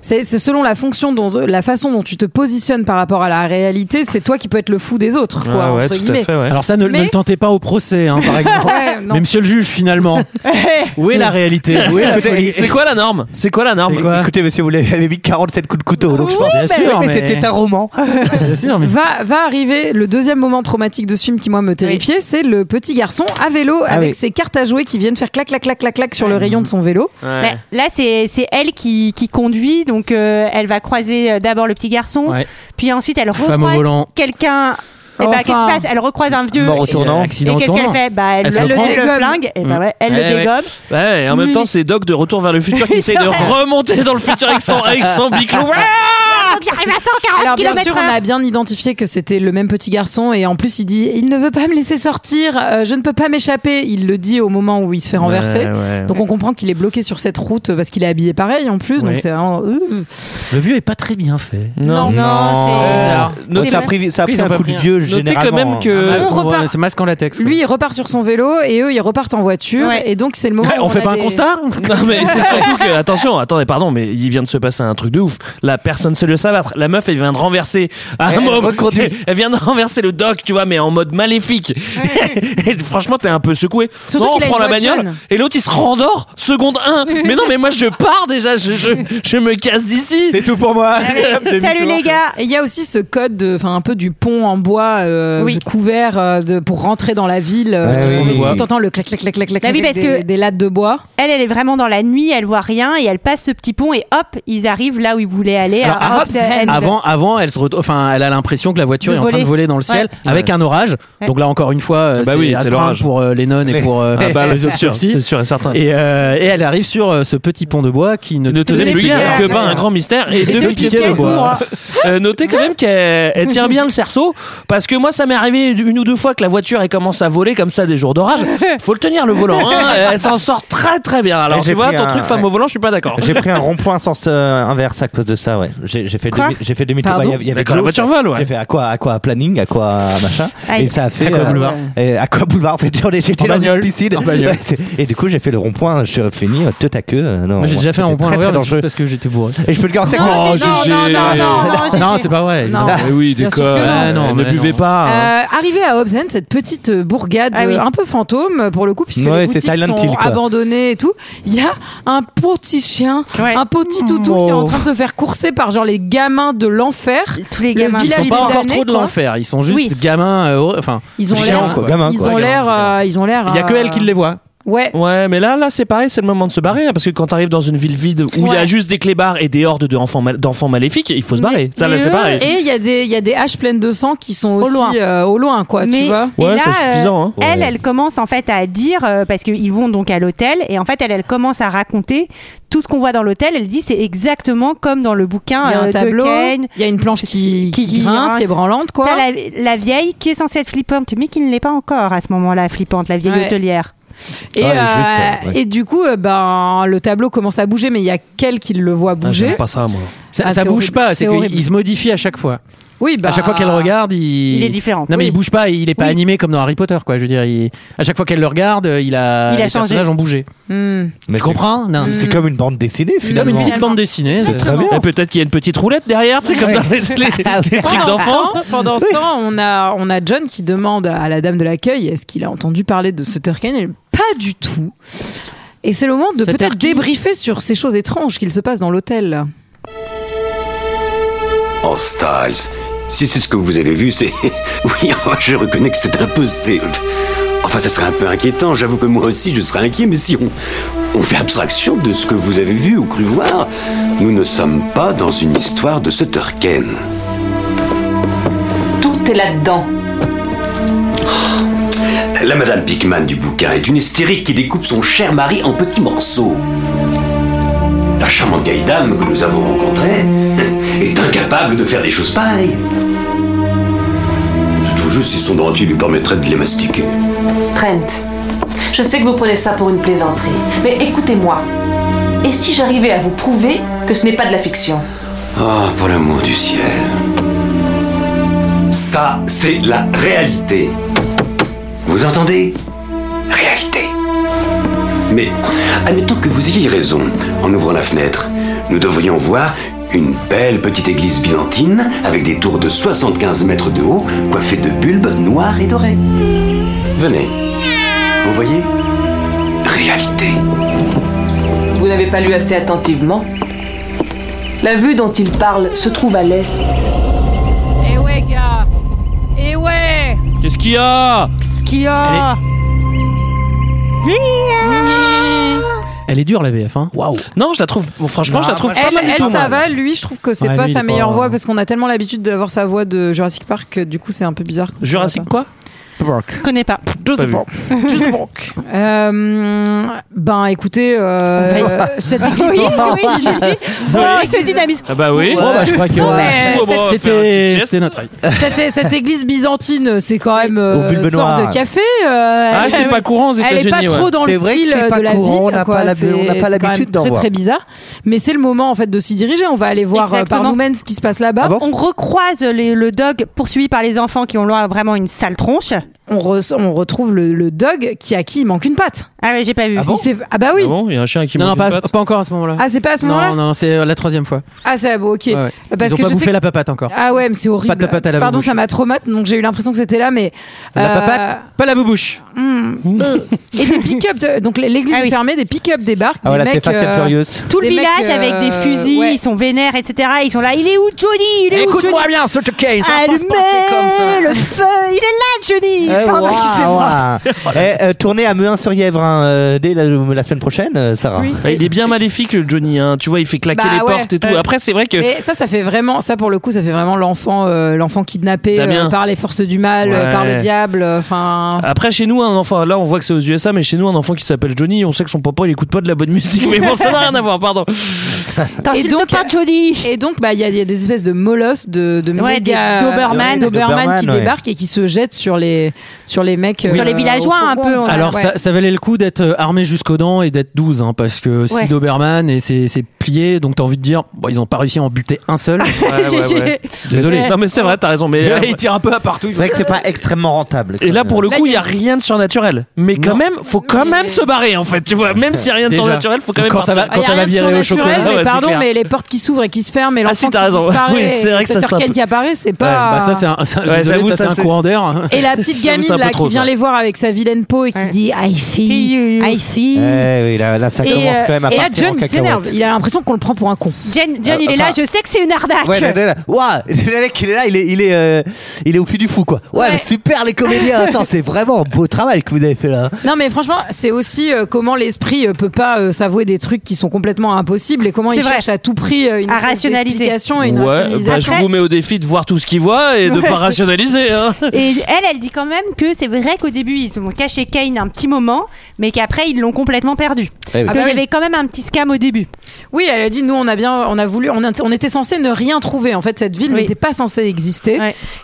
Speaker 1: c'est c'est selon la fonction dont, la façon dont tu te positionnes par rapport à la réalité, c'est toi qui peux être le fou des autres, quoi,
Speaker 7: Ah ouais,
Speaker 1: entre
Speaker 7: tout à
Speaker 1: guillemets.
Speaker 7: fait, ouais. Alors ça, ne- ne le tentez pas au procès, hein, par exemple.
Speaker 1: Ouais, non.
Speaker 7: Mais monsieur le juge, finalement, où est la réalité Où est la
Speaker 11: Écoutez,
Speaker 7: folie
Speaker 11: C'est quoi la norme C'est quoi la norme
Speaker 15: Écoutez, monsieur, vous avez mis 47 coups de couteau, donc je pense.
Speaker 7: Bien
Speaker 2: hein,
Speaker 7: sûr,
Speaker 15: mais,
Speaker 7: mais-
Speaker 15: c'était un roman.
Speaker 7: Bien sûr, mais-
Speaker 1: Va, va arriver le deuxième moment traumatique de ce film qui moi me terrifiait, c'est le petit garçon à vélo
Speaker 15: Ah
Speaker 1: avec
Speaker 15: oui.
Speaker 1: ses cartes à jouer qui viennent faire clac clac clac clac clac sur le rayon de son vélo.
Speaker 12: Bah, là, c'est c'est elle qui, qui conduit, donc euh, elle va croiser euh, d'abord le petit garçon,
Speaker 7: Ouais.
Speaker 12: puis ensuite elle
Speaker 7: Femme au
Speaker 12: recroise
Speaker 7: volant.
Speaker 12: quelqu'un. Et
Speaker 1: Enfin.
Speaker 12: bah, qu'est-ce qui se passe Elle recroise un vieux.
Speaker 7: Mort au
Speaker 12: et-
Speaker 7: tournant.
Speaker 12: Et,
Speaker 7: euh, Accident au
Speaker 12: qu'est-ce
Speaker 7: tournant.
Speaker 12: qu'elle fait Bah, elle,
Speaker 7: hein. Elle se
Speaker 12: le,
Speaker 7: le prend. Mm.
Speaker 12: le flingue. Et bah, ouais, elle
Speaker 7: Ouais,
Speaker 12: le Mm.
Speaker 7: ouais.
Speaker 12: dégomme.
Speaker 11: Bah Ouais, et en même
Speaker 12: Oui.
Speaker 11: temps, c'est Doc de Retour vers le futur qui essaie de remonter dans le futur avec son, avec son biclou. Ouais.
Speaker 12: Faut que j'arrive à 140
Speaker 1: Alors bien
Speaker 12: km/h.
Speaker 1: sûr, on a bien identifié que c'était le même petit garçon et en plus il dit il ne veut pas me laisser sortir, euh, je ne peux pas m'échapper. Il le dit au moment où il se fait renverser.
Speaker 11: Ouais, ouais.
Speaker 1: Donc on comprend qu'il est bloqué sur cette route parce qu'il est habillé pareil en plus.
Speaker 7: Ouais.
Speaker 1: Donc c'est vraiment. euh.
Speaker 7: Le vieux est pas très bien fait.
Speaker 11: Non.
Speaker 7: bizarre.
Speaker 15: Non, ça a pris, ça a
Speaker 7: Oui,
Speaker 15: pris
Speaker 7: ils ont
Speaker 15: un
Speaker 7: pas
Speaker 15: coup de
Speaker 7: euh, pris un-
Speaker 15: vieux,
Speaker 7: Notez quand
Speaker 15: généralement.
Speaker 11: même
Speaker 15: hein.
Speaker 11: que-
Speaker 7: Ah, ce
Speaker 1: On
Speaker 7: qu'on voit,
Speaker 1: repart.
Speaker 7: C'est masque en latex. quoi.
Speaker 1: Lui, il repart sur son vélo et eux, ils repartent en voiture.
Speaker 12: Ouais.
Speaker 1: Et donc, c'est le moment. où
Speaker 7: Eh, On fait
Speaker 1: a
Speaker 7: pas un
Speaker 1: des-
Speaker 7: constat
Speaker 11: Non mais c'est surtout que attention, attendez, pardon, mais il vient de se passer un truc de ouf. La personne c'est le sabattre. La meuf elle vient de renverser à un
Speaker 15: Elle
Speaker 11: moment-
Speaker 15: reconduit.
Speaker 11: elle vient de renverser le doc, tu vois, mais en mode maléfique. Et franchement t'es un peu secoué.
Speaker 1: Surtout
Speaker 11: non, on
Speaker 1: qu'il a
Speaker 11: prend
Speaker 1: une
Speaker 11: la
Speaker 1: voix de
Speaker 11: bagnole
Speaker 1: jeune.
Speaker 11: et l'autre il se rendort seconde 1 Mais non mais moi je pars déjà, je je, je me casse d'ici.
Speaker 15: C'est tout pour moi.
Speaker 12: Salut les gars.
Speaker 1: Et il y a aussi ce code, de- enfin un peu du pont en bois euh,
Speaker 12: Oui.
Speaker 1: de couvert euh, de, pour rentrer dans la ville. euh,
Speaker 7: oui.
Speaker 1: On entend le clac clac clac clac clac
Speaker 12: Bah oui,
Speaker 1: avec
Speaker 12: parce
Speaker 1: des,
Speaker 12: que-
Speaker 1: des lattes de bois.
Speaker 12: Elle, elle est vraiment dans la nuit, elle voit rien et elle passe ce petit pont et hop, ils arrivent là où ils voulaient aller.
Speaker 7: Alors,
Speaker 12: Alors,
Speaker 1: à
Speaker 12: hop,
Speaker 1: Hobbs End.
Speaker 12: elle-
Speaker 7: Avant, avant, elle se, re- enfin, elle a l'impression que la voiture
Speaker 12: De
Speaker 7: est en train
Speaker 12: voler.
Speaker 7: de voler dans le ciel
Speaker 12: Ouais.
Speaker 7: avec un orage.
Speaker 12: Ouais.
Speaker 7: Donc là, encore une fois, euh,
Speaker 11: Bah
Speaker 7: c'est
Speaker 11: oui, c'est
Speaker 7: astreint
Speaker 11: l'orage.
Speaker 7: pour euh, Lennon et pour euh,
Speaker 11: Ah bah,
Speaker 7: les
Speaker 11: c'est
Speaker 7: autres
Speaker 11: sûr,
Speaker 7: sorties.
Speaker 11: c'est sûr et certain.
Speaker 7: Et, euh, et elle arrive sur euh, ce petit pont de bois qui ne,
Speaker 11: ne tenait plus guère que ben un grand mystère et, deux, piquets, de bois. Euh, notez quand même qu'elle elle tient bien le cerceau parce que moi ça m'est arrivé une ou deux fois que la voiture elle commence à voler comme ça des jours d'orage. Faut le tenir le volant. hein. Elle s'en sort très très bien. Alors
Speaker 2: Et
Speaker 11: tu
Speaker 2: j'ai
Speaker 11: vois
Speaker 2: pris
Speaker 11: ton
Speaker 2: un-
Speaker 11: truc femme au
Speaker 2: ouais.
Speaker 11: volant, je suis pas d'accord.
Speaker 2: J'ai pris un rond-point à sens euh, inverse à cause de ça, ouais. J'ai j'ai fait
Speaker 12: Quoi
Speaker 2: demi- j'ai fait demi-tour.
Speaker 1: Pardon
Speaker 2: bah, il y avait- il y avait
Speaker 11: D'accord, la
Speaker 2: de l'eau,
Speaker 11: voiture
Speaker 2: ça-
Speaker 11: vole, ouais.
Speaker 2: J'ai fait à quoi, à quoi, à planning, à quoi, à machin.
Speaker 12: Aïe.
Speaker 2: Et ça a fait.
Speaker 7: À quoi,
Speaker 2: euh,
Speaker 7: boulevard
Speaker 2: et À quoi boulevard En fait, j'en ai- j'étais
Speaker 7: En
Speaker 2: dans
Speaker 7: bagnole.
Speaker 2: une piscine.
Speaker 7: En bagnole.
Speaker 2: Ouais, c'est- et du coup, j'ai fait le rond-point. Je suis fini euh, tête à queue. euh, non,
Speaker 7: Moi, j'ai
Speaker 2: ouais,
Speaker 7: déjà fait un
Speaker 2: c'était
Speaker 7: point
Speaker 2: très, très
Speaker 7: ouvert
Speaker 2: dangereux.
Speaker 7: juste parce que j'étais bourré.
Speaker 2: Et je peux le garantir. que-
Speaker 12: Non, j'ai- non, non,
Speaker 11: Ah
Speaker 12: non, non, non, j'ai-
Speaker 7: Non, c'est pas vrai.
Speaker 1: Non.
Speaker 11: Mais oui,
Speaker 1: Bien sûr que non.
Speaker 7: Ah, non,
Speaker 11: ne
Speaker 7: mais
Speaker 11: buvez
Speaker 7: non.
Speaker 11: pas. hein.
Speaker 1: Euh, arrivé à Hobbs End, cette petite euh, bourgade
Speaker 12: Ah oui.
Speaker 1: euh, un peu fantôme euh, pour le coup, puisque
Speaker 2: Ouais,
Speaker 1: les
Speaker 2: c'est
Speaker 1: boutiques
Speaker 2: Silent
Speaker 1: sont
Speaker 2: Hill, quoi.
Speaker 1: abandonnées et tout, il y a un petit chien,
Speaker 12: Ouais.
Speaker 1: un petit toutou qui est
Speaker 7: Oh.
Speaker 1: en train de se faire courser par genre les gamins de l'enfer.
Speaker 12: Tous les
Speaker 1: Le
Speaker 12: gamins.
Speaker 7: Ils
Speaker 1: village
Speaker 7: sont pas encore
Speaker 1: damné,
Speaker 7: trop de
Speaker 1: quoi.
Speaker 7: l'enfer. Ils sont juste
Speaker 12: Oui.
Speaker 7: gamins. euh, heureux- Enfin,
Speaker 1: Ils ont
Speaker 7: chiants,
Speaker 1: l'air,
Speaker 7: quoi.
Speaker 2: Gamin,
Speaker 1: ils
Speaker 2: quoi.
Speaker 1: ont l'air, euh, ils ont l'air.
Speaker 7: Il y a que
Speaker 1: euh,
Speaker 7: elle qui les voit.
Speaker 1: Ouais.
Speaker 11: Ouais, mais là, là, c'est pareil, c'est le moment de se barrer, hein, parce que quand t'arrives dans une ville vide où il y a
Speaker 1: Ouais.
Speaker 11: juste des clébards et des hordes d'enfants mal- d'enfants maléfiques, il faut se barrer. ça, là,
Speaker 1: Mais
Speaker 11: c'est
Speaker 1: eux,
Speaker 11: pareil.
Speaker 1: Et il y a des il y a des haches pleines de sang qui sont aussi euh, au loin,
Speaker 12: loin.
Speaker 1: quoi, tu vois.
Speaker 12: et
Speaker 11: Ouais,
Speaker 12: là,
Speaker 11: c'est
Speaker 12: euh,
Speaker 11: suffisant, hein.
Speaker 12: Elle,
Speaker 11: Ouais.
Speaker 12: elle commence en fait à dire euh, parce qu'ils vont donc à l'hôtel et en fait elle, elle commence à raconter tout ce qu'on voit dans l'hôtel. Elle dit c'est exactement comme dans le bouquin
Speaker 1: Il y a un
Speaker 12: euh,
Speaker 1: tableau,
Speaker 12: de Kane.
Speaker 1: il y a une planche qui, qui, grince, qui est branlante, quoi.
Speaker 12: T'as la, la vieille qui est censée être flippante mais qui ne l'est pas encore à ce moment-là flippante, la vieille
Speaker 1: Ouais.
Speaker 12: hôtelière.
Speaker 1: Et,
Speaker 12: Ah, elle est
Speaker 1: euh,
Speaker 12: juste, ouais.
Speaker 1: et du coup, euh, ben, le tableau commence à bouger, mais il y a qu'elle qui le voit
Speaker 11: Ah,
Speaker 1: bouger.
Speaker 11: j'aime pas ça, moi.
Speaker 7: Ça,
Speaker 1: Ah,
Speaker 7: ça
Speaker 1: c'est
Speaker 7: bouge
Speaker 1: horrible.
Speaker 7: pas,
Speaker 1: C'est
Speaker 7: c'est qu'il
Speaker 1: horrible.
Speaker 7: il se modifie à chaque fois.
Speaker 1: Oui, bah,
Speaker 7: à chaque fois qu'elle regarde, il...
Speaker 12: il est différent.
Speaker 7: Non mais
Speaker 12: Oui.
Speaker 7: il bouge pas, il est pas
Speaker 12: Oui.
Speaker 7: animé comme dans Harry Potter quoi. Je veux dire, il- à chaque fois qu'elle le regarde, euh, il a,
Speaker 12: Il a
Speaker 7: les
Speaker 12: changé.
Speaker 7: personnages ont bougé.
Speaker 1: Hmm.
Speaker 7: Mais tu comprends Non.
Speaker 2: C'est comme une bande dessinée
Speaker 7: Comme
Speaker 2: finalement.
Speaker 7: une petite bande dessinée.
Speaker 2: C'est très bien.
Speaker 11: Et Ah, peut-être qu'il y a une petite roulette derrière, tu sais, comme
Speaker 7: Ouais.
Speaker 11: dans les, les- les trucs
Speaker 1: Pendant ce
Speaker 11: d'enfants.
Speaker 1: temps- Pendant ce temps, on a, on a John qui demande à la dame de l'accueil est-ce qu'il a entendu parler de Sutter Kane Elle, Pas du tout. Et c'est le moment de
Speaker 7: Sutter
Speaker 1: peut-être
Speaker 7: qui
Speaker 1: débriefer sur ces choses étranges qu'il se passe dans l'hôtel.
Speaker 9: Oh, Styles, si c'est ce que vous avez vu, c'est. Oui, enfin, je reconnais que c'est un peu. c'est- Enfin, ça serait un peu inquiétant. J'avoue que moi aussi, je serais inquiet, mais si on. On fait abstraction de ce que vous avez vu ou cru voir. Nous ne sommes pas dans une histoire de Sutter Kane.
Speaker 10: Tout est là-dedans.
Speaker 9: La Madame Pickman du bouquin est une hystérique qui découpe son cher mari en petits morceaux. La charmante vieille dame que nous avons rencontrée est incapable de faire des choses pareilles. C'est tout juste si son dentier lui permettrait de les mastiquer.
Speaker 10: Trent, je sais que vous prenez ça pour une plaisanterie, mais écoutez-moi. Et si j'arrivais à vous prouver que ce n'est pas de la fiction
Speaker 9: Ah, pour l'amour du ciel. Ça, c'est la réalité. Vous entendez Réalité. Mais admettons que vous ayez raison. En ouvrant la fenêtre, nous devrions voir une belle petite église byzantine avec des tours de 75 mètres de haut, coiffées de bulbes noirs et dorés. Venez. Vous voyez Réalité.
Speaker 10: Vous n'avez pas lu assez attentivement La vue dont il parle se trouve à l'est.
Speaker 1: Eh ouais, gars Eh ouais
Speaker 11: Qu'est-ce qu'il y a
Speaker 12: Ce qu'il y a.
Speaker 7: Elle est dure la VF hein. Waouh.
Speaker 11: Non, je la trouve. bon, franchement,
Speaker 7: Non,
Speaker 11: je la trouve
Speaker 7: moi,
Speaker 11: pas
Speaker 1: Elle,
Speaker 11: mal du
Speaker 1: elle,
Speaker 11: tout.
Speaker 1: ça
Speaker 11: moi.
Speaker 1: va, lui, je trouve que c'est
Speaker 7: Ouais,
Speaker 1: pas
Speaker 7: lui, il
Speaker 1: sa
Speaker 7: est
Speaker 1: meilleure
Speaker 7: pas-
Speaker 1: voix parce qu'on a tellement l'habitude d'avoir sa voix de Jurassic Park que du coup c'est un peu bizarre. quand on
Speaker 11: Jurassic
Speaker 1: voit
Speaker 11: quoi
Speaker 12: Je connais pas.
Speaker 11: Pas vu.
Speaker 1: ça. Euh, ben écoutez, euh,
Speaker 12: Bah,
Speaker 1: cette église
Speaker 12: Oui,
Speaker 1: byzantine-
Speaker 12: Oh, il se dynamise.
Speaker 11: Ah bah oui.
Speaker 7: Bon, bah, je crois que
Speaker 1: Non, mais
Speaker 7: Ouais,
Speaker 1: c'est-
Speaker 7: c'était c'était notre avis.
Speaker 1: Cette, cette église byzantine, c'est quand même euh,
Speaker 2: Au bulbe
Speaker 1: fort
Speaker 2: noir.
Speaker 1: de café. euh, elle-
Speaker 11: Ah, c'est pas courant aux
Speaker 1: Elle est pas
Speaker 11: États-Unis,
Speaker 1: trop
Speaker 11: ouais.
Speaker 1: dans le
Speaker 15: C'est vrai que
Speaker 1: style
Speaker 15: c'est
Speaker 1: euh,
Speaker 15: pas
Speaker 1: de la
Speaker 15: courant, on
Speaker 1: ville.
Speaker 15: n'a
Speaker 1: quoi.
Speaker 15: pas l'hab-
Speaker 1: C'est-
Speaker 15: on n'a pas
Speaker 1: c'est quand
Speaker 15: l'habitude
Speaker 1: même
Speaker 15: d'en
Speaker 1: Très
Speaker 15: voir.
Speaker 1: très bizarre. Mais c'est le moment en fait de s'y diriger. On va aller voir euh, par
Speaker 12: Exactement.
Speaker 1: nous-mêmes ce qui se passe là-bas.
Speaker 15: Ah bon
Speaker 12: On recroise les- le dog poursuivi par les enfants qui ont là vraiment une sale tronche.
Speaker 1: on, re- on retrouve le, le dog qui à qui il manque une patte.
Speaker 12: Ah ouais, j'ai pas vu.
Speaker 1: Il s'est- ah bah oui.
Speaker 11: Ah bon, il y a un chien qui
Speaker 7: Non non
Speaker 11: mange
Speaker 7: pas,
Speaker 11: une patte.
Speaker 7: pas encore à ce moment-là.
Speaker 1: Ah c'est pas à ce moment-là.
Speaker 7: non non c'est la troisième fois.
Speaker 1: Ah c'est bon, ok.
Speaker 7: Ouais, ouais.
Speaker 1: Parce
Speaker 7: Ils ont
Speaker 1: que
Speaker 7: pas
Speaker 1: je
Speaker 7: bouffé
Speaker 1: sais
Speaker 7: la papate encore.
Speaker 1: Ah ouais, mais c'est horrible.
Speaker 7: Pas de patate à la
Speaker 1: Pardon,
Speaker 7: bouche.
Speaker 1: ça m'a traumatisé, donc j'ai eu l'impression que c'était là, mais.
Speaker 7: La
Speaker 1: euh,
Speaker 7: papate, pas la boubouche.
Speaker 1: Et des pick-up, de- donc l'église
Speaker 12: Ah
Speaker 1: est
Speaker 12: oui.
Speaker 1: fermée, des pick-up débarquent.
Speaker 2: Ah voilà,
Speaker 1: des
Speaker 2: c'est
Speaker 1: mecs,
Speaker 2: Fast and
Speaker 1: euh,
Speaker 2: Furious.
Speaker 12: Tout le
Speaker 1: Des mecs,
Speaker 12: village avec des
Speaker 1: euh,
Speaker 12: fusils,
Speaker 1: ouais.
Speaker 12: ils sont vénères, etc. Ils sont là. Il est où Johnny Il est où Johnny
Speaker 7: bien, Sutter Kane,
Speaker 12: Allumez le feu. Il est là, Johnny.
Speaker 1: Euh,
Speaker 2: Eh,
Speaker 12: Pardon,
Speaker 2: waouh,
Speaker 12: excusez-moi.
Speaker 2: waouh. Eh, euh, tournez à Meuhin-sur-Yèvre hein, euh, dès la, la semaine prochaine, euh, Sarah.
Speaker 11: Ah, il est bien maléfique, le Johnny. Hein. Tu vois, il fait claquer
Speaker 1: Bah
Speaker 11: les
Speaker 1: ouais.
Speaker 11: portes et tout. Après, c'est vrai que.
Speaker 1: Mais ça, ça fait vraiment, ça pour le coup, ça fait vraiment l'enfant, euh, l'enfant kidnappé
Speaker 11: Damien.
Speaker 1: euh, par les forces du mal, euh,
Speaker 11: Ouais.
Speaker 1: par le diable. euh, Enfin,
Speaker 11: Après, chez nous, un enfant, là, on voit que c'est aux USA, mais chez nous, un enfant qui s'appelle Johnny, on sait que son papa, il écoute pas de la bonne musique. Mais bon, ça n'a rien à voir, pardon.
Speaker 12: T'insultes
Speaker 1: donc-
Speaker 12: pas Johnny.
Speaker 1: et donc, bah, il y, a il y a des espèces de molosses, de, de
Speaker 12: Ouais, des
Speaker 1: méga- euh, des Doberman
Speaker 12: Doberman.
Speaker 1: qui
Speaker 2: Doberman, ouais.
Speaker 1: débarquent et qui se jettent sur les, sur les mecs, euh,
Speaker 12: Sur les villageois,
Speaker 1: au
Speaker 12: un peu,
Speaker 1: fourgon.
Speaker 12: on a-
Speaker 7: Alors
Speaker 1: Ouais.
Speaker 7: ça, ça valait le coup d'être euh, armé jusqu'aux dents et d'être 12 hein, parce que si
Speaker 12: Ouais.
Speaker 7: Doberman et c'est c'est plié donc t'as envie de dire bon ils ont pas réussi à en buter un seul. Désolé.
Speaker 11: Non, mais c'est vrai, t'as raison. Mais, euh,
Speaker 7: il tire un peu à partout.
Speaker 2: C'est vrai que c'est pas extrêmement rentable.
Speaker 11: et là, pour le
Speaker 1: Là,
Speaker 11: coup,
Speaker 1: il
Speaker 11: il
Speaker 1: y
Speaker 11: y
Speaker 1: a-
Speaker 11: a rien de surnaturel. Mais quand même, faut quand
Speaker 1: Mais-
Speaker 11: même se barrer, en fait. Tu vois, même s'il y a rien de
Speaker 7: Déjà.
Speaker 11: surnaturel, faut quand même.
Speaker 7: Quand ça
Speaker 11: partir.
Speaker 7: va-
Speaker 1: Ah, y a
Speaker 7: ça
Speaker 1: rien de
Speaker 7: virer au
Speaker 1: surnaturel,
Speaker 7: chocolat.
Speaker 1: mais
Speaker 11: Ah Ouais, c'est
Speaker 1: pardon,
Speaker 11: clair.
Speaker 1: mais les portes qui s'ouvrent et qui se ferment, et
Speaker 11: Ah, si,
Speaker 1: l'enfant
Speaker 11: t'as
Speaker 1: qui
Speaker 11: raison.
Speaker 1: disparaît,
Speaker 11: Oui, c'est vrai que
Speaker 1: et
Speaker 11: ça,
Speaker 1: Sutter
Speaker 11: c'est un
Speaker 1: Kane
Speaker 11: peu-
Speaker 1: qui apparaît, c'est pas.
Speaker 7: bah ça c'est un, ça,
Speaker 11: Ouais,
Speaker 7: désolé,
Speaker 11: j'avoue,
Speaker 7: ça,
Speaker 11: ça,
Speaker 7: c'est
Speaker 11: c'est-
Speaker 7: un courant d'air.
Speaker 1: Et la petite
Speaker 11: J'avoue, c'est
Speaker 1: gamine
Speaker 11: un peu
Speaker 1: là
Speaker 11: trop,
Speaker 1: qui vient
Speaker 11: ça.
Speaker 1: les voir avec sa vilaine peau et qui
Speaker 12: Ouais.
Speaker 1: dit I see,
Speaker 12: See you.
Speaker 1: I see.
Speaker 2: Eh oui, là, là, ça
Speaker 12: Et,
Speaker 2: commence
Speaker 12: euh,
Speaker 2: quand même à
Speaker 1: Et là,
Speaker 2: partir en
Speaker 1: John il
Speaker 2: cacahuète.
Speaker 1: s'énerve. Il a l'impression l'impression qu'on le prend pour un con.
Speaker 12: Jen, John,
Speaker 15: Euh,
Speaker 12: il est là,
Speaker 15: enfin-
Speaker 12: je sais que c'est une arnaque.
Speaker 15: Ouais, le- le- le- Ouah, le mec, il est là, il est, il est, euh, il est au plus du fou, quoi. Ouais,
Speaker 1: Ouais.
Speaker 15: mais Eh, super les comédiens. Attends, c'est vraiment un beau travail que vous avez fait là.
Speaker 1: Non mais franchement, c'est aussi euh, comment l'esprit euh, peut pas euh, s'avouer des trucs qui sont complètement impossibles et comment
Speaker 12: C'est
Speaker 1: il
Speaker 12: vrai.
Speaker 1: cherche à tout prix euh, une
Speaker 12: À
Speaker 1: espèce
Speaker 12: rationaliser.
Speaker 1: d'explication et une
Speaker 11: Ouais, bah, je
Speaker 1: rationalisation.
Speaker 11: vous mets au défi de voir tout ce qu'il voit et de
Speaker 12: Ouais.
Speaker 11: pas rationaliser. Hein.
Speaker 12: Et elle, elle dit quand même que c'est vrai qu'au début, ils ont caché Kane un petit moment, mais qu'après, ils l'ont complètement perdu.
Speaker 11: Eh oui.
Speaker 12: Qu'il
Speaker 11: Ah bah
Speaker 12: y
Speaker 11: oui.
Speaker 12: avait quand même un petit scam au début.
Speaker 1: Oui, elle a dit nous on a bien, on a voulu, on, a- on était censé ne rien trouver. En fait, cette ville n'était pas censée exister.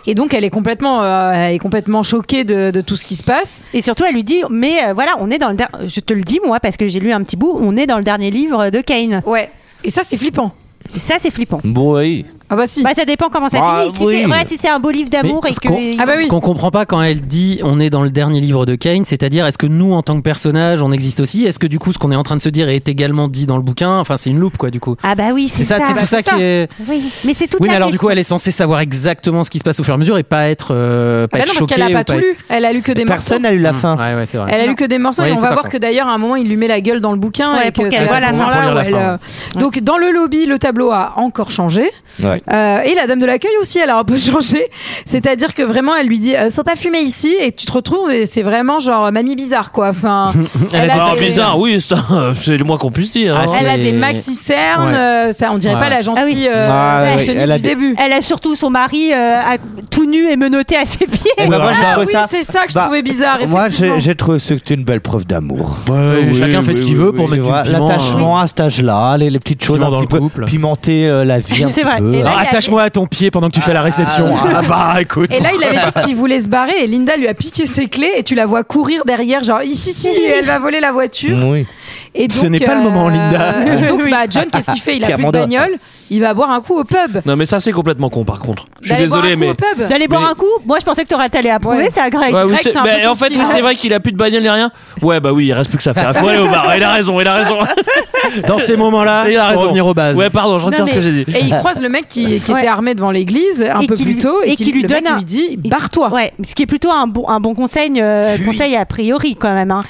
Speaker 1: Et donc elle est complètement, euh, elle est complètement choquée de, de tout ce qui se passe.
Speaker 12: Et surtout, elle lui dit, mais euh, voilà, on est dans le der- je te le dis moi parce que j'ai lu un petit bout, on est dans le dernier livre de Kane.
Speaker 1: Ouais. Et ça, c'est flippant.
Speaker 12: Et ça, c'est flippant.
Speaker 2: Bon, oui.
Speaker 1: Ah bah si.
Speaker 12: Bah ça dépend comment ça
Speaker 2: Ah,
Speaker 12: finit. Si
Speaker 2: oui.
Speaker 12: c'est ouais, si c'est un beau livre
Speaker 7: Mais
Speaker 12: d'amour et
Speaker 7: ce
Speaker 12: que
Speaker 7: qu'on
Speaker 12: les-
Speaker 7: ce qu'on comprend pas quand elle dit on est dans le dernier livre de Kane, c'est-à-dire est-ce que nous en tant que personnage on existe aussi Est-ce que du coup ce qu'on est en train de se dire est également dit dans le bouquin Enfin c'est une loupe quoi du coup.
Speaker 12: Ah bah oui,
Speaker 7: C'est ça, c'est tout ça qui est.
Speaker 12: Oui, mais c'est toute
Speaker 7: oui,
Speaker 12: la
Speaker 7: mais alors du
Speaker 12: question.
Speaker 7: coup elle est censée savoir exactement ce qui se passe au fur et à mesure et pas être euh,
Speaker 1: Ah
Speaker 7: pas
Speaker 1: bah
Speaker 7: être
Speaker 1: non, parce qu'elle
Speaker 7: choquée
Speaker 1: a
Speaker 7: ou
Speaker 1: pas tout
Speaker 7: être-
Speaker 1: lu. Elle a lu que des
Speaker 15: Personne
Speaker 1: morceaux.
Speaker 15: n'a lu la
Speaker 11: Mm.
Speaker 15: fin.
Speaker 7: Ouais, ouais, c'est vrai.
Speaker 1: Elle a lu que des morceaux
Speaker 7: Ouais,
Speaker 1: et on
Speaker 7: c'est
Speaker 1: va
Speaker 7: pas
Speaker 1: voir
Speaker 7: con.
Speaker 1: que d'ailleurs à un moment il lui met la gueule dans le bouquin
Speaker 12: Ouais,
Speaker 1: et
Speaker 12: pour
Speaker 1: que
Speaker 12: qu'elle
Speaker 1: c'est à
Speaker 12: voit
Speaker 1: ce
Speaker 12: la fin.
Speaker 1: moment-là
Speaker 12: Pour lire
Speaker 1: où
Speaker 12: la
Speaker 1: elle,
Speaker 12: fin,
Speaker 1: euh, Donc dans le lobby le tableau a encore changé.
Speaker 2: Ouais.
Speaker 1: Euh, et la dame de l'accueil aussi, elle a un peu changé. C'est-à-dire que vraiment, elle lui dit euh, Faut pas fumer ici. Et tu te retrouves, et c'est vraiment genre mamie bizarre, quoi. Enfin,
Speaker 11: Alors,
Speaker 1: des-
Speaker 11: bizarre, oui, ça, c'est le moins qu'on puisse dire.
Speaker 7: Ah,
Speaker 11: hein.
Speaker 1: elle a des maxi-cernes.
Speaker 11: Ouais.
Speaker 1: euh, ça, on dirait
Speaker 11: Ouais.
Speaker 1: pas la gentille
Speaker 12: Ah oui.
Speaker 1: euh,
Speaker 11: Ah oui,
Speaker 1: réactionniste
Speaker 11: elle a
Speaker 1: du
Speaker 11: des-
Speaker 1: début.
Speaker 12: Elle a surtout son mari euh, à- tout nu et menotté à ses pieds.
Speaker 2: Eh ben, moi, je
Speaker 1: ah
Speaker 2: trouve
Speaker 1: oui,
Speaker 2: ça-
Speaker 1: c'est ça que je
Speaker 2: Bah,
Speaker 1: trouvais bizarre.
Speaker 2: Moi,
Speaker 1: effectivement.
Speaker 2: j'ai j'ai trouvé ce Oh, que tu une belle preuve d'amour. euh,
Speaker 7: oui, chacun fait ce qu'il veut pour
Speaker 2: C'est
Speaker 7: mettre du
Speaker 2: vrai,
Speaker 7: piment,
Speaker 2: Bah, L'attachement à cet âge-là, les, les petites choses un petit peu pimenter euh, la vie. un
Speaker 1: C'est
Speaker 2: petit
Speaker 1: vrai.
Speaker 2: peu.
Speaker 1: Et là, il y a-
Speaker 7: Attache-moi à ton pied pendant que tu fais la réception.
Speaker 2: Ah,
Speaker 7: bah écoute.
Speaker 1: Et là, il avait dit qu'il voulait se barrer et Linda lui a piqué ses clés et tu la vois courir derrière, genre hi, hi, hi, et elle va voler la voiture.
Speaker 2: Oui.
Speaker 1: Et
Speaker 7: Ce
Speaker 1: donc,
Speaker 7: n'est pas le moment, Linda.
Speaker 1: et donc, bah, John, qu'est-ce qu'il fait Il a plus de
Speaker 11: Clairement doit.
Speaker 1: bagnole, il va boire un coup au pub.
Speaker 11: Non, mais ça, c'est complètement con, par contre. Je suis
Speaker 1: D'aller boire
Speaker 11: désolé,
Speaker 1: un coup
Speaker 11: mais.
Speaker 1: au pub.
Speaker 12: D'aller boire
Speaker 11: Mais-
Speaker 12: un coup, moi je pensais que t'aurais allé approuver, c'est à Greg.
Speaker 11: Ouais, oui,
Speaker 12: Greg,
Speaker 11: c'est-
Speaker 12: c'est un
Speaker 11: mais
Speaker 12: peu
Speaker 11: en
Speaker 12: ton
Speaker 11: fait,
Speaker 12: style.
Speaker 11: oui, c'est vrai qu'il a plus de bagnole ni rien. Ouais, bah oui, il reste plus que ça à faire. Faut aller au bar. Il a raison, il a raison.
Speaker 7: Dans ces moments-là,
Speaker 11: il a
Speaker 7: faut
Speaker 11: raison.
Speaker 7: Ah, revenir aux bases.
Speaker 11: Ouais, pardon, je retiens
Speaker 1: Non,
Speaker 11: ce que
Speaker 1: mais-
Speaker 11: j'ai dit.
Speaker 1: Et il croise le mec qui, qui était armé devant l'église un
Speaker 12: Et
Speaker 1: peu
Speaker 12: qui
Speaker 1: plus
Speaker 12: lui-
Speaker 1: tôt
Speaker 12: et qui lui
Speaker 1: le
Speaker 12: donne
Speaker 1: mec
Speaker 12: un-
Speaker 1: lui dit
Speaker 12: Barre-toi. Ouais, ce qui est plutôt un bon, un bon conseil, euh, conseil a priori quand même. hein.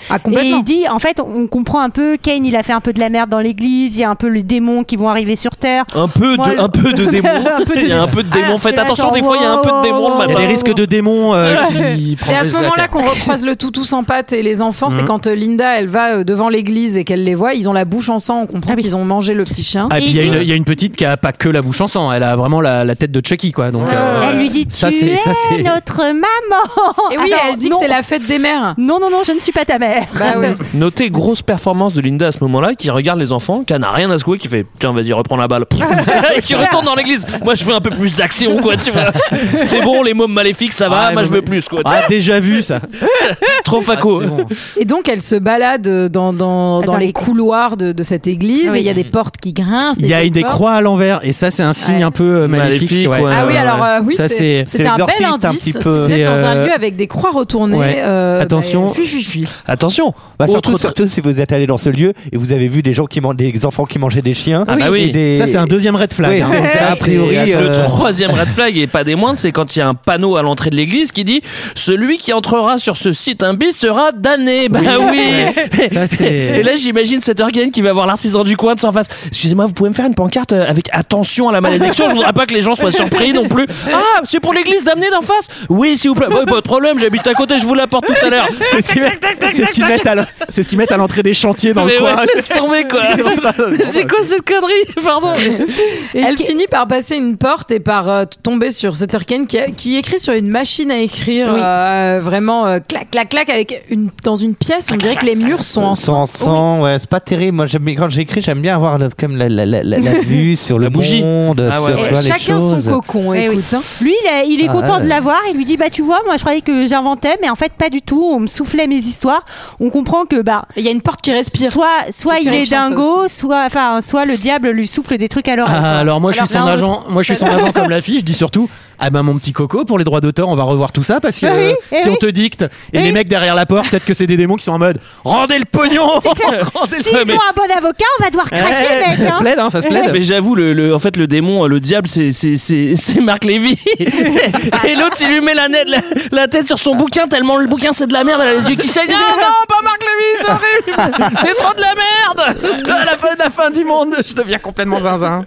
Speaker 12: et il dit, en fait, on comprend un peu, Kane, il a fait un peu de la merde dans l'église, il y a un peu les démons qui vont arriver sur Terre.
Speaker 11: Un peu
Speaker 12: Moi,
Speaker 11: de,
Speaker 12: le-
Speaker 11: un peu de démon.
Speaker 12: Un peu de-
Speaker 11: Il y a un peu de
Speaker 12: Ah,
Speaker 11: démon.
Speaker 12: parce que
Speaker 11: Faites
Speaker 12: là,
Speaker 11: attention,
Speaker 12: genre,
Speaker 11: des fois, il y a un peu de démon
Speaker 7: Il
Speaker 11: le
Speaker 7: y
Speaker 11: matin.
Speaker 7: a des risques de démons euh, qui
Speaker 1: C'est à
Speaker 7: prendraient
Speaker 1: ce
Speaker 7: la
Speaker 1: moment-là
Speaker 7: tête.
Speaker 1: qu'on recroise le tout tous en pâte et les enfants. C'est
Speaker 7: Mhm.
Speaker 1: quand euh, Linda, elle va euh, devant l'église et qu'elle les voit, ils ont la bouche en sang. On comprend qu'ils ont mangé le petit chien.
Speaker 7: Ah, et puis il y, a une- il y a une petite qui a pas que la bouche en sang, elle a vraiment la, la tête de Chucky quoi. Donc
Speaker 1: Ah.
Speaker 7: euh,
Speaker 12: Elle lui dit
Speaker 7: ça
Speaker 12: Tu
Speaker 7: c'est
Speaker 12: es
Speaker 7: ça c'est
Speaker 12: notre maman
Speaker 1: Et oui, elle dit que c'est la fête des mères.
Speaker 12: Non, non, non, je ne suis pas ta mère.
Speaker 11: Bah Notez grosse performance de Linda à ce moment-là, qui regarde les enfants, qui n'a rien à secouer, qui fait tiens vas-y reprends la balle, et qui retourne dans l'église. Moi je veux un peu plus d'action quoi, tu vois. C'est bon les mômes maléfiques ça va,
Speaker 7: Ah,
Speaker 11: moi je
Speaker 7: mais-
Speaker 11: veux plus quoi.
Speaker 7: Ah, déjà vu ça.
Speaker 11: Trop faco.
Speaker 1: Et donc, elle se balade euh, dans, dans, dans les couloirs de, de cette église et il y a des portes qui grincent.
Speaker 7: Mmh. Il y a
Speaker 1: portes
Speaker 7: des
Speaker 1: fortes.
Speaker 7: croix à l'envers et ça c'est un signe un peu euh, maléfique.
Speaker 11: Maléfique,
Speaker 7: ouais.
Speaker 11: ouais.
Speaker 1: Ah oui, alors euh, oui,
Speaker 7: Ça,
Speaker 1: c'est c'est un bel
Speaker 7: l'exorciste,
Speaker 1: indice. Si
Speaker 7: petit
Speaker 1: vous
Speaker 7: peu.
Speaker 1: êtes dans un
Speaker 7: euh,
Speaker 1: lieu avec des croix retournées,
Speaker 7: ouais.
Speaker 1: euh,
Speaker 7: Attention.
Speaker 1: bah, fui, fui, fui.
Speaker 11: Attention.
Speaker 2: Bah,
Speaker 1: Autre
Speaker 2: surtout,
Speaker 1: truc-
Speaker 2: surtout si vous êtes allé dans ce lieu et vous avez vu des gens qui mangent des enfants qui mangeaient des chiens.
Speaker 11: Ah bah oui.
Speaker 2: Et des-
Speaker 7: Ça, c'est un deuxième red flag,
Speaker 2: Oui,
Speaker 7: hein.
Speaker 2: c'est-
Speaker 7: Ça,
Speaker 2: a priori.
Speaker 7: c'est-
Speaker 2: euh,
Speaker 11: Le troisième red flag et pas des moindres, c'est quand il y a un panneau à l'entrée de l'église qui dit celui qui entrera sur ce site imbi sera damné. Bah oui.
Speaker 7: Ça, c'est-
Speaker 11: et là j'imagine cette organe qui va voir l'artisan du coin de s'en face. Excusez-moi, vous pouvez me faire une pancarte euh, avec attention à la malédiction. Je voudrais pas que les gens soient surpris non plus. Ah, c'est pour l'église damnée d'en face. Oui, s'il vous plaît. Bah, pas de problème, j'habite à côté, je vous l'apporte tout à l'heure.
Speaker 7: C'est ce qu'ils mettent, c'est ce qu'ils mettent à l'en- c'est ce qu'ils mettent à l'entrée des chantiers dans
Speaker 11: Mais
Speaker 7: le coin.
Speaker 11: ouais, laisse tomber quoi. C'est quoi cette connerie Pardon.
Speaker 1: Elle finit par passer une porte et par euh, tomber sur Sutter Kane qui, a- qui écrit sur une machine à écrire
Speaker 12: Oui.
Speaker 1: euh, vraiment euh, clac clac clac avec une dans une pièce. On dirait que les murs sont en
Speaker 2: Sans sang, ouais, c'est pas terrible. Moi, j'aime, quand j'écris, j'aime bien avoir le- comme la, la- la- la- la vue sur le
Speaker 11: bougie.
Speaker 2: monde,
Speaker 11: Ah ouais,
Speaker 2: sur
Speaker 11: ouais.
Speaker 2: tu vois, les
Speaker 1: Chacun son
Speaker 2: choses.
Speaker 1: cocon,
Speaker 12: Eh oui.
Speaker 1: écoute. hein.
Speaker 12: Lui, il est, il est
Speaker 2: Ah,
Speaker 12: content
Speaker 2: ouais.
Speaker 12: de l'avoir. Il lui dit Bah, tu vois, moi, je croyais que j'inventais, mais en fait, pas du tout. On me soufflait mes histoires. On comprend que, bah.
Speaker 1: Il y a une porte qui respire.
Speaker 12: Soit, soit
Speaker 1: C'est
Speaker 12: il est
Speaker 1: terrifiant, ça
Speaker 12: dingo, soit, enfin, soit le diable lui souffle des trucs à l'oreille.
Speaker 7: Ah, alors moi je suis
Speaker 12: Alors,
Speaker 7: son
Speaker 12: l'un,
Speaker 7: agent,
Speaker 12: l'autre.
Speaker 7: moi je suis son agent comme la fille, je dis surtout ah ben mon petit coco, pour les droits d'auteur, on va revoir tout ça parce que
Speaker 1: Bah
Speaker 12: Ah oui,
Speaker 7: euh,
Speaker 12: eh
Speaker 7: si on
Speaker 12: oui.
Speaker 7: te dicte et
Speaker 12: Eh
Speaker 7: les
Speaker 12: oui.
Speaker 7: mecs derrière la porte, peut-être que c'est des démons qui sont en mode rendez le pognon, rendez
Speaker 12: S'ils ont un bon avocat, on va devoir cracher,
Speaker 7: Eh,
Speaker 12: mec.
Speaker 7: ça se plaide, hein, ça se plaide.
Speaker 11: Mais j'avoue, le, le- en fait, le démon, euh, le diable, c'est, c'est, c'est, c'est Marc Lévy. Et l'autre, il lui met la, nette- la, la tête sur son bouquin, tellement le bouquin, c'est de la merde, elle a les yeux qui saignent. Ah non, pas Marc Lévy, c'est horrible. C'est trop de la merde.
Speaker 7: À Ah, la fin, la fin du monde, je deviens complètement zinzin.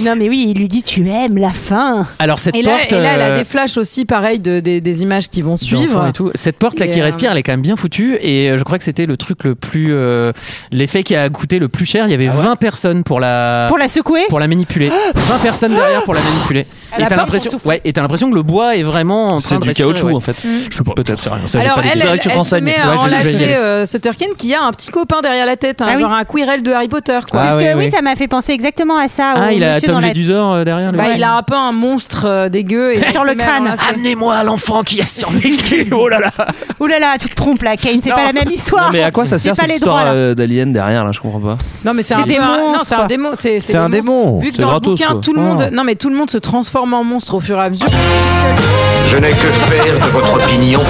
Speaker 12: Non, mais oui, il lui dit Tu aimes la fin.
Speaker 7: Alors cette
Speaker 1: et là,
Speaker 7: porte,
Speaker 1: et là, elle a
Speaker 7: euh,
Speaker 1: des flashs aussi, pareil, de, des, des images qui vont
Speaker 7: d'enfants
Speaker 1: suivre.
Speaker 7: et tout. Cette porte là
Speaker 1: Et,
Speaker 7: qui
Speaker 1: euh,
Speaker 7: respire, elle est quand même bien foutue et euh, je crois que c'était le truc le plus euh, l'effet qui a coûté le plus cher. Il y
Speaker 1: Ah
Speaker 7: avait 20 personnes pour la
Speaker 12: Pour la secouer
Speaker 7: Ah. pour la manipuler. 20 personnes derrière pour la manipuler.
Speaker 1: Elle
Speaker 7: Et
Speaker 1: a
Speaker 7: t'as
Speaker 1: peur
Speaker 7: l'impression
Speaker 1: qu'on souffle.
Speaker 7: ouais, et t'as l'impression que le bois est vraiment en train
Speaker 11: C'est
Speaker 7: de
Speaker 11: du
Speaker 7: respirer,
Speaker 11: caoutchouc,
Speaker 7: ouais.
Speaker 11: en fait. Je sais pas, peut-être, c'est rien. Ça, j'ai
Speaker 1: Alors
Speaker 11: pas les
Speaker 1: elle,
Speaker 11: détails.
Speaker 1: elle,
Speaker 11: Tu te
Speaker 1: elle se
Speaker 11: renseignes.
Speaker 1: met
Speaker 11: Ouais,
Speaker 1: à
Speaker 11: je- je vais y
Speaker 1: enlacer
Speaker 11: aller.
Speaker 1: euh, Sutterkin qui a un petit copain derrière la tête, hein,
Speaker 12: Ah oui.
Speaker 1: genre un Quirrell de Harry Potter. Quoi.
Speaker 7: Ah
Speaker 12: Parce
Speaker 7: oui,
Speaker 12: que oui,
Speaker 7: oui.
Speaker 12: ça m'a fait penser exactement à ça.
Speaker 7: Ah,
Speaker 12: au
Speaker 7: il a
Speaker 12: monsieur
Speaker 7: Tom
Speaker 12: dans la-
Speaker 7: Jedusor euh, derrière
Speaker 11: Ah,
Speaker 7: le
Speaker 1: Bah,
Speaker 7: ouais.
Speaker 1: il a un peu un monstre euh, dégueu et
Speaker 12: Sur
Speaker 1: il
Speaker 12: le
Speaker 1: se met à
Speaker 12: crâne.
Speaker 1: l'enlacer.
Speaker 7: Amenez-moi à l'enfant qui a survécu. Oh là là.
Speaker 12: Ouh là là, tu te trompes là, Kane, c'est pas la même histoire.
Speaker 11: Non, mais à quoi ça
Speaker 12: C'est
Speaker 11: sert
Speaker 12: pas
Speaker 11: cette
Speaker 12: les
Speaker 11: histoire
Speaker 12: droits, là.
Speaker 11: euh, d'alien derrière, là, je comprends pas.
Speaker 1: Non mais c'est
Speaker 12: C'est
Speaker 1: un
Speaker 12: des
Speaker 1: peu un- non,
Speaker 12: monstres,
Speaker 1: c'est un
Speaker 12: quoi.
Speaker 1: démon. C'est
Speaker 11: C'est
Speaker 1: des
Speaker 11: un
Speaker 1: monstres.
Speaker 11: démon.
Speaker 1: Vu que
Speaker 11: C'est
Speaker 1: dans
Speaker 11: gratos,
Speaker 1: le bouquin
Speaker 11: quoi.
Speaker 1: tout le
Speaker 11: Ah.
Speaker 1: monde, non mais tout le monde se transforme en monstre au fur et à mesure.
Speaker 16: Je n'ai que faire de votre opinion.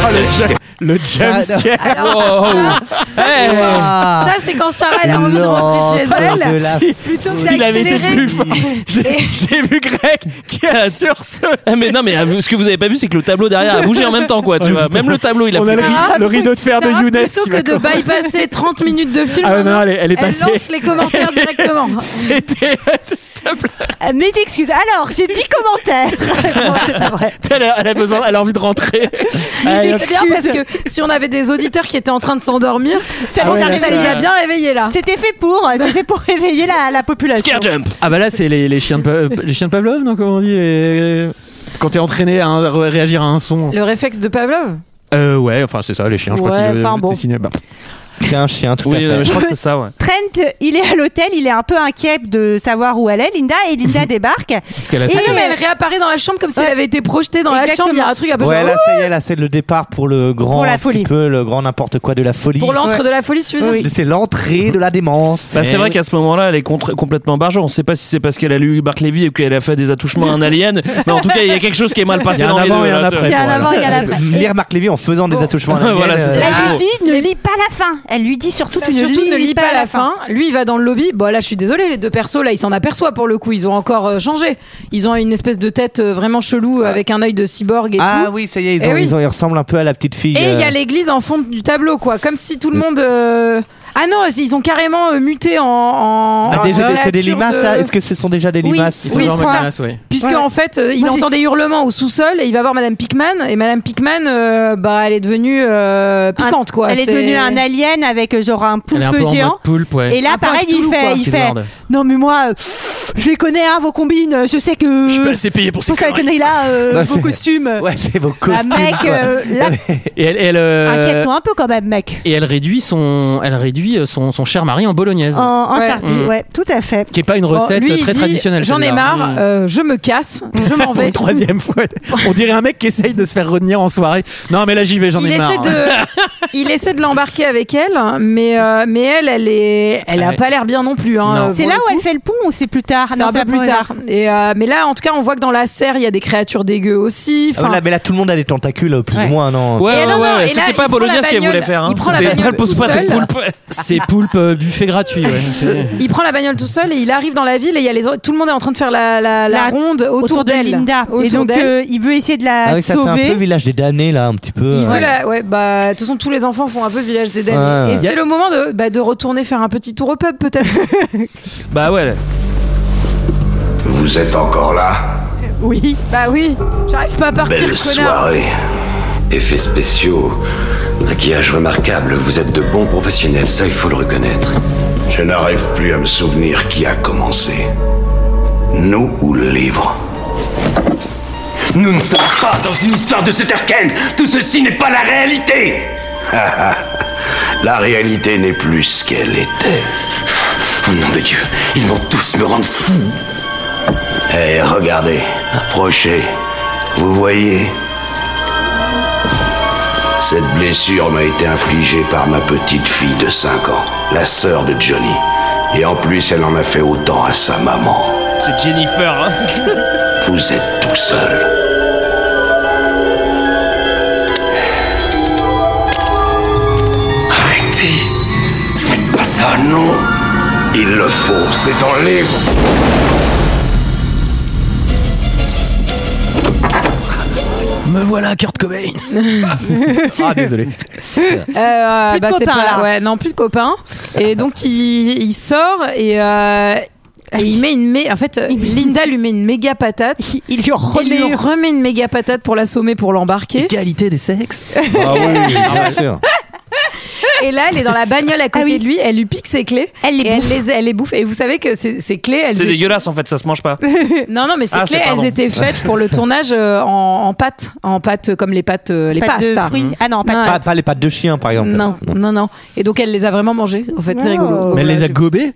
Speaker 7: Le jumpscare.
Speaker 11: Oh.
Speaker 7: Ah,
Speaker 1: Ça c'est quand Sarah elle a envie de rentrer chez elle. Plutôt que
Speaker 7: S'il avait été
Speaker 1: d'accélérer.
Speaker 7: plus fort. J'ai j'ai vu Greg qui assure ce.
Speaker 11: Ah, mais non, mais euh, ce que vous avez pas vu, c'est que le tableau derrière a bougé en même temps, quoi. Tu
Speaker 7: Ouais,
Speaker 11: vois,
Speaker 7: putain.
Speaker 11: même le tableau, il a
Speaker 7: On a
Speaker 11: fait-
Speaker 7: le, ri- le rideau de fer de
Speaker 1: Sarah,
Speaker 7: Younes.
Speaker 1: plutôt
Speaker 7: qui
Speaker 1: que
Speaker 7: va
Speaker 1: de
Speaker 7: commencer.
Speaker 1: bypasser 30 minutes de film.
Speaker 7: Ah non, elle est, elle est
Speaker 1: elle
Speaker 7: passée.
Speaker 1: lance les commentaires directement.
Speaker 7: C'était.
Speaker 12: Euh, Mes excuses. Alors, j'ai 10 commentaires. Non, c'est pas vrai.
Speaker 7: Elle a, elle a besoin, elle a envie de rentrer. Allez, hop.
Speaker 1: C'est bien parce que si on avait des auditeurs qui étaient en train de s'endormir, ça,
Speaker 7: Ah ouais, là,
Speaker 1: ça les a
Speaker 7: ça-
Speaker 1: bien réveillés là.
Speaker 12: C'était fait pour, euh, c'était pour réveiller la, la population.
Speaker 11: Scare jump.
Speaker 7: Ah bah là, c'est les, les chiens de Pa- euh, les chiens de Pavlov, non Comment on dit les- Quand t'es entraîné à un- ré- réagir à un son.
Speaker 1: Le réflexe de Pavlov
Speaker 7: Euh, ouais, enfin c'est ça, les chiens. Je crois
Speaker 12: Ouais,
Speaker 7: qu'ils
Speaker 12: enfin, bon.
Speaker 7: dessinaient- bah,
Speaker 2: C'est un chien, tout à
Speaker 11: Oui,
Speaker 2: fait.
Speaker 11: non, mais je crois que c'est ça, ouais.
Speaker 12: Trent, il est à l'hôtel, il est un peu inquiet de savoir où elle est, Linda, et Linda débarque.
Speaker 7: Parce qu'elle a.
Speaker 12: Et-
Speaker 1: Ah non, mais elle réapparaît dans la chambre comme si elle avait été projetée dans la
Speaker 12: Exactement.
Speaker 1: chambre. Il y a un truc à peu
Speaker 2: Ouais,
Speaker 1: genre,
Speaker 2: là, ça y est, là, c'est le départ pour le grand,
Speaker 12: Pour la
Speaker 2: un petit
Speaker 12: folie.
Speaker 2: peu, le grand n'importe quoi de la folie.
Speaker 1: pour l'antre de la folie, tu veux dire
Speaker 12: Oui.
Speaker 2: C'est l'entrée de la démence.
Speaker 11: Bah, c'est vrai qu'à ce moment-là, elle est contre- complètement barjot. On sait pas si c'est parce qu'elle a lu Marc Lévy ou qu'elle a fait des attouchements à un alien. Mais en tout cas, il y a quelque chose qui est mal
Speaker 7: Il y
Speaker 11: passé
Speaker 7: a
Speaker 11: dans
Speaker 7: un
Speaker 11: les
Speaker 7: avant
Speaker 11: deux.
Speaker 7: et un
Speaker 11: là, tu
Speaker 7: après.
Speaker 12: Il y a un
Speaker 7: pour elle.
Speaker 12: avant, il y a un après.
Speaker 2: Lire Marc Lévy en faisant des attouchements à la
Speaker 11: Ouais, voilà,
Speaker 2: mienne,
Speaker 7: euh.
Speaker 11: c'est ça.
Speaker 12: Elle
Speaker 11: Ah.
Speaker 12: lui dit ne lis pas la fin. Elle lui dit surtout tu ne,
Speaker 1: Bah, Surtout
Speaker 12: lis,
Speaker 1: ne lis pas la fin. Lui, il va dans le lobby. Bon, là, je suis désolée, les deux persos, là, ils s'en aperçoivent pour le coup. Ils ont encore euh, changé. Ils ont une espèce de tête euh, vraiment chelou euh, avec un œil de cyborg et
Speaker 2: Ah
Speaker 1: tout.
Speaker 2: oui, ça y est, ils,
Speaker 1: Eh
Speaker 2: ont,
Speaker 1: oui.
Speaker 2: ils, ont- ils ressemblent un peu à la petite fille.
Speaker 1: Et il y
Speaker 2: euh,
Speaker 1: a l'église en fond du tableau, quoi. Comme si tout le monde. euh, Ah non, ils ont carrément euh, muté en. en-
Speaker 2: Ah,
Speaker 1: en
Speaker 2: déjà, c'est des
Speaker 1: créature
Speaker 2: limaces
Speaker 1: de-
Speaker 2: là Est-ce que ce sont déjà des
Speaker 1: Oui,
Speaker 2: limaces
Speaker 1: oui,
Speaker 7: Dans
Speaker 1: c'est
Speaker 7: ma
Speaker 1: ça.
Speaker 7: menace, ouais.
Speaker 1: Puisque
Speaker 12: Ouais.
Speaker 1: en fait, euh, il
Speaker 12: Moi, j'ai-
Speaker 1: entend des hurlements au sous-sol et il va voir Madame Pickman et Madame Pickman, euh, bah, elle est devenue euh, piquante quoi.
Speaker 12: Elle est
Speaker 1: C'est-
Speaker 12: devenue un alien avec euh, genre un
Speaker 7: Elle est un
Speaker 12: poulpe
Speaker 7: peu en
Speaker 12: géant.
Speaker 7: mode poulpe, ouais.
Speaker 12: Et là,
Speaker 1: Un peu
Speaker 12: pareil,
Speaker 1: un
Speaker 12: il
Speaker 1: Cthulhu,
Speaker 12: fait,
Speaker 1: quoi,
Speaker 12: il
Speaker 7: Kid
Speaker 12: fait.
Speaker 7: Lord.
Speaker 12: Non mais moi, euh, je les connais, hein, vos combines. Je sais que.
Speaker 7: Je suis pas assez payé pour ces
Speaker 12: Pour ça,
Speaker 7: conneries.
Speaker 12: là,
Speaker 2: Non,
Speaker 12: euh, vos
Speaker 2: c'est-
Speaker 12: costumes.
Speaker 2: Ouais, c'est vos
Speaker 12: Bah,
Speaker 2: costumes.
Speaker 12: mec,
Speaker 2: quoi.
Speaker 12: euh, là,
Speaker 7: Et elle, elle, euh,
Speaker 12: inquiète-toi un peu quand même, mec.
Speaker 7: et elle réduit son, elle réduit euh, son, son cher mari en bolognaise,
Speaker 12: En, en
Speaker 1: Ouais.
Speaker 12: charpie,
Speaker 7: Mm.
Speaker 12: ouais, tout à fait.
Speaker 7: qui est pas une
Speaker 1: Bon,
Speaker 7: recette
Speaker 1: Oh. lui, il
Speaker 7: très
Speaker 1: dit,
Speaker 7: traditionnelle.
Speaker 1: J'en ai
Speaker 7: celle-là. Mm.
Speaker 1: marre,
Speaker 2: Mm.
Speaker 1: euh, je me casse, je m'en
Speaker 7: Pour
Speaker 1: vais.
Speaker 7: une troisième fois. On dirait un mec qui essaye de se faire retenir en soirée. Non, mais là j'y vais, j'en
Speaker 1: il
Speaker 7: ai
Speaker 1: essaie
Speaker 7: marre.
Speaker 1: de, il essaie de l'embarquer avec elle, hein, mais euh, mais elle, elle est, elle a
Speaker 7: Ouais.
Speaker 1: pas l'air bien non plus. hein,
Speaker 7: Non.
Speaker 1: euh,
Speaker 12: C'est
Speaker 1: pour
Speaker 12: là
Speaker 1: le
Speaker 12: où
Speaker 1: coup.
Speaker 12: elle fait le pont ou c'est plus tard
Speaker 1: C'est
Speaker 12: Non,
Speaker 1: un peu plus tard. Et euh, mais là, en tout cas, on voit que dans la serre, il y a des créatures dégueux aussi.
Speaker 2: Ah, mais
Speaker 1: Enfin,
Speaker 2: là, mais là, tout le monde a des tentacules, plus
Speaker 1: Ouais.
Speaker 2: ou moins, non
Speaker 11: Ouais,
Speaker 1: Et
Speaker 11: ouais,
Speaker 1: non, non,
Speaker 11: ouais,
Speaker 1: et là,
Speaker 11: C'était
Speaker 1: il
Speaker 11: pas
Speaker 1: prend la
Speaker 11: Bolognaise qu'elle
Speaker 1: bagnole-
Speaker 11: voulait faire. hein.
Speaker 1: il prend la
Speaker 11: C'était-
Speaker 1: bagnole
Speaker 11: Propose
Speaker 1: tout
Speaker 11: pas
Speaker 1: seul.
Speaker 11: tes poulpes.
Speaker 7: C'est poulpe euh, buffet gratuit. ouais. C'est-
Speaker 1: il prend la bagnole tout seul et il arrive dans la ville et il y a les, autres- tout le monde est en train de faire la, la, la
Speaker 12: La-
Speaker 1: ronde autour,
Speaker 12: autour de
Speaker 1: d'elle.
Speaker 12: Linda.
Speaker 1: Autour
Speaker 12: et donc,
Speaker 1: d'elle.
Speaker 12: euh, il veut essayer de la
Speaker 2: Ah oui, ça fait un peu
Speaker 12: sauver.
Speaker 2: village des damnés, là, un petit peu.
Speaker 1: Il
Speaker 7: euh,
Speaker 2: hein.
Speaker 1: veut la- ouais, bah, de toute façon, tous les enfants font un peu village des damnés.
Speaker 2: Ouais, ouais.
Speaker 1: Et
Speaker 2: Y
Speaker 1: c'est le moment de, bah, de retourner faire un petit tour au pub, peut-être.
Speaker 11: Bah ouais.
Speaker 17: Vous êtes encore là
Speaker 1: oui. Bah oui. J'arrive pas à partir,
Speaker 17: Belle
Speaker 1: connard.
Speaker 17: soirée.
Speaker 9: Effets spéciaux, maquillage remarquable, vous êtes de bons professionnels, ça il faut le reconnaître.
Speaker 17: Je n'arrive plus à me souvenir qui a commencé. Nous ou le livre
Speaker 18: Nous ne sommes pas dans une histoire de Sutterken Tout ceci n'est pas la réalité
Speaker 17: La réalité n'est plus ce qu'elle était.
Speaker 18: Au nom de Dieu, ils vont tous me rendre fou
Speaker 17: Eh, regardez, approchez. Vous voyez Cette blessure m'a été infligée par ma petite fille de 5 ans, la sœur de Johnny. Et en plus, elle en a fait autant à sa maman.
Speaker 11: C'est Jennifer. hein.
Speaker 17: vous êtes tout seul. Arrêtez Faites pas ça, non Il le faut, c'est dans le livre
Speaker 7: Me voilà Kurt Cobain. ah désolé.
Speaker 1: Euh,
Speaker 12: Plus de
Speaker 1: bah, c'est
Speaker 12: copains,
Speaker 1: pas-
Speaker 12: là.
Speaker 1: ouais, non, plus de copains. Et donc il, il sort et, euh, et il met une mé- en fait euh, Linda lui met une méga patate. Il lui
Speaker 12: remet-
Speaker 1: remet une méga patate pour l'assommer pour l'embarquer.
Speaker 7: Égalité des sexes.
Speaker 2: Ah oui, bien sûr.
Speaker 1: Et là, elle est dans la bagnole à côté de lui, elle lui pique ses clés Ah elle les et elle les, elle les bouffe. Et vous savez que ces, ces clés, elles
Speaker 11: C'est dégueulasse en fait, ça se mange pas.
Speaker 1: non, non, mais ces
Speaker 11: Ah,
Speaker 1: clés,
Speaker 11: c'est- pardon.
Speaker 1: elles étaient faites pour le tournage euh, en, en pâte, en pâte euh, comme les pâtes, euh, les
Speaker 12: Pâte de
Speaker 1: pastas.
Speaker 12: fruits. Ah non,
Speaker 1: pâte.
Speaker 2: Pas, pas les pattes de chien, par exemple.
Speaker 1: Non, non, non. Et donc elle les a vraiment mangées. En fait, c'est rigolo.
Speaker 7: Mais elle
Speaker 1: Voilà,
Speaker 7: les a
Speaker 1: je-
Speaker 7: gobés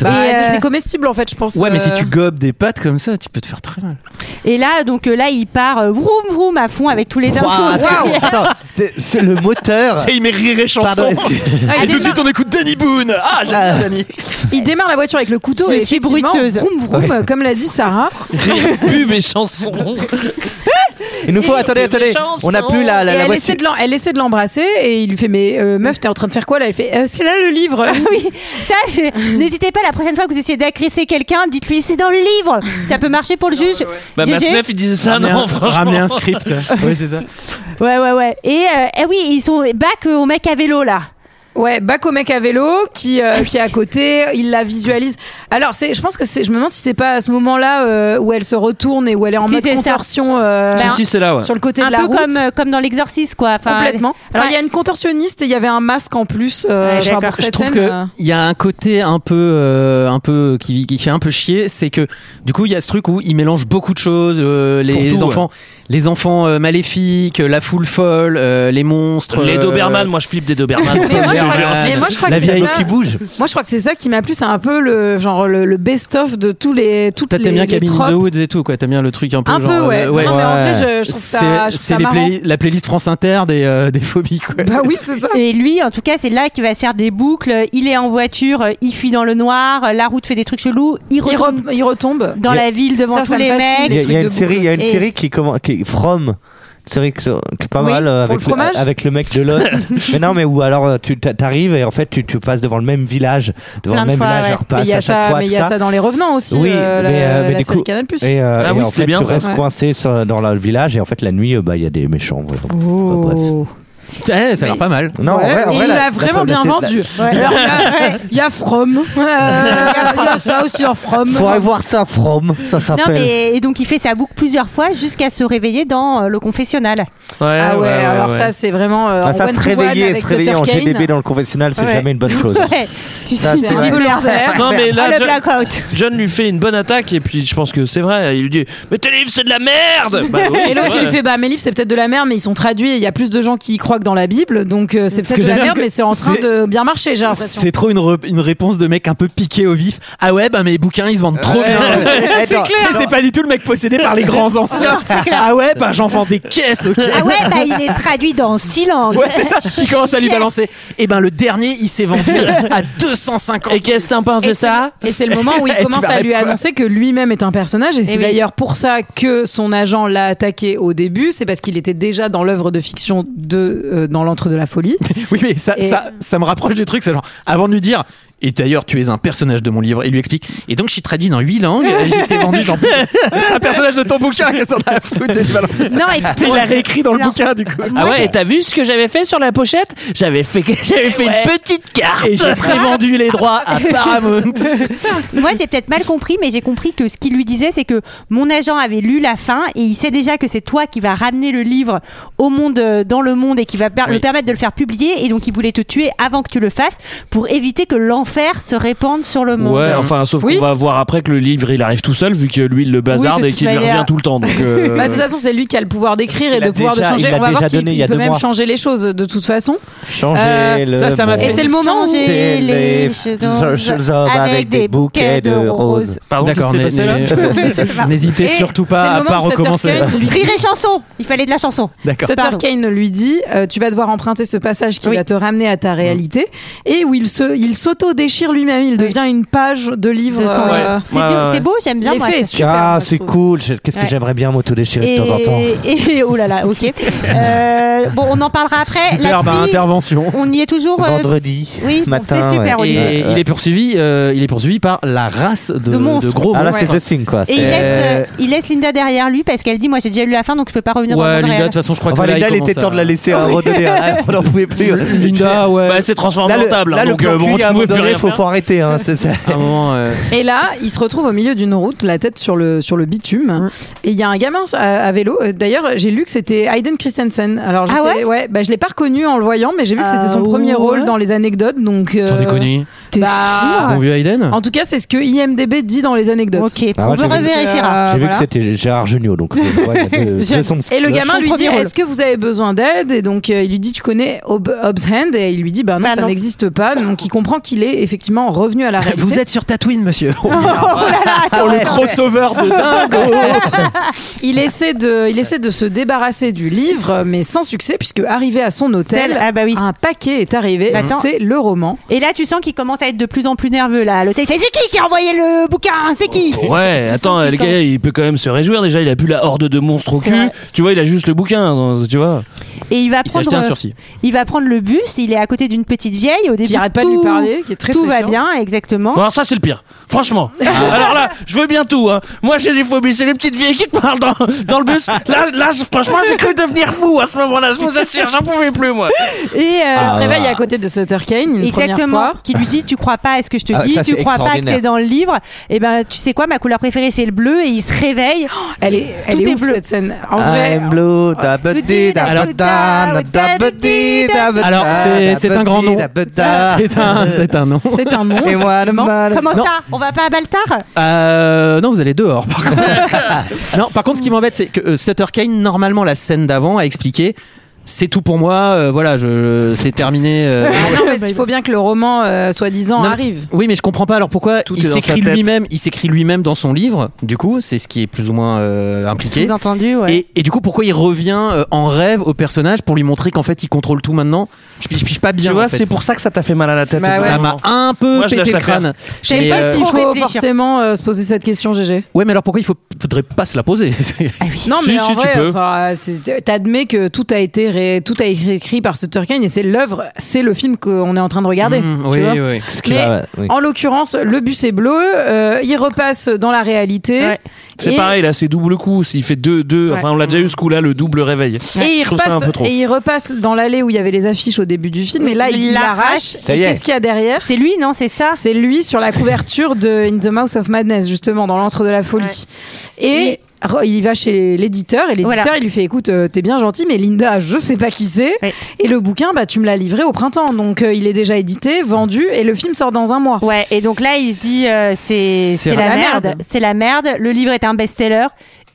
Speaker 1: Bah,
Speaker 12: Et, euh,
Speaker 1: c'était comestible en fait, je pense.
Speaker 7: Ouais, mais si
Speaker 1: euh,
Speaker 7: tu gobes des pâtes comme ça, tu peux te faire très mal.
Speaker 12: Et là, donc euh, là, il part euh, vroom vroom à fond avec tous les dents.
Speaker 15: Waouh, attends, c'est- C'est le moteur.
Speaker 7: C'est il met rire et chanson.
Speaker 15: Pardon, est-ce
Speaker 1: Ah, il
Speaker 7: et tout de
Speaker 1: démarre.
Speaker 7: suite on écoute Danny Boone. Ah, j'aime bien Danny.
Speaker 1: Il démarre la voiture avec le couteau
Speaker 12: Je
Speaker 1: et
Speaker 12: suis
Speaker 1: effectivement,
Speaker 12: bruiteuse.
Speaker 1: Vroom vroom,
Speaker 12: Ouais.
Speaker 1: euh, comme l'a dit Sarah.
Speaker 11: Plus mes chansons.
Speaker 15: Il nous faut, attendez,
Speaker 1: Et-
Speaker 15: attendez. On
Speaker 12: Oh.
Speaker 15: n'a plus la, la,
Speaker 1: Et
Speaker 15: la
Speaker 1: elle,
Speaker 15: voiture.
Speaker 1: essaie de l'en- elle essaie de l'embrasser et il lui fait mais euh, meuf t'es en train de faire quoi là Elle fait Euh, c'est là le livre.
Speaker 12: Ah oui, ça, c'est- n'hésitez pas la prochaine fois que vous essayez d'agresser quelqu'un, dites-lui c'est dans le livre. Ça peut marcher pour le juge.
Speaker 11: Bah,
Speaker 12: GG.
Speaker 11: Masnef, il disait ça,
Speaker 7: Ramener
Speaker 11: non,
Speaker 7: un-
Speaker 11: franchement.
Speaker 7: ramener un script. Ouais, c'est ça.
Speaker 12: Ouais, ouais, ouais. Et, euh, eh oui, ils sont back euh, au mec à vélo là.
Speaker 1: Ouais, bac au mec à vélo qui, euh, qui est à côté, il la visualise. Alors, c'est, je pense que c'est, je me demande si c'est pas à ce moment-là euh, où elle se retourne et où elle est en
Speaker 12: Si,
Speaker 1: mode
Speaker 12: c'est ça. Ben,
Speaker 1: contorsion euh,
Speaker 11: Si, si, c'est là, ouais.
Speaker 1: sur le côté
Speaker 12: Un
Speaker 1: de la
Speaker 12: peu
Speaker 1: route.
Speaker 12: comme, euh, comme dans l'exorciste quoi. Enfin,
Speaker 1: Complètement. Alors, il y a
Speaker 12: enfin,
Speaker 1: une contorsionniste et il y avait un masque en plus. euh,
Speaker 12: Ouais,
Speaker 1: enfin,
Speaker 12: d'accord.
Speaker 1: pour
Speaker 12: Je
Speaker 1: cette
Speaker 7: trouve
Speaker 1: scène,
Speaker 7: que
Speaker 1: euh,
Speaker 7: il y a un côté un peu euh, un peu qui, qui fait un peu chier c'est que du coup il y a ce truc où ils mélangent beaucoup de choses euh, les
Speaker 11: Surtout,
Speaker 7: enfants les enfants euh, maléfiques euh, la foule folle euh, les monstres
Speaker 11: Les
Speaker 7: euh,
Speaker 11: Doberman, moi je flippe des Doberman.
Speaker 1: Mais moi, je crois-
Speaker 7: Doberman,
Speaker 1: mais moi, je crois que
Speaker 7: euh, la
Speaker 1: c'est
Speaker 7: vieille
Speaker 1: ça.
Speaker 7: qui bouge
Speaker 1: Moi, je crois que c'est ça qui m'a plu. C'est un peu le genre le, le best-of de tous les toutes
Speaker 7: toi
Speaker 1: les,
Speaker 7: t'aimes bien
Speaker 1: les
Speaker 7: Cabin in the
Speaker 1: tropes.
Speaker 7: Woods et tout quoi t'aimes bien le truc un peu
Speaker 1: Un
Speaker 7: genre
Speaker 1: peu, ouais.
Speaker 7: euh,
Speaker 1: Non, mais en vrai, je- je trouve ça- je trouve
Speaker 7: c'est
Speaker 1: ça
Speaker 7: les
Speaker 1: marrant.
Speaker 7: playli- la playlist France Inter des euh, des phobies quoi
Speaker 1: Bah oui, c'est ça.
Speaker 12: Et lui, en tout cas, c'est là qu'il va se faire des boucles. Il est en voiture, euh, il fuit dans le noir, euh, la route fait des trucs chelous, il
Speaker 1: Il,
Speaker 12: retourne
Speaker 1: re- il retombe.
Speaker 12: dans la ville devant
Speaker 1: Ça,
Speaker 12: tous
Speaker 1: ça me
Speaker 12: les
Speaker 1: fascine.
Speaker 12: mecs.
Speaker 2: Il y a,
Speaker 1: les
Speaker 2: il y a
Speaker 1: trucs
Speaker 2: une
Speaker 1: de
Speaker 2: série, il y a une
Speaker 12: boucles.
Speaker 2: série qui commence, qui From, une série qui, so- qui est pas
Speaker 1: Oui,
Speaker 2: mal euh,
Speaker 1: pour
Speaker 2: avec
Speaker 1: le fromage
Speaker 2: avec le mec de Lost. mais non, mais où alors euh, tu t'a- t'arrives et en fait tu, tu passes devant le même village, devant
Speaker 12: Plein
Speaker 2: le
Speaker 12: de
Speaker 2: même
Speaker 12: fois,
Speaker 1: Mais
Speaker 2: village, et
Speaker 12: ouais.
Speaker 1: il
Speaker 2: repasse
Speaker 1: y a
Speaker 2: à chaque
Speaker 1: ça,
Speaker 2: fois.
Speaker 1: mais il
Speaker 2: tout
Speaker 1: y a
Speaker 2: ça.
Speaker 1: ça dans les revenants aussi.
Speaker 2: oui,
Speaker 1: euh, la,
Speaker 2: mais, euh, mais
Speaker 1: la
Speaker 2: du
Speaker 1: série
Speaker 2: coup,
Speaker 1: Canal+.
Speaker 2: et, euh,
Speaker 11: Ah
Speaker 2: et
Speaker 11: oui,
Speaker 2: en
Speaker 11: c'était
Speaker 2: fait,
Speaker 11: bien,
Speaker 2: tu
Speaker 11: ça.
Speaker 2: restes
Speaker 1: Ouais.
Speaker 2: coincé sur- dans le village et en fait la nuit, euh, bah il y a des méchants. ouais. Enfin, bref.
Speaker 7: Eh, ça a l'air pas mal
Speaker 2: Non, en
Speaker 1: Oh. Ouais,
Speaker 2: vrai- en
Speaker 1: et
Speaker 2: vrai,
Speaker 1: il
Speaker 2: la-
Speaker 1: l'a
Speaker 2: la-
Speaker 1: vraiment
Speaker 2: la-
Speaker 1: bien
Speaker 2: c'est- la-
Speaker 1: vendu. Alors, Il y a- il y a From, euh, il y a ça aussi en From.
Speaker 15: Faudrait voir ça, From. Ça
Speaker 12: Non,
Speaker 15: s'appelle.
Speaker 12: mais et donc il fait sa boucle plusieurs fois jusqu'à se réveiller dans euh, le confessionnal.
Speaker 1: Ah ouais, alors ça c'est vraiment euh,
Speaker 2: Enfin,
Speaker 1: en
Speaker 2: Bah, ça
Speaker 1: one
Speaker 2: se
Speaker 1: to one
Speaker 2: réveiller,
Speaker 1: avec
Speaker 2: se réveiller en
Speaker 1: Sutter Kane.
Speaker 2: GDB dans le conventionnel, c'est
Speaker 12: Ouais.
Speaker 2: jamais une bonne chose.
Speaker 12: Ouais, tu
Speaker 2: Ça,
Speaker 12: sais,
Speaker 2: c'est
Speaker 12: un
Speaker 2: vrai.
Speaker 12: peu l'enfer.
Speaker 11: Non, mais là,
Speaker 12: Ah, le
Speaker 11: je-
Speaker 12: blackout.
Speaker 11: John lui fait une bonne attaque et puis je pense que c'est vrai. Il lui dit Mais tes livres c'est de la merde Bah oui,
Speaker 1: Et l'autre
Speaker 11: ouais.
Speaker 1: il lui fait bah mes livres c'est peut-être de la merde mais ils sont traduits et il y a plus de gens qui y croient que dans la Bible donc euh, c'est
Speaker 7: Ce
Speaker 1: peut-être de
Speaker 7: que
Speaker 1: la
Speaker 7: j'aime bien,
Speaker 1: merde
Speaker 7: parce
Speaker 1: mais
Speaker 7: que
Speaker 1: c'est en train
Speaker 7: c'est-
Speaker 1: de bien marcher j'ai l'impression.
Speaker 7: c'est trop une, re- une réponse de mec un peu piqué au vif. Ah ouais, bah mes bouquins ils se vendent trop bien.
Speaker 15: Ouais.
Speaker 7: Attends,
Speaker 15: C'est clair.
Speaker 7: tu sais, C'est pas du tout le mec possédé par les grands anciens. ah ouais, bah j'en vends des caisses, ok.
Speaker 12: Ah ouais, bah, il est traduit dans six langues.
Speaker 7: Ouais, c'est ça. Il commence à lui balancer. Et ben le dernier il s'est vendu à 250.
Speaker 11: Et qu'est-ce que t'en penses
Speaker 1: Et
Speaker 11: de
Speaker 1: c'est-
Speaker 11: ça
Speaker 1: Et c'est le moment où il
Speaker 7: Eh, tu
Speaker 1: commence à
Speaker 7: m'arrêtes,
Speaker 1: lui
Speaker 7: quoi.
Speaker 1: annoncer que lui-même est un personnage et c'est
Speaker 7: Eh
Speaker 12: oui.
Speaker 1: d'ailleurs pour ça que son agent l'a attaqué au début, c'est parce qu'il était déjà dans l'œuvre de fiction de euh, dans l'antre de la folie.
Speaker 7: Oui, mais ça,
Speaker 1: Et-
Speaker 7: ça, ça me rapproche du truc. C'est genre, avant de lui dire, et d'ailleurs, tu es un personnage de mon livre, il lui explique, et donc je suis traduit dans huit langues, et j'ai été vendu dans. C'est un personnage de ton bouquin, qu'est-ce qu'on a à foutre de lui balancer ça
Speaker 12: Non, et
Speaker 7: Tu sais, Il l'a réécrit dans le bouquin, du coup.
Speaker 11: Ah ouais, et t'as vu ce que j'avais fait sur la pochette J'avais fait, j'avais fait une petite carte
Speaker 7: Et j'ai prévendu les droits à Paramount.
Speaker 12: Moi, j'ai peut-être mal compris, mais j'ai compris que ce qu'il lui disait, c'est que mon agent avait lu la fin et il sait déjà que c'est toi qui va ramener le livre au monde, euh, dans le monde et qui va per-
Speaker 7: Oui.
Speaker 12: le permettre de le faire publier. Et donc, il voulait te tuer avant que tu le fasses pour éviter que l'enfer se répande sur le monde.
Speaker 11: Ouais, enfin, sauf
Speaker 1: Oui.
Speaker 11: qu'on va voir après que le livre il arrive tout seul, vu que lui il le bazarde
Speaker 12: de
Speaker 11: et
Speaker 12: toute
Speaker 11: qu'il lui
Speaker 12: manière.
Speaker 11: revient tout le temps. Donc, euh,
Speaker 1: Bah, de toute façon, c'est lui qui a le pouvoir d'écrire et
Speaker 2: Il a
Speaker 1: de pouvoir
Speaker 2: déjà-
Speaker 1: de changer.
Speaker 2: il a
Speaker 1: On va voir
Speaker 2: déjà
Speaker 1: qu'il
Speaker 2: donné il y a
Speaker 1: il peut
Speaker 2: deux
Speaker 1: même
Speaker 2: mois.
Speaker 1: changer les choses de toute façon.
Speaker 2: Changer
Speaker 1: Euh,
Speaker 2: le
Speaker 7: ça, ça m'a
Speaker 2: monde.
Speaker 7: fait-
Speaker 1: Et c'est le moment où
Speaker 12: Changer les choses
Speaker 2: hommes avec des bouquets de roses.
Speaker 11: pardon,
Speaker 7: D'accord,
Speaker 11: qu'est-ce qui s'est
Speaker 7: mais-
Speaker 11: passé, là
Speaker 7: mais- n'hésitez
Speaker 12: Eh,
Speaker 1: Et
Speaker 7: surtout pas
Speaker 1: c'est le
Speaker 7: à
Speaker 1: moment
Speaker 7: pas
Speaker 1: où Sutter
Speaker 7: recommencer.
Speaker 1: Kane lui dit-
Speaker 12: Rire et chanson. Il fallait de la chanson.
Speaker 7: D'accord.
Speaker 1: Sutter
Speaker 12: Pardon.
Speaker 1: Kane lui dit euh, Tu vas devoir emprunter ce passage qui
Speaker 12: Oui.
Speaker 1: va te ramener à ta réalité. Et où il se- il déchire lui-même. Il devient une page de livre.
Speaker 12: De son-
Speaker 1: euh,
Speaker 12: Ouais. C'est Ouais, beau- ouais. c'est beau, j'aime bien, moi,
Speaker 1: L'effet est
Speaker 12: ça.
Speaker 1: super.
Speaker 2: ah,
Speaker 12: moi, je
Speaker 2: c'est
Speaker 12: trouve.
Speaker 2: cool. Je- Qu'est-ce que
Speaker 12: Ouais.
Speaker 2: j'aimerais bien m'auto-déchirer de temps en temps.
Speaker 12: Et, et- oh là là, ok. Euh, bon, on en parlera après. La
Speaker 7: Superbe
Speaker 12: psy,
Speaker 7: intervention.
Speaker 12: On y est toujours. euh,
Speaker 2: Vendredi
Speaker 12: psy- Oui, bon, c'est super.
Speaker 7: Et
Speaker 12: Olivier.
Speaker 7: il est poursuivi, euh, il est poursuivi par la race de,
Speaker 12: de monstres.
Speaker 7: gros
Speaker 2: Ah, là,
Speaker 7: monstres.
Speaker 2: c'est The Thing, quoi.
Speaker 12: Et il laisse, euh, il laisse Linda derrière lui parce qu'elle dit Moi j'ai déjà lu la fin donc je peux pas revenir dans le
Speaker 7: Ouais,
Speaker 12: monde
Speaker 7: Linda, de
Speaker 12: réel.
Speaker 7: toute façon, je crois
Speaker 15: Enfin,
Speaker 7: que là,
Speaker 15: Linda,
Speaker 7: il
Speaker 15: il
Speaker 7: commence
Speaker 15: était
Speaker 7: à-
Speaker 15: temps de la laisser
Speaker 2: hein,
Speaker 7: Ah oui.
Speaker 15: redonner un- on n'en pouvait plus.
Speaker 7: Linda, ouais.
Speaker 11: Bah, c'est transformé
Speaker 15: Là,
Speaker 11: en
Speaker 15: le,
Speaker 11: table.
Speaker 15: là,
Speaker 11: hein,
Speaker 15: le
Speaker 11: donc,
Speaker 15: plan
Speaker 11: euh, bon,
Speaker 15: cul,
Speaker 11: tu
Speaker 15: à un
Speaker 11: pouvais
Speaker 15: moment
Speaker 11: plus
Speaker 15: donné,
Speaker 11: rien
Speaker 15: faut,
Speaker 11: faire.
Speaker 15: faut arrêter. Hein, c'est ça.
Speaker 1: Et là, il se retrouve au milieu d'une route, la tête sur le, sur le
Speaker 12: Mmh.
Speaker 1: bitume. Et il y a un gamin à, à vélo. Euh, D'ailleurs, j'ai lu que c'était Hayden Christensen. Alors, je
Speaker 12: Ah
Speaker 1: sais-
Speaker 12: ouais
Speaker 1: bah, Je l'ai pas reconnu en le voyant, mais j'ai vu que c'était son
Speaker 12: Ah
Speaker 1: premier
Speaker 12: ouais
Speaker 1: rôle dans les anecdotes. Donc, euh,
Speaker 7: Sans déconner.
Speaker 1: bah,
Speaker 7: Mon vieux Hayden.
Speaker 1: En tout cas, c'est ce que IMDB dit dans les anecdotes.
Speaker 12: Ok,
Speaker 2: Ah, moi, j'ai vu- J'ai vu que c'était Gérard Jugnot, donc je vois, il y a deux- deux sons de-
Speaker 1: Et le
Speaker 2: deux sons
Speaker 1: gamin
Speaker 2: de
Speaker 1: lui dit
Speaker 2: premier rôle.
Speaker 1: Est-ce que vous avez besoin d'aide Et donc euh, il lui dit Tu connais Hob- Hobbs Hand Et il lui dit Bah non,
Speaker 12: Bah
Speaker 1: ça
Speaker 12: non.
Speaker 1: n'existe pas. Donc il comprend qu'il est effectivement revenu à la réalité.
Speaker 7: Vous êtes sur Tatooine, monsieur. Oh,
Speaker 12: attends,
Speaker 7: le
Speaker 12: attends.
Speaker 7: crossover de dingo.
Speaker 1: Il essaie de, il essaie de se débarrasser du livre, mais sans succès, puisque arrivé à son hôtel,
Speaker 12: Tel- ah
Speaker 1: un paquet est arrivé.
Speaker 12: Attends.
Speaker 1: C'est le roman.
Speaker 12: Et là, tu sens qu'il commence à être de plus en plus nerveux là. à L'hôtel, il fait c'est qui qui a envoyé le bouquin C'est qui
Speaker 11: Ouais, attends, les gars, il peut quand même se réjouir. Déjà, il a plus la horde de monstres au
Speaker 12: C'est
Speaker 11: cul.
Speaker 12: vrai.
Speaker 11: Tu vois, il a juste le bouquin, dans- tu vois.
Speaker 12: Et il va
Speaker 11: Il s'est
Speaker 12: prendre,
Speaker 11: acheté un
Speaker 12: euh,
Speaker 11: sursis.
Speaker 12: il va prendre le bus. Il est à côté d'une petite vieille. Au début,
Speaker 1: arrête pas de
Speaker 12: tout,
Speaker 1: lui parler, qui est très
Speaker 12: tout va
Speaker 1: fléchante.
Speaker 12: bien, exactement.
Speaker 11: Alors ça, c'est le pire. Franchement.
Speaker 12: Ah.
Speaker 11: Alors là, je veux bien tout. Hein. Moi, j'ai des phobies. C'est les petites vieilles qui te parlent dans, dans le bus. Là, là je- franchement, j'ai cru devenir fou à ce moment-là. Je vous assure, j'en pouvais plus, moi.
Speaker 12: Et euh,
Speaker 1: il se réveille à côté de Sutter Kane une
Speaker 12: Exactement,
Speaker 1: première fois.
Speaker 12: qui lui dit tu crois pas à ce que je te
Speaker 1: Ah,
Speaker 12: dis,
Speaker 1: ça,
Speaker 12: tu
Speaker 1: c'est
Speaker 12: crois pas que
Speaker 1: extraordinaire.
Speaker 12: t'es dans le livre. Et ben tu sais quoi, ma couleur préférée c'est le bleu et il se réveille. Oh,
Speaker 1: elle est, elle
Speaker 12: Tout
Speaker 1: est
Speaker 12: est
Speaker 1: ouf,
Speaker 12: bleu.
Speaker 1: cette scène. En vrai,
Speaker 2: I'm blue, da buddy, da
Speaker 7: Alors-
Speaker 12: oh,
Speaker 2: budda, na da buddy, da budda,
Speaker 7: Alors, c'est-
Speaker 2: da
Speaker 7: c'est un grand
Speaker 2: buddy,
Speaker 7: nom.
Speaker 2: da budda.
Speaker 7: C'est un- c'est un nom.
Speaker 1: c'est un nom.
Speaker 2: Et moi,
Speaker 1: effectivement.
Speaker 2: normal.
Speaker 12: Comment
Speaker 7: Non.
Speaker 12: ça On va pas à Baltar
Speaker 7: Euh, non, vous allez dehors par contre. non, par contre, ce qui m'embête, c'est que euh, Sutter Kane, normalement, la scène d'avant a expliqué c'est tout pour moi, euh, voilà, je, c'est terminé. euh,
Speaker 1: Ah non, parce qu'il faut bien que le roman, euh, soi-disant,
Speaker 7: Non, mais-
Speaker 1: arrive.
Speaker 7: Oui, mais je comprends pas. Alors pourquoi
Speaker 11: est
Speaker 7: il
Speaker 11: dans
Speaker 7: s'écrit
Speaker 11: sa tête.
Speaker 7: lui-même Il s'écrit lui-même dans son livre. Du coup, c'est ce qui est plus ou moins euh, impliqué.
Speaker 12: Sous-entendu, ouais.
Speaker 7: Et, et du coup, pourquoi il revient euh, en rêve au personnage pour lui montrer qu'en fait, il contrôle tout maintenant Je pige je pige pas bien.
Speaker 11: tu vois, c'est pour ça que ça t'a fait mal à la tête.
Speaker 7: Bah
Speaker 11: au bout
Speaker 7: ouais.
Speaker 11: d'un
Speaker 7: Ça m'a
Speaker 11: moment.
Speaker 7: un peu
Speaker 11: Moi,
Speaker 7: pété
Speaker 11: je lâche
Speaker 7: le
Speaker 11: l'affaire.
Speaker 7: crâne.
Speaker 1: Je sais
Speaker 7: Mais,
Speaker 1: pas
Speaker 7: euh,
Speaker 1: s'il faut
Speaker 12: réfléchir.
Speaker 1: forcément euh, se poser cette question, GG.
Speaker 7: Ouais, mais alors pourquoi il faut, faudrait pas se la poser
Speaker 12: Ah
Speaker 1: Non, mais
Speaker 7: Si,
Speaker 1: en
Speaker 7: si, tu
Speaker 1: vrai,
Speaker 7: peux.
Speaker 1: enfin, c'est- t'admets que tout a été ré- tout a été écrit par Sutter Kane et c'est l'œuvre, c'est le film qu'on est en train de regarder.
Speaker 7: Mmh,
Speaker 1: tu
Speaker 7: oui,
Speaker 1: vois.
Speaker 7: oui. Ce qui
Speaker 1: Mais
Speaker 7: va- oui.
Speaker 1: en l'occurrence, le bus est bleu, euh, il repasse dans la réalité.
Speaker 11: C'est
Speaker 1: et-
Speaker 11: pareil, là, c'est double coup. Il fait deux, deux. Enfin, on l'a déjà eu ce coup-là, le double réveil.
Speaker 1: Et il,
Speaker 11: je trouve ça un
Speaker 1: repasse,
Speaker 11: peu trop.
Speaker 1: et il repasse dans l'allée où il y avait les affiches au début du film, et là il
Speaker 12: Il
Speaker 1: l'arrache.
Speaker 12: l'arrache.
Speaker 1: Et
Speaker 12: Ça y est.
Speaker 1: qu'est-ce qu'il y a derrière
Speaker 12: C'est lui, non C'est ça
Speaker 1: C'est lui sur la couverture de In the Mouse of Madness, justement, dans l'antre de la folie. Et re- il va chez l'éditeur, et l'éditeur
Speaker 12: Voilà.
Speaker 1: il lui fait Écoute, euh, t'es bien gentil, mais Linda, je sais pas qui c'est. Et le bouquin, bah, tu me l'as livré au printemps. Donc euh, il est déjà édité, vendu, et le film sort dans un mois.
Speaker 12: Ouais, et donc là, il se dit, euh, c'est c'est la, merde, c'est la merde, le livre est un best-seller,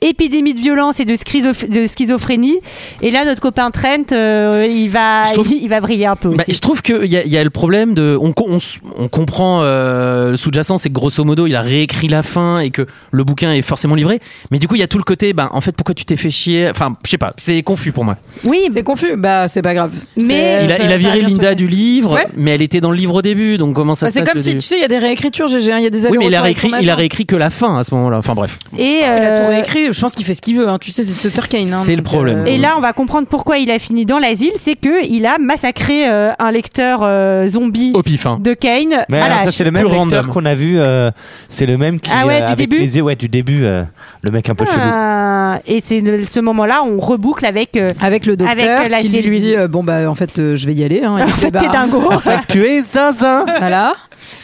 Speaker 12: épidémie de violence et de, schizof- de schizophrénie, et là, notre copain Trent, euh, il, va, il, va briller un peu aussi.
Speaker 7: Bah, je trouve qu'il y, a- il y a le problème de. On, co- on s- on comprend euh, le sous-jacent, c'est que grosso modo, il a réécrit la fin et que le bouquin est forcément livré. Mais du coup, il y a tout le côté, bah, en fait, pourquoi tu t'es fait chier Enfin, je sais pas, c'est confus pour moi.
Speaker 12: Oui,
Speaker 1: c'est confus. Bah, c'est pas grave.
Speaker 7: Il
Speaker 1: C'est-
Speaker 7: a,
Speaker 1: Euh, ça-
Speaker 7: il a
Speaker 1: ça
Speaker 7: viré
Speaker 1: bien se
Speaker 7: Linda
Speaker 1: passer.
Speaker 7: du livre,
Speaker 1: Ouais.
Speaker 7: mais elle était dans le livre au début, donc comment ça
Speaker 1: Bah, c'est
Speaker 7: se passe
Speaker 1: comme
Speaker 7: le
Speaker 1: si,
Speaker 7: début
Speaker 1: tu sais, il y a des réécritures, GG, hein, il y a des
Speaker 7: Oui, mais il a,
Speaker 1: allers-retours avec
Speaker 7: réécrit,
Speaker 1: son
Speaker 7: il a
Speaker 1: agent.
Speaker 7: réécrit que la fin à ce moment-là. Enfin, bref.
Speaker 12: Et
Speaker 1: Il a tout
Speaker 12: euh,
Speaker 1: réécrit, je pense qu'il fait ce qu'il veut, hein. tu sais, c'est Sutter Kane. hein,
Speaker 7: C'est le
Speaker 1: donc,
Speaker 7: problème.
Speaker 1: euh,
Speaker 12: Et là, on va comprendre pourquoi il a fini dans l'asile, c'est que il a massacré euh, un lecteur euh, zombie
Speaker 7: Au pif, hein.
Speaker 12: de Kane.
Speaker 2: Oh. Mais
Speaker 12: à la
Speaker 2: alors, ça,
Speaker 12: hache.
Speaker 2: c'est le même
Speaker 7: Plus
Speaker 2: acteur
Speaker 7: random.
Speaker 2: qu'on a vu. euh, c'est le même qui.
Speaker 12: Ah ouais,
Speaker 2: euh,
Speaker 12: du
Speaker 2: avec
Speaker 12: début
Speaker 2: les yeux, ouais, du début. euh, le mec un peu chelou.
Speaker 12: Ah, et c'est le- ce moment-là, on reboucle avec euh,
Speaker 1: avec le
Speaker 12: avec
Speaker 1: docteur
Speaker 12: euh, la
Speaker 1: qui lui,
Speaker 12: cellule.
Speaker 1: dit euh, bon bah en fait euh, je vais y aller hein. Il
Speaker 12: En
Speaker 1: fait,
Speaker 12: fait,
Speaker 1: bah,
Speaker 12: t'es dingo. En fait,
Speaker 2: tu es zinzin.
Speaker 1: voilà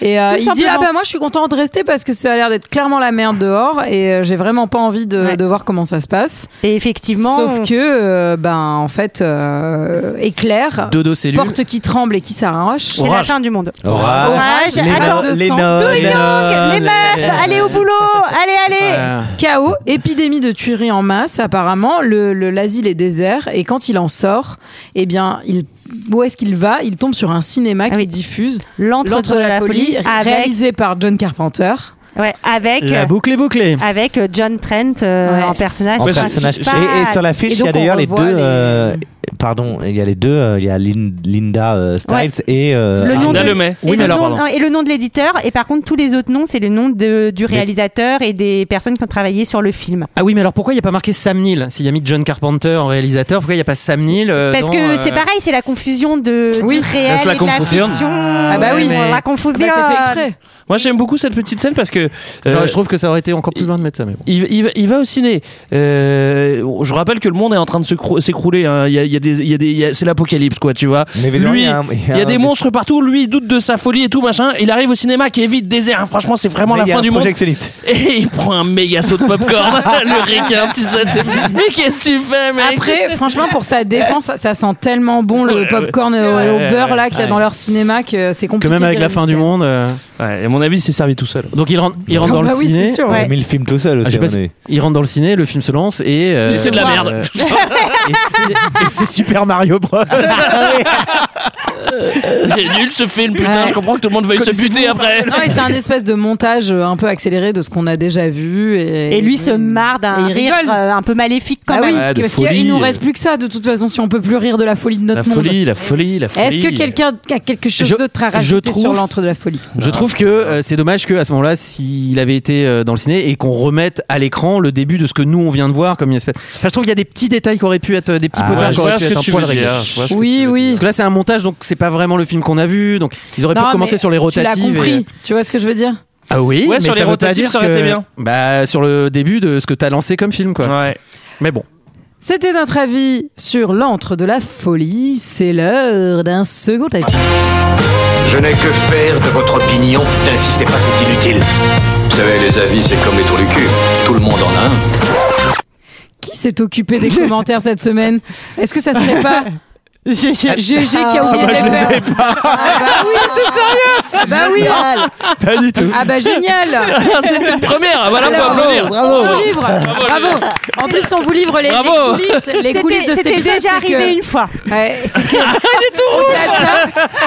Speaker 1: et euh,
Speaker 12: Tout
Speaker 1: il dit
Speaker 12: simplement.
Speaker 1: ah bah moi je suis content de rester parce que ça a l'air d'être clairement la merde dehors et euh, j'ai vraiment pas envie de, de voir comment ça se passe
Speaker 12: Et effectivement,
Speaker 1: sauf que euh, ben en fait euh, éclair
Speaker 7: Dodo cellule.
Speaker 1: porte qui tremble et qui s'arrache
Speaker 12: c'est la fin du monde.
Speaker 7: Orage.
Speaker 12: Orage,
Speaker 7: Les
Speaker 12: attends,
Speaker 7: no- les
Speaker 12: Doing
Speaker 7: no-
Speaker 12: Dog,
Speaker 7: les no-
Speaker 12: les meufs, allez au boulot, allez, allez.
Speaker 1: Chaos, épidémie de tueries en masse, apparemment. Le le- l'asile est désert et quand il en sort, eh bien, il, où est-ce qu'il va Il tombe sur un cinéma qui diffuse
Speaker 12: Ah L'antre de la folie, avec-
Speaker 1: réalisé par John Carpenter.
Speaker 12: Ouais, avec
Speaker 7: La boucle est bouclée.
Speaker 12: avec euh, John Trent, euh,
Speaker 1: Ouais.
Speaker 12: en personnage.
Speaker 2: En
Speaker 12: principal.
Speaker 2: personnage. Et, et sur l'affiche,
Speaker 1: Et
Speaker 2: il y
Speaker 1: donc,
Speaker 2: a
Speaker 1: on
Speaker 2: d'ailleurs les deux.
Speaker 1: revoit les-
Speaker 2: euh, pardon, il y a les deux, euh, il y a Lin- Linda euh, Stiles et euh,
Speaker 12: Le nom
Speaker 2: Arnold.
Speaker 12: de- et, le nom, non, et le nom de l'éditeur. Et par contre, tous les autres noms, c'est le nom de- du réalisateur et des personnes qui ont travaillé sur le film.
Speaker 7: Ah oui, mais alors pourquoi il n'y a pas marqué Sam Neill S'il y a mis John Carpenter en réalisateur, pourquoi il n'y a pas Sam Neill euh,
Speaker 12: Parce
Speaker 7: dans,
Speaker 12: que
Speaker 7: euh,
Speaker 12: c'est pareil, c'est la confusion de, du réel
Speaker 7: Est-ce la
Speaker 12: et de la
Speaker 7: confusion
Speaker 12: fiction. Euh,
Speaker 7: Ah
Speaker 11: bah oui,
Speaker 7: mais-
Speaker 12: la confusion.
Speaker 11: Ah bah c'est fait exprès. Moi j'aime beaucoup cette petite scène parce que euh,
Speaker 7: Genre, je trouve que ça aurait été encore plus loin de mettre ça. Mais bon.
Speaker 11: il, il va- il va au ciné. Euh, je rappelle que le monde est en train de se crou- s'écrouler. hein. Il y a, il y a des, il y a des, il y a- c'est l'apocalypse quoi, tu vois.
Speaker 2: Mais évidemment,
Speaker 11: lui,
Speaker 2: il y a un- il y a un-
Speaker 11: des monstres partout. Lui, il doute de sa folie et tout machin. Il arrive au cinéma qui est vide désert. hein. Franchement, c'est vraiment
Speaker 2: Mais
Speaker 11: la
Speaker 2: il y a
Speaker 11: fin
Speaker 2: un
Speaker 11: du monde.
Speaker 2: projectionniste.
Speaker 11: Et il prend un méga saut de popcorn. le requin, tu sais. tu- Mais qu'est-ce que tu fais, mec
Speaker 1: Après, franchement, pour sa défense, ça- ça sent tellement bon le
Speaker 11: Ouais,
Speaker 1: popcorn
Speaker 11: ouais.
Speaker 1: au, au
Speaker 11: Ouais,
Speaker 1: beurre
Speaker 11: ouais,
Speaker 1: là qu'il y a
Speaker 11: ouais.
Speaker 1: dans leur cinéma que c'est
Speaker 7: Que
Speaker 1: compliqué.
Speaker 7: même avec
Speaker 1: d'y
Speaker 7: la fin du
Speaker 1: résister.
Speaker 7: monde. euh,
Speaker 11: Ouais, et à mon avis, c'est servi tout seul.
Speaker 7: Donc il rentre, il rentre
Speaker 1: Ah
Speaker 7: dans
Speaker 1: bah
Speaker 7: le
Speaker 1: oui, c'est
Speaker 7: ciné.
Speaker 1: sûr, ouais. Il a mis
Speaker 2: le film tout seul
Speaker 7: Ah, je sais pas si- il rentre dans le ciné, le film se lance et. euh,
Speaker 11: C'est de la
Speaker 7: euh,
Speaker 11: merde.
Speaker 7: et c'est- et c'est Super Mario Bros.
Speaker 11: Il est nul ce film, putain.
Speaker 1: Ouais.
Speaker 11: Je comprends que tout le monde veuille se buter après.
Speaker 1: Non, mais c'est un espèce de montage euh, un peu accéléré de ce qu'on a déjà vu. Et,
Speaker 12: Et lui se marre d'un
Speaker 1: Et il
Speaker 12: rire
Speaker 1: rigole.
Speaker 12: euh, un peu maléfique quand
Speaker 1: Ah oui,
Speaker 12: même.
Speaker 11: Ouais, de
Speaker 1: parce qu'il
Speaker 11: folie.
Speaker 1: il nous reste plus que ça de toute façon si on peut plus rire de la folie de notre
Speaker 11: La
Speaker 1: monde.
Speaker 11: folie, la folie, la folie.
Speaker 1: Est-ce que quelqu'un a quelque chose
Speaker 7: Je-
Speaker 1: d'autre à
Speaker 7: je
Speaker 1: rajouter sur
Speaker 7: trouve-
Speaker 1: l'entre de la folie
Speaker 7: Je trouve que euh, c'est dommage que à ce moment-là, s'il avait été euh, dans le ciné et qu'on remette à l'écran le début de ce que nous on vient de voir, comme une espèce. Enfin, je trouve qu'il y a des petits détails qui auraient pu être, euh, des petits
Speaker 11: Ah,
Speaker 7: potards
Speaker 11: je
Speaker 7: qui
Speaker 11: vois
Speaker 7: auraient
Speaker 11: ce
Speaker 7: pu
Speaker 11: que
Speaker 7: être un
Speaker 11: tu
Speaker 7: poil
Speaker 11: veux dire,
Speaker 7: réglés.
Speaker 11: je vois ce que
Speaker 1: Oui, oui.
Speaker 7: Parce que là, c'est un montage, donc c'est pas vraiment le film qu'on a vu. Donc, ils auraient pu
Speaker 1: Non,
Speaker 7: commencer
Speaker 1: mais
Speaker 7: sur les
Speaker 1: Tu l'as
Speaker 7: rotatives. et-
Speaker 1: compris. Tu vois ce que je veux dire
Speaker 7: Ah oui,
Speaker 11: Ouais,
Speaker 7: mais
Speaker 11: sur les
Speaker 7: ça veut pas
Speaker 11: rotatives,
Speaker 7: dire
Speaker 11: ça aurait
Speaker 7: que-
Speaker 11: été bien.
Speaker 7: Bah, sur le début de ce que t'as lancé comme film, quoi.
Speaker 11: Ouais.
Speaker 7: Mais bon.
Speaker 1: C'était notre avis sur l'antre de la folie. C'est l'heure d'un second avis.
Speaker 3: Je n'ai que faire de votre opinion. N'insistez pas, c'est inutile. Vous savez, les avis, c'est comme les trous du cul. Tout le monde en a un.
Speaker 1: Qui s'est occupé des commentaires cette semaine Est-ce que ça serait pas
Speaker 12: GG
Speaker 1: GG qui a
Speaker 12: Ah,
Speaker 1: oublié
Speaker 12: bah,
Speaker 1: de
Speaker 12: je
Speaker 1: les
Speaker 12: les
Speaker 1: faire
Speaker 12: ai
Speaker 1: Ah bah oui, c'est sérieux Bah oui
Speaker 7: Pas du tout.
Speaker 1: Ah bah génial
Speaker 11: C'est une première, voilà, faut
Speaker 1: Alors,
Speaker 11: applaudir.
Speaker 1: bravo, bravo. Livre. bravo, En plus, on vous livre les, les
Speaker 11: Bravo.
Speaker 1: coulisses, les
Speaker 12: C'était-
Speaker 1: coulisses de cet
Speaker 12: c'était
Speaker 1: épisode.
Speaker 12: déjà
Speaker 1: c'est que-
Speaker 12: arrivé une fois.
Speaker 1: Ouais, c'est que-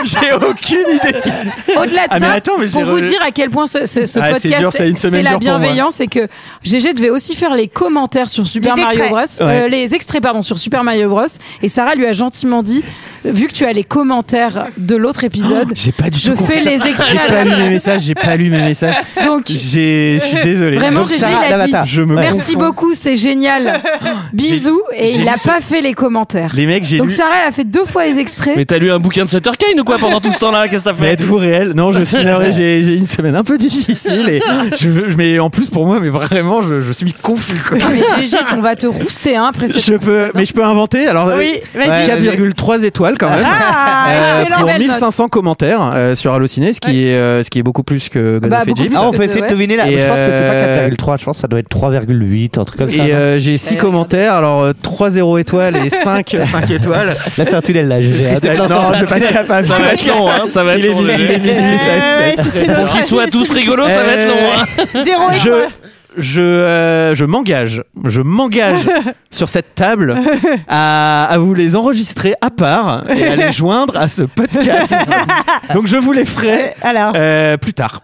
Speaker 7: J'ai aucune idée.
Speaker 1: Au-delà de
Speaker 7: Ah, mais
Speaker 1: ça,
Speaker 7: attends, mais j'ai
Speaker 1: pour vous
Speaker 7: re-
Speaker 1: dire à quel point ce, ce- ce
Speaker 7: Ah, c'est dur,
Speaker 1: podcast,
Speaker 7: c'est une semaine
Speaker 1: la
Speaker 7: dure pour moi.
Speaker 1: bienveillance, et que GG devait aussi faire les commentaires sur Super
Speaker 12: Les
Speaker 1: Mario
Speaker 12: extraits.
Speaker 1: Bros,
Speaker 12: Ouais.
Speaker 1: euh, les extraits pardon sur Super Mario Bros, et Sarah lui a gentiment dit, vu que tu as les commentaires de l'autre épisode,
Speaker 7: J'ai pas du
Speaker 1: je
Speaker 7: tout
Speaker 1: fais
Speaker 7: compris ça.
Speaker 1: les extraits.
Speaker 7: J'ai
Speaker 1: à
Speaker 7: pas
Speaker 1: la
Speaker 7: lu mes
Speaker 1: place.
Speaker 7: messages, j'ai pas lu mes messages.
Speaker 1: Donc-
Speaker 7: J'ai- je suis désolé.
Speaker 1: Vraiment,
Speaker 7: Donc,
Speaker 1: GG
Speaker 7: Sarah,
Speaker 1: il a dit.
Speaker 7: l'avatar. Je me
Speaker 1: Merci
Speaker 7: confonds.
Speaker 1: beaucoup, c'est génial. Bisous, et
Speaker 7: j'ai
Speaker 1: il
Speaker 7: lu
Speaker 1: a
Speaker 7: ce-
Speaker 1: pas fait les commentaires.
Speaker 7: Les mecs, j'ai
Speaker 1: Donc
Speaker 7: lu-
Speaker 1: Sarah elle a fait deux fois les extraits.
Speaker 11: Mais t'as lu un bouquin de Sutter Kane ou quoi pendant tout ce temps-là Qu'est-ce que t'as
Speaker 7: Mais
Speaker 11: fait
Speaker 7: êtes-vous réel Non, je suis navré, j'ai j'ai une semaine un peu difficile et je, je- mais en plus pour moi, mais vraiment, je, je suis confus. Quoi.
Speaker 1: Ah, Mais GG, on va te rouster hein, après cette
Speaker 7: Je peux, mais je peux inventer. Alors,
Speaker 1: Oui,
Speaker 7: euh,
Speaker 1: vas-y.
Speaker 7: ouais, 4,3 étoiles quand même. Euh,
Speaker 1: Ah, excellent,
Speaker 7: pour
Speaker 1: belle note.
Speaker 7: 1500 commentaires euh, sur Allociné, ce qui est euh, ce qui est beaucoup plus que God
Speaker 1: Bah,
Speaker 7: of
Speaker 1: beaucoup
Speaker 7: Egypt.
Speaker 1: plus Ah, on que- peut essayer de ouais. deviner là.
Speaker 7: Et,
Speaker 2: Je pense que c'est
Speaker 7: euh,
Speaker 2: pas 4,3, je pense que ça doit être 3,8, un truc comme ça.
Speaker 7: Et euh, j'ai 6 commentaires, alors 3 0 étoiles et 5 5 étoiles.
Speaker 2: La sentinelle, là, j'ai hâte.
Speaker 7: Christelle, non, je vais pas être capable.
Speaker 11: Ça va être long, hein, ça va être
Speaker 7: Il est
Speaker 11: long,
Speaker 7: venu,
Speaker 11: le
Speaker 7: il est
Speaker 11: jeu.
Speaker 7: venu, ça va être- ça va être très long.
Speaker 11: Pour qu'ils soient tous rigolos, ça va être long. hein.
Speaker 12: Zéro
Speaker 7: je, je, euh, je m'engage, je m'engage sur cette table à, à vous les enregistrer à part et à les joindre à ce podcast. Donc je vous les ferai euh, plus tard.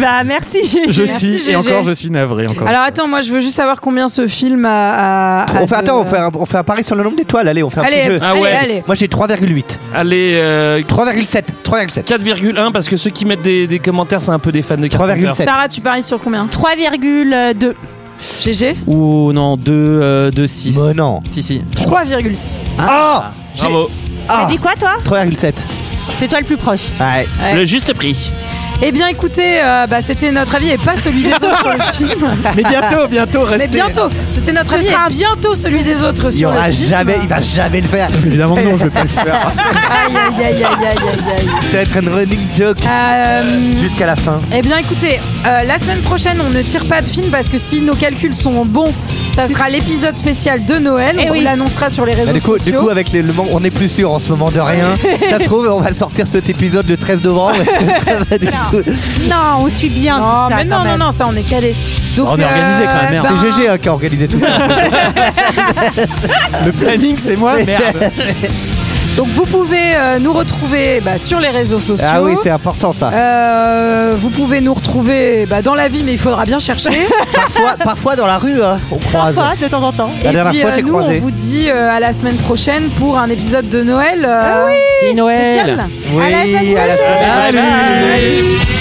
Speaker 12: bah merci.
Speaker 7: Je
Speaker 1: Merci,
Speaker 7: suis et
Speaker 1: GG.
Speaker 7: encore je suis navré encore.
Speaker 1: Alors attends, moi je veux juste savoir combien ce film a. a- a
Speaker 15: On fait,
Speaker 1: de-
Speaker 15: attends, on fait, un, on fait un pari sur le nombre d'étoiles. Allez, on fait un
Speaker 1: Allez,
Speaker 15: petit jeu.
Speaker 1: ah ouais. allez, allez.
Speaker 15: Moi j'ai 3,8.
Speaker 11: Allez, euh,
Speaker 15: 3,7. 3,7.
Speaker 11: 4,1 parce que ceux qui mettent des, des commentaires, c'est un peu des fans de Carpenter.
Speaker 1: Sarah, tu paries sur combien
Speaker 12: 3,2.
Speaker 1: GG
Speaker 7: Ou non, 2 6.
Speaker 2: Bah non.
Speaker 7: Si si.
Speaker 1: 3,6.
Speaker 15: Ah
Speaker 11: Bravo.
Speaker 12: T'as dit quoi toi
Speaker 15: 3,7.
Speaker 12: C'est toi le plus proche.
Speaker 15: Ouais.
Speaker 1: Ouais.
Speaker 11: Le juste prix.
Speaker 1: Eh bien écoutez, euh, bah, c'était notre avis et pas celui des autres sur le film.
Speaker 7: Mais bientôt, bientôt,
Speaker 1: Mais
Speaker 7: restez.
Speaker 1: bientôt, c'était notre avis et bientôt celui des autres
Speaker 15: Il y
Speaker 1: sur
Speaker 15: aura
Speaker 1: le film.
Speaker 15: jamais, il va jamais le faire.
Speaker 7: Évidemment non, je vais pas le faire.
Speaker 1: Aïe, aïe, aïe, aïe, aïe, aïe, aïe.
Speaker 15: Ça va être une running joke
Speaker 1: Euh,
Speaker 15: jusqu'à la fin.
Speaker 1: Eh bien écoutez, euh, la semaine prochaine on ne tire pas de film parce que si nos calculs sont bons, ça sera l'épisode spécial de Noël.
Speaker 12: Eh
Speaker 1: on
Speaker 12: oui.
Speaker 1: l'annoncera sur les réseaux
Speaker 15: Bah, du, coup, du
Speaker 1: sociaux.
Speaker 15: coup, avec les- le manque, on est plus sûr en ce moment de rien. Ça se trouve, on va sortir cet épisode le 13 novembre. Ça va du tout.
Speaker 12: Non, on suit bien
Speaker 1: Non,
Speaker 12: tout ça.
Speaker 1: mais non,
Speaker 12: quand
Speaker 1: non,
Speaker 12: même.
Speaker 1: non, ça on est calé. Donc,
Speaker 7: On est organisé quand même, merde.
Speaker 1: ben,
Speaker 15: C'est GG hein, qui a organisé tout ça.
Speaker 7: Le planning c'est moi. Merde.
Speaker 1: Donc vous pouvez euh, nous retrouver bah, sur les réseaux sociaux.
Speaker 15: Ah oui, c'est important ça.
Speaker 1: Euh, vous pouvez nous retrouver bah, dans la vie, mais il faudra bien chercher.
Speaker 15: parfois, parfois dans la rue, hein, on croise.
Speaker 1: Parfois,
Speaker 12: de temps en temps.
Speaker 15: La dernière fois, j'ai
Speaker 1: euh, nous,
Speaker 15: croisé.
Speaker 1: on vous dit euh, à la semaine prochaine pour un épisode de Noël. euh,
Speaker 12: Ah oui
Speaker 1: spécial.
Speaker 15: Oui, à la semaine prochaine. Salut.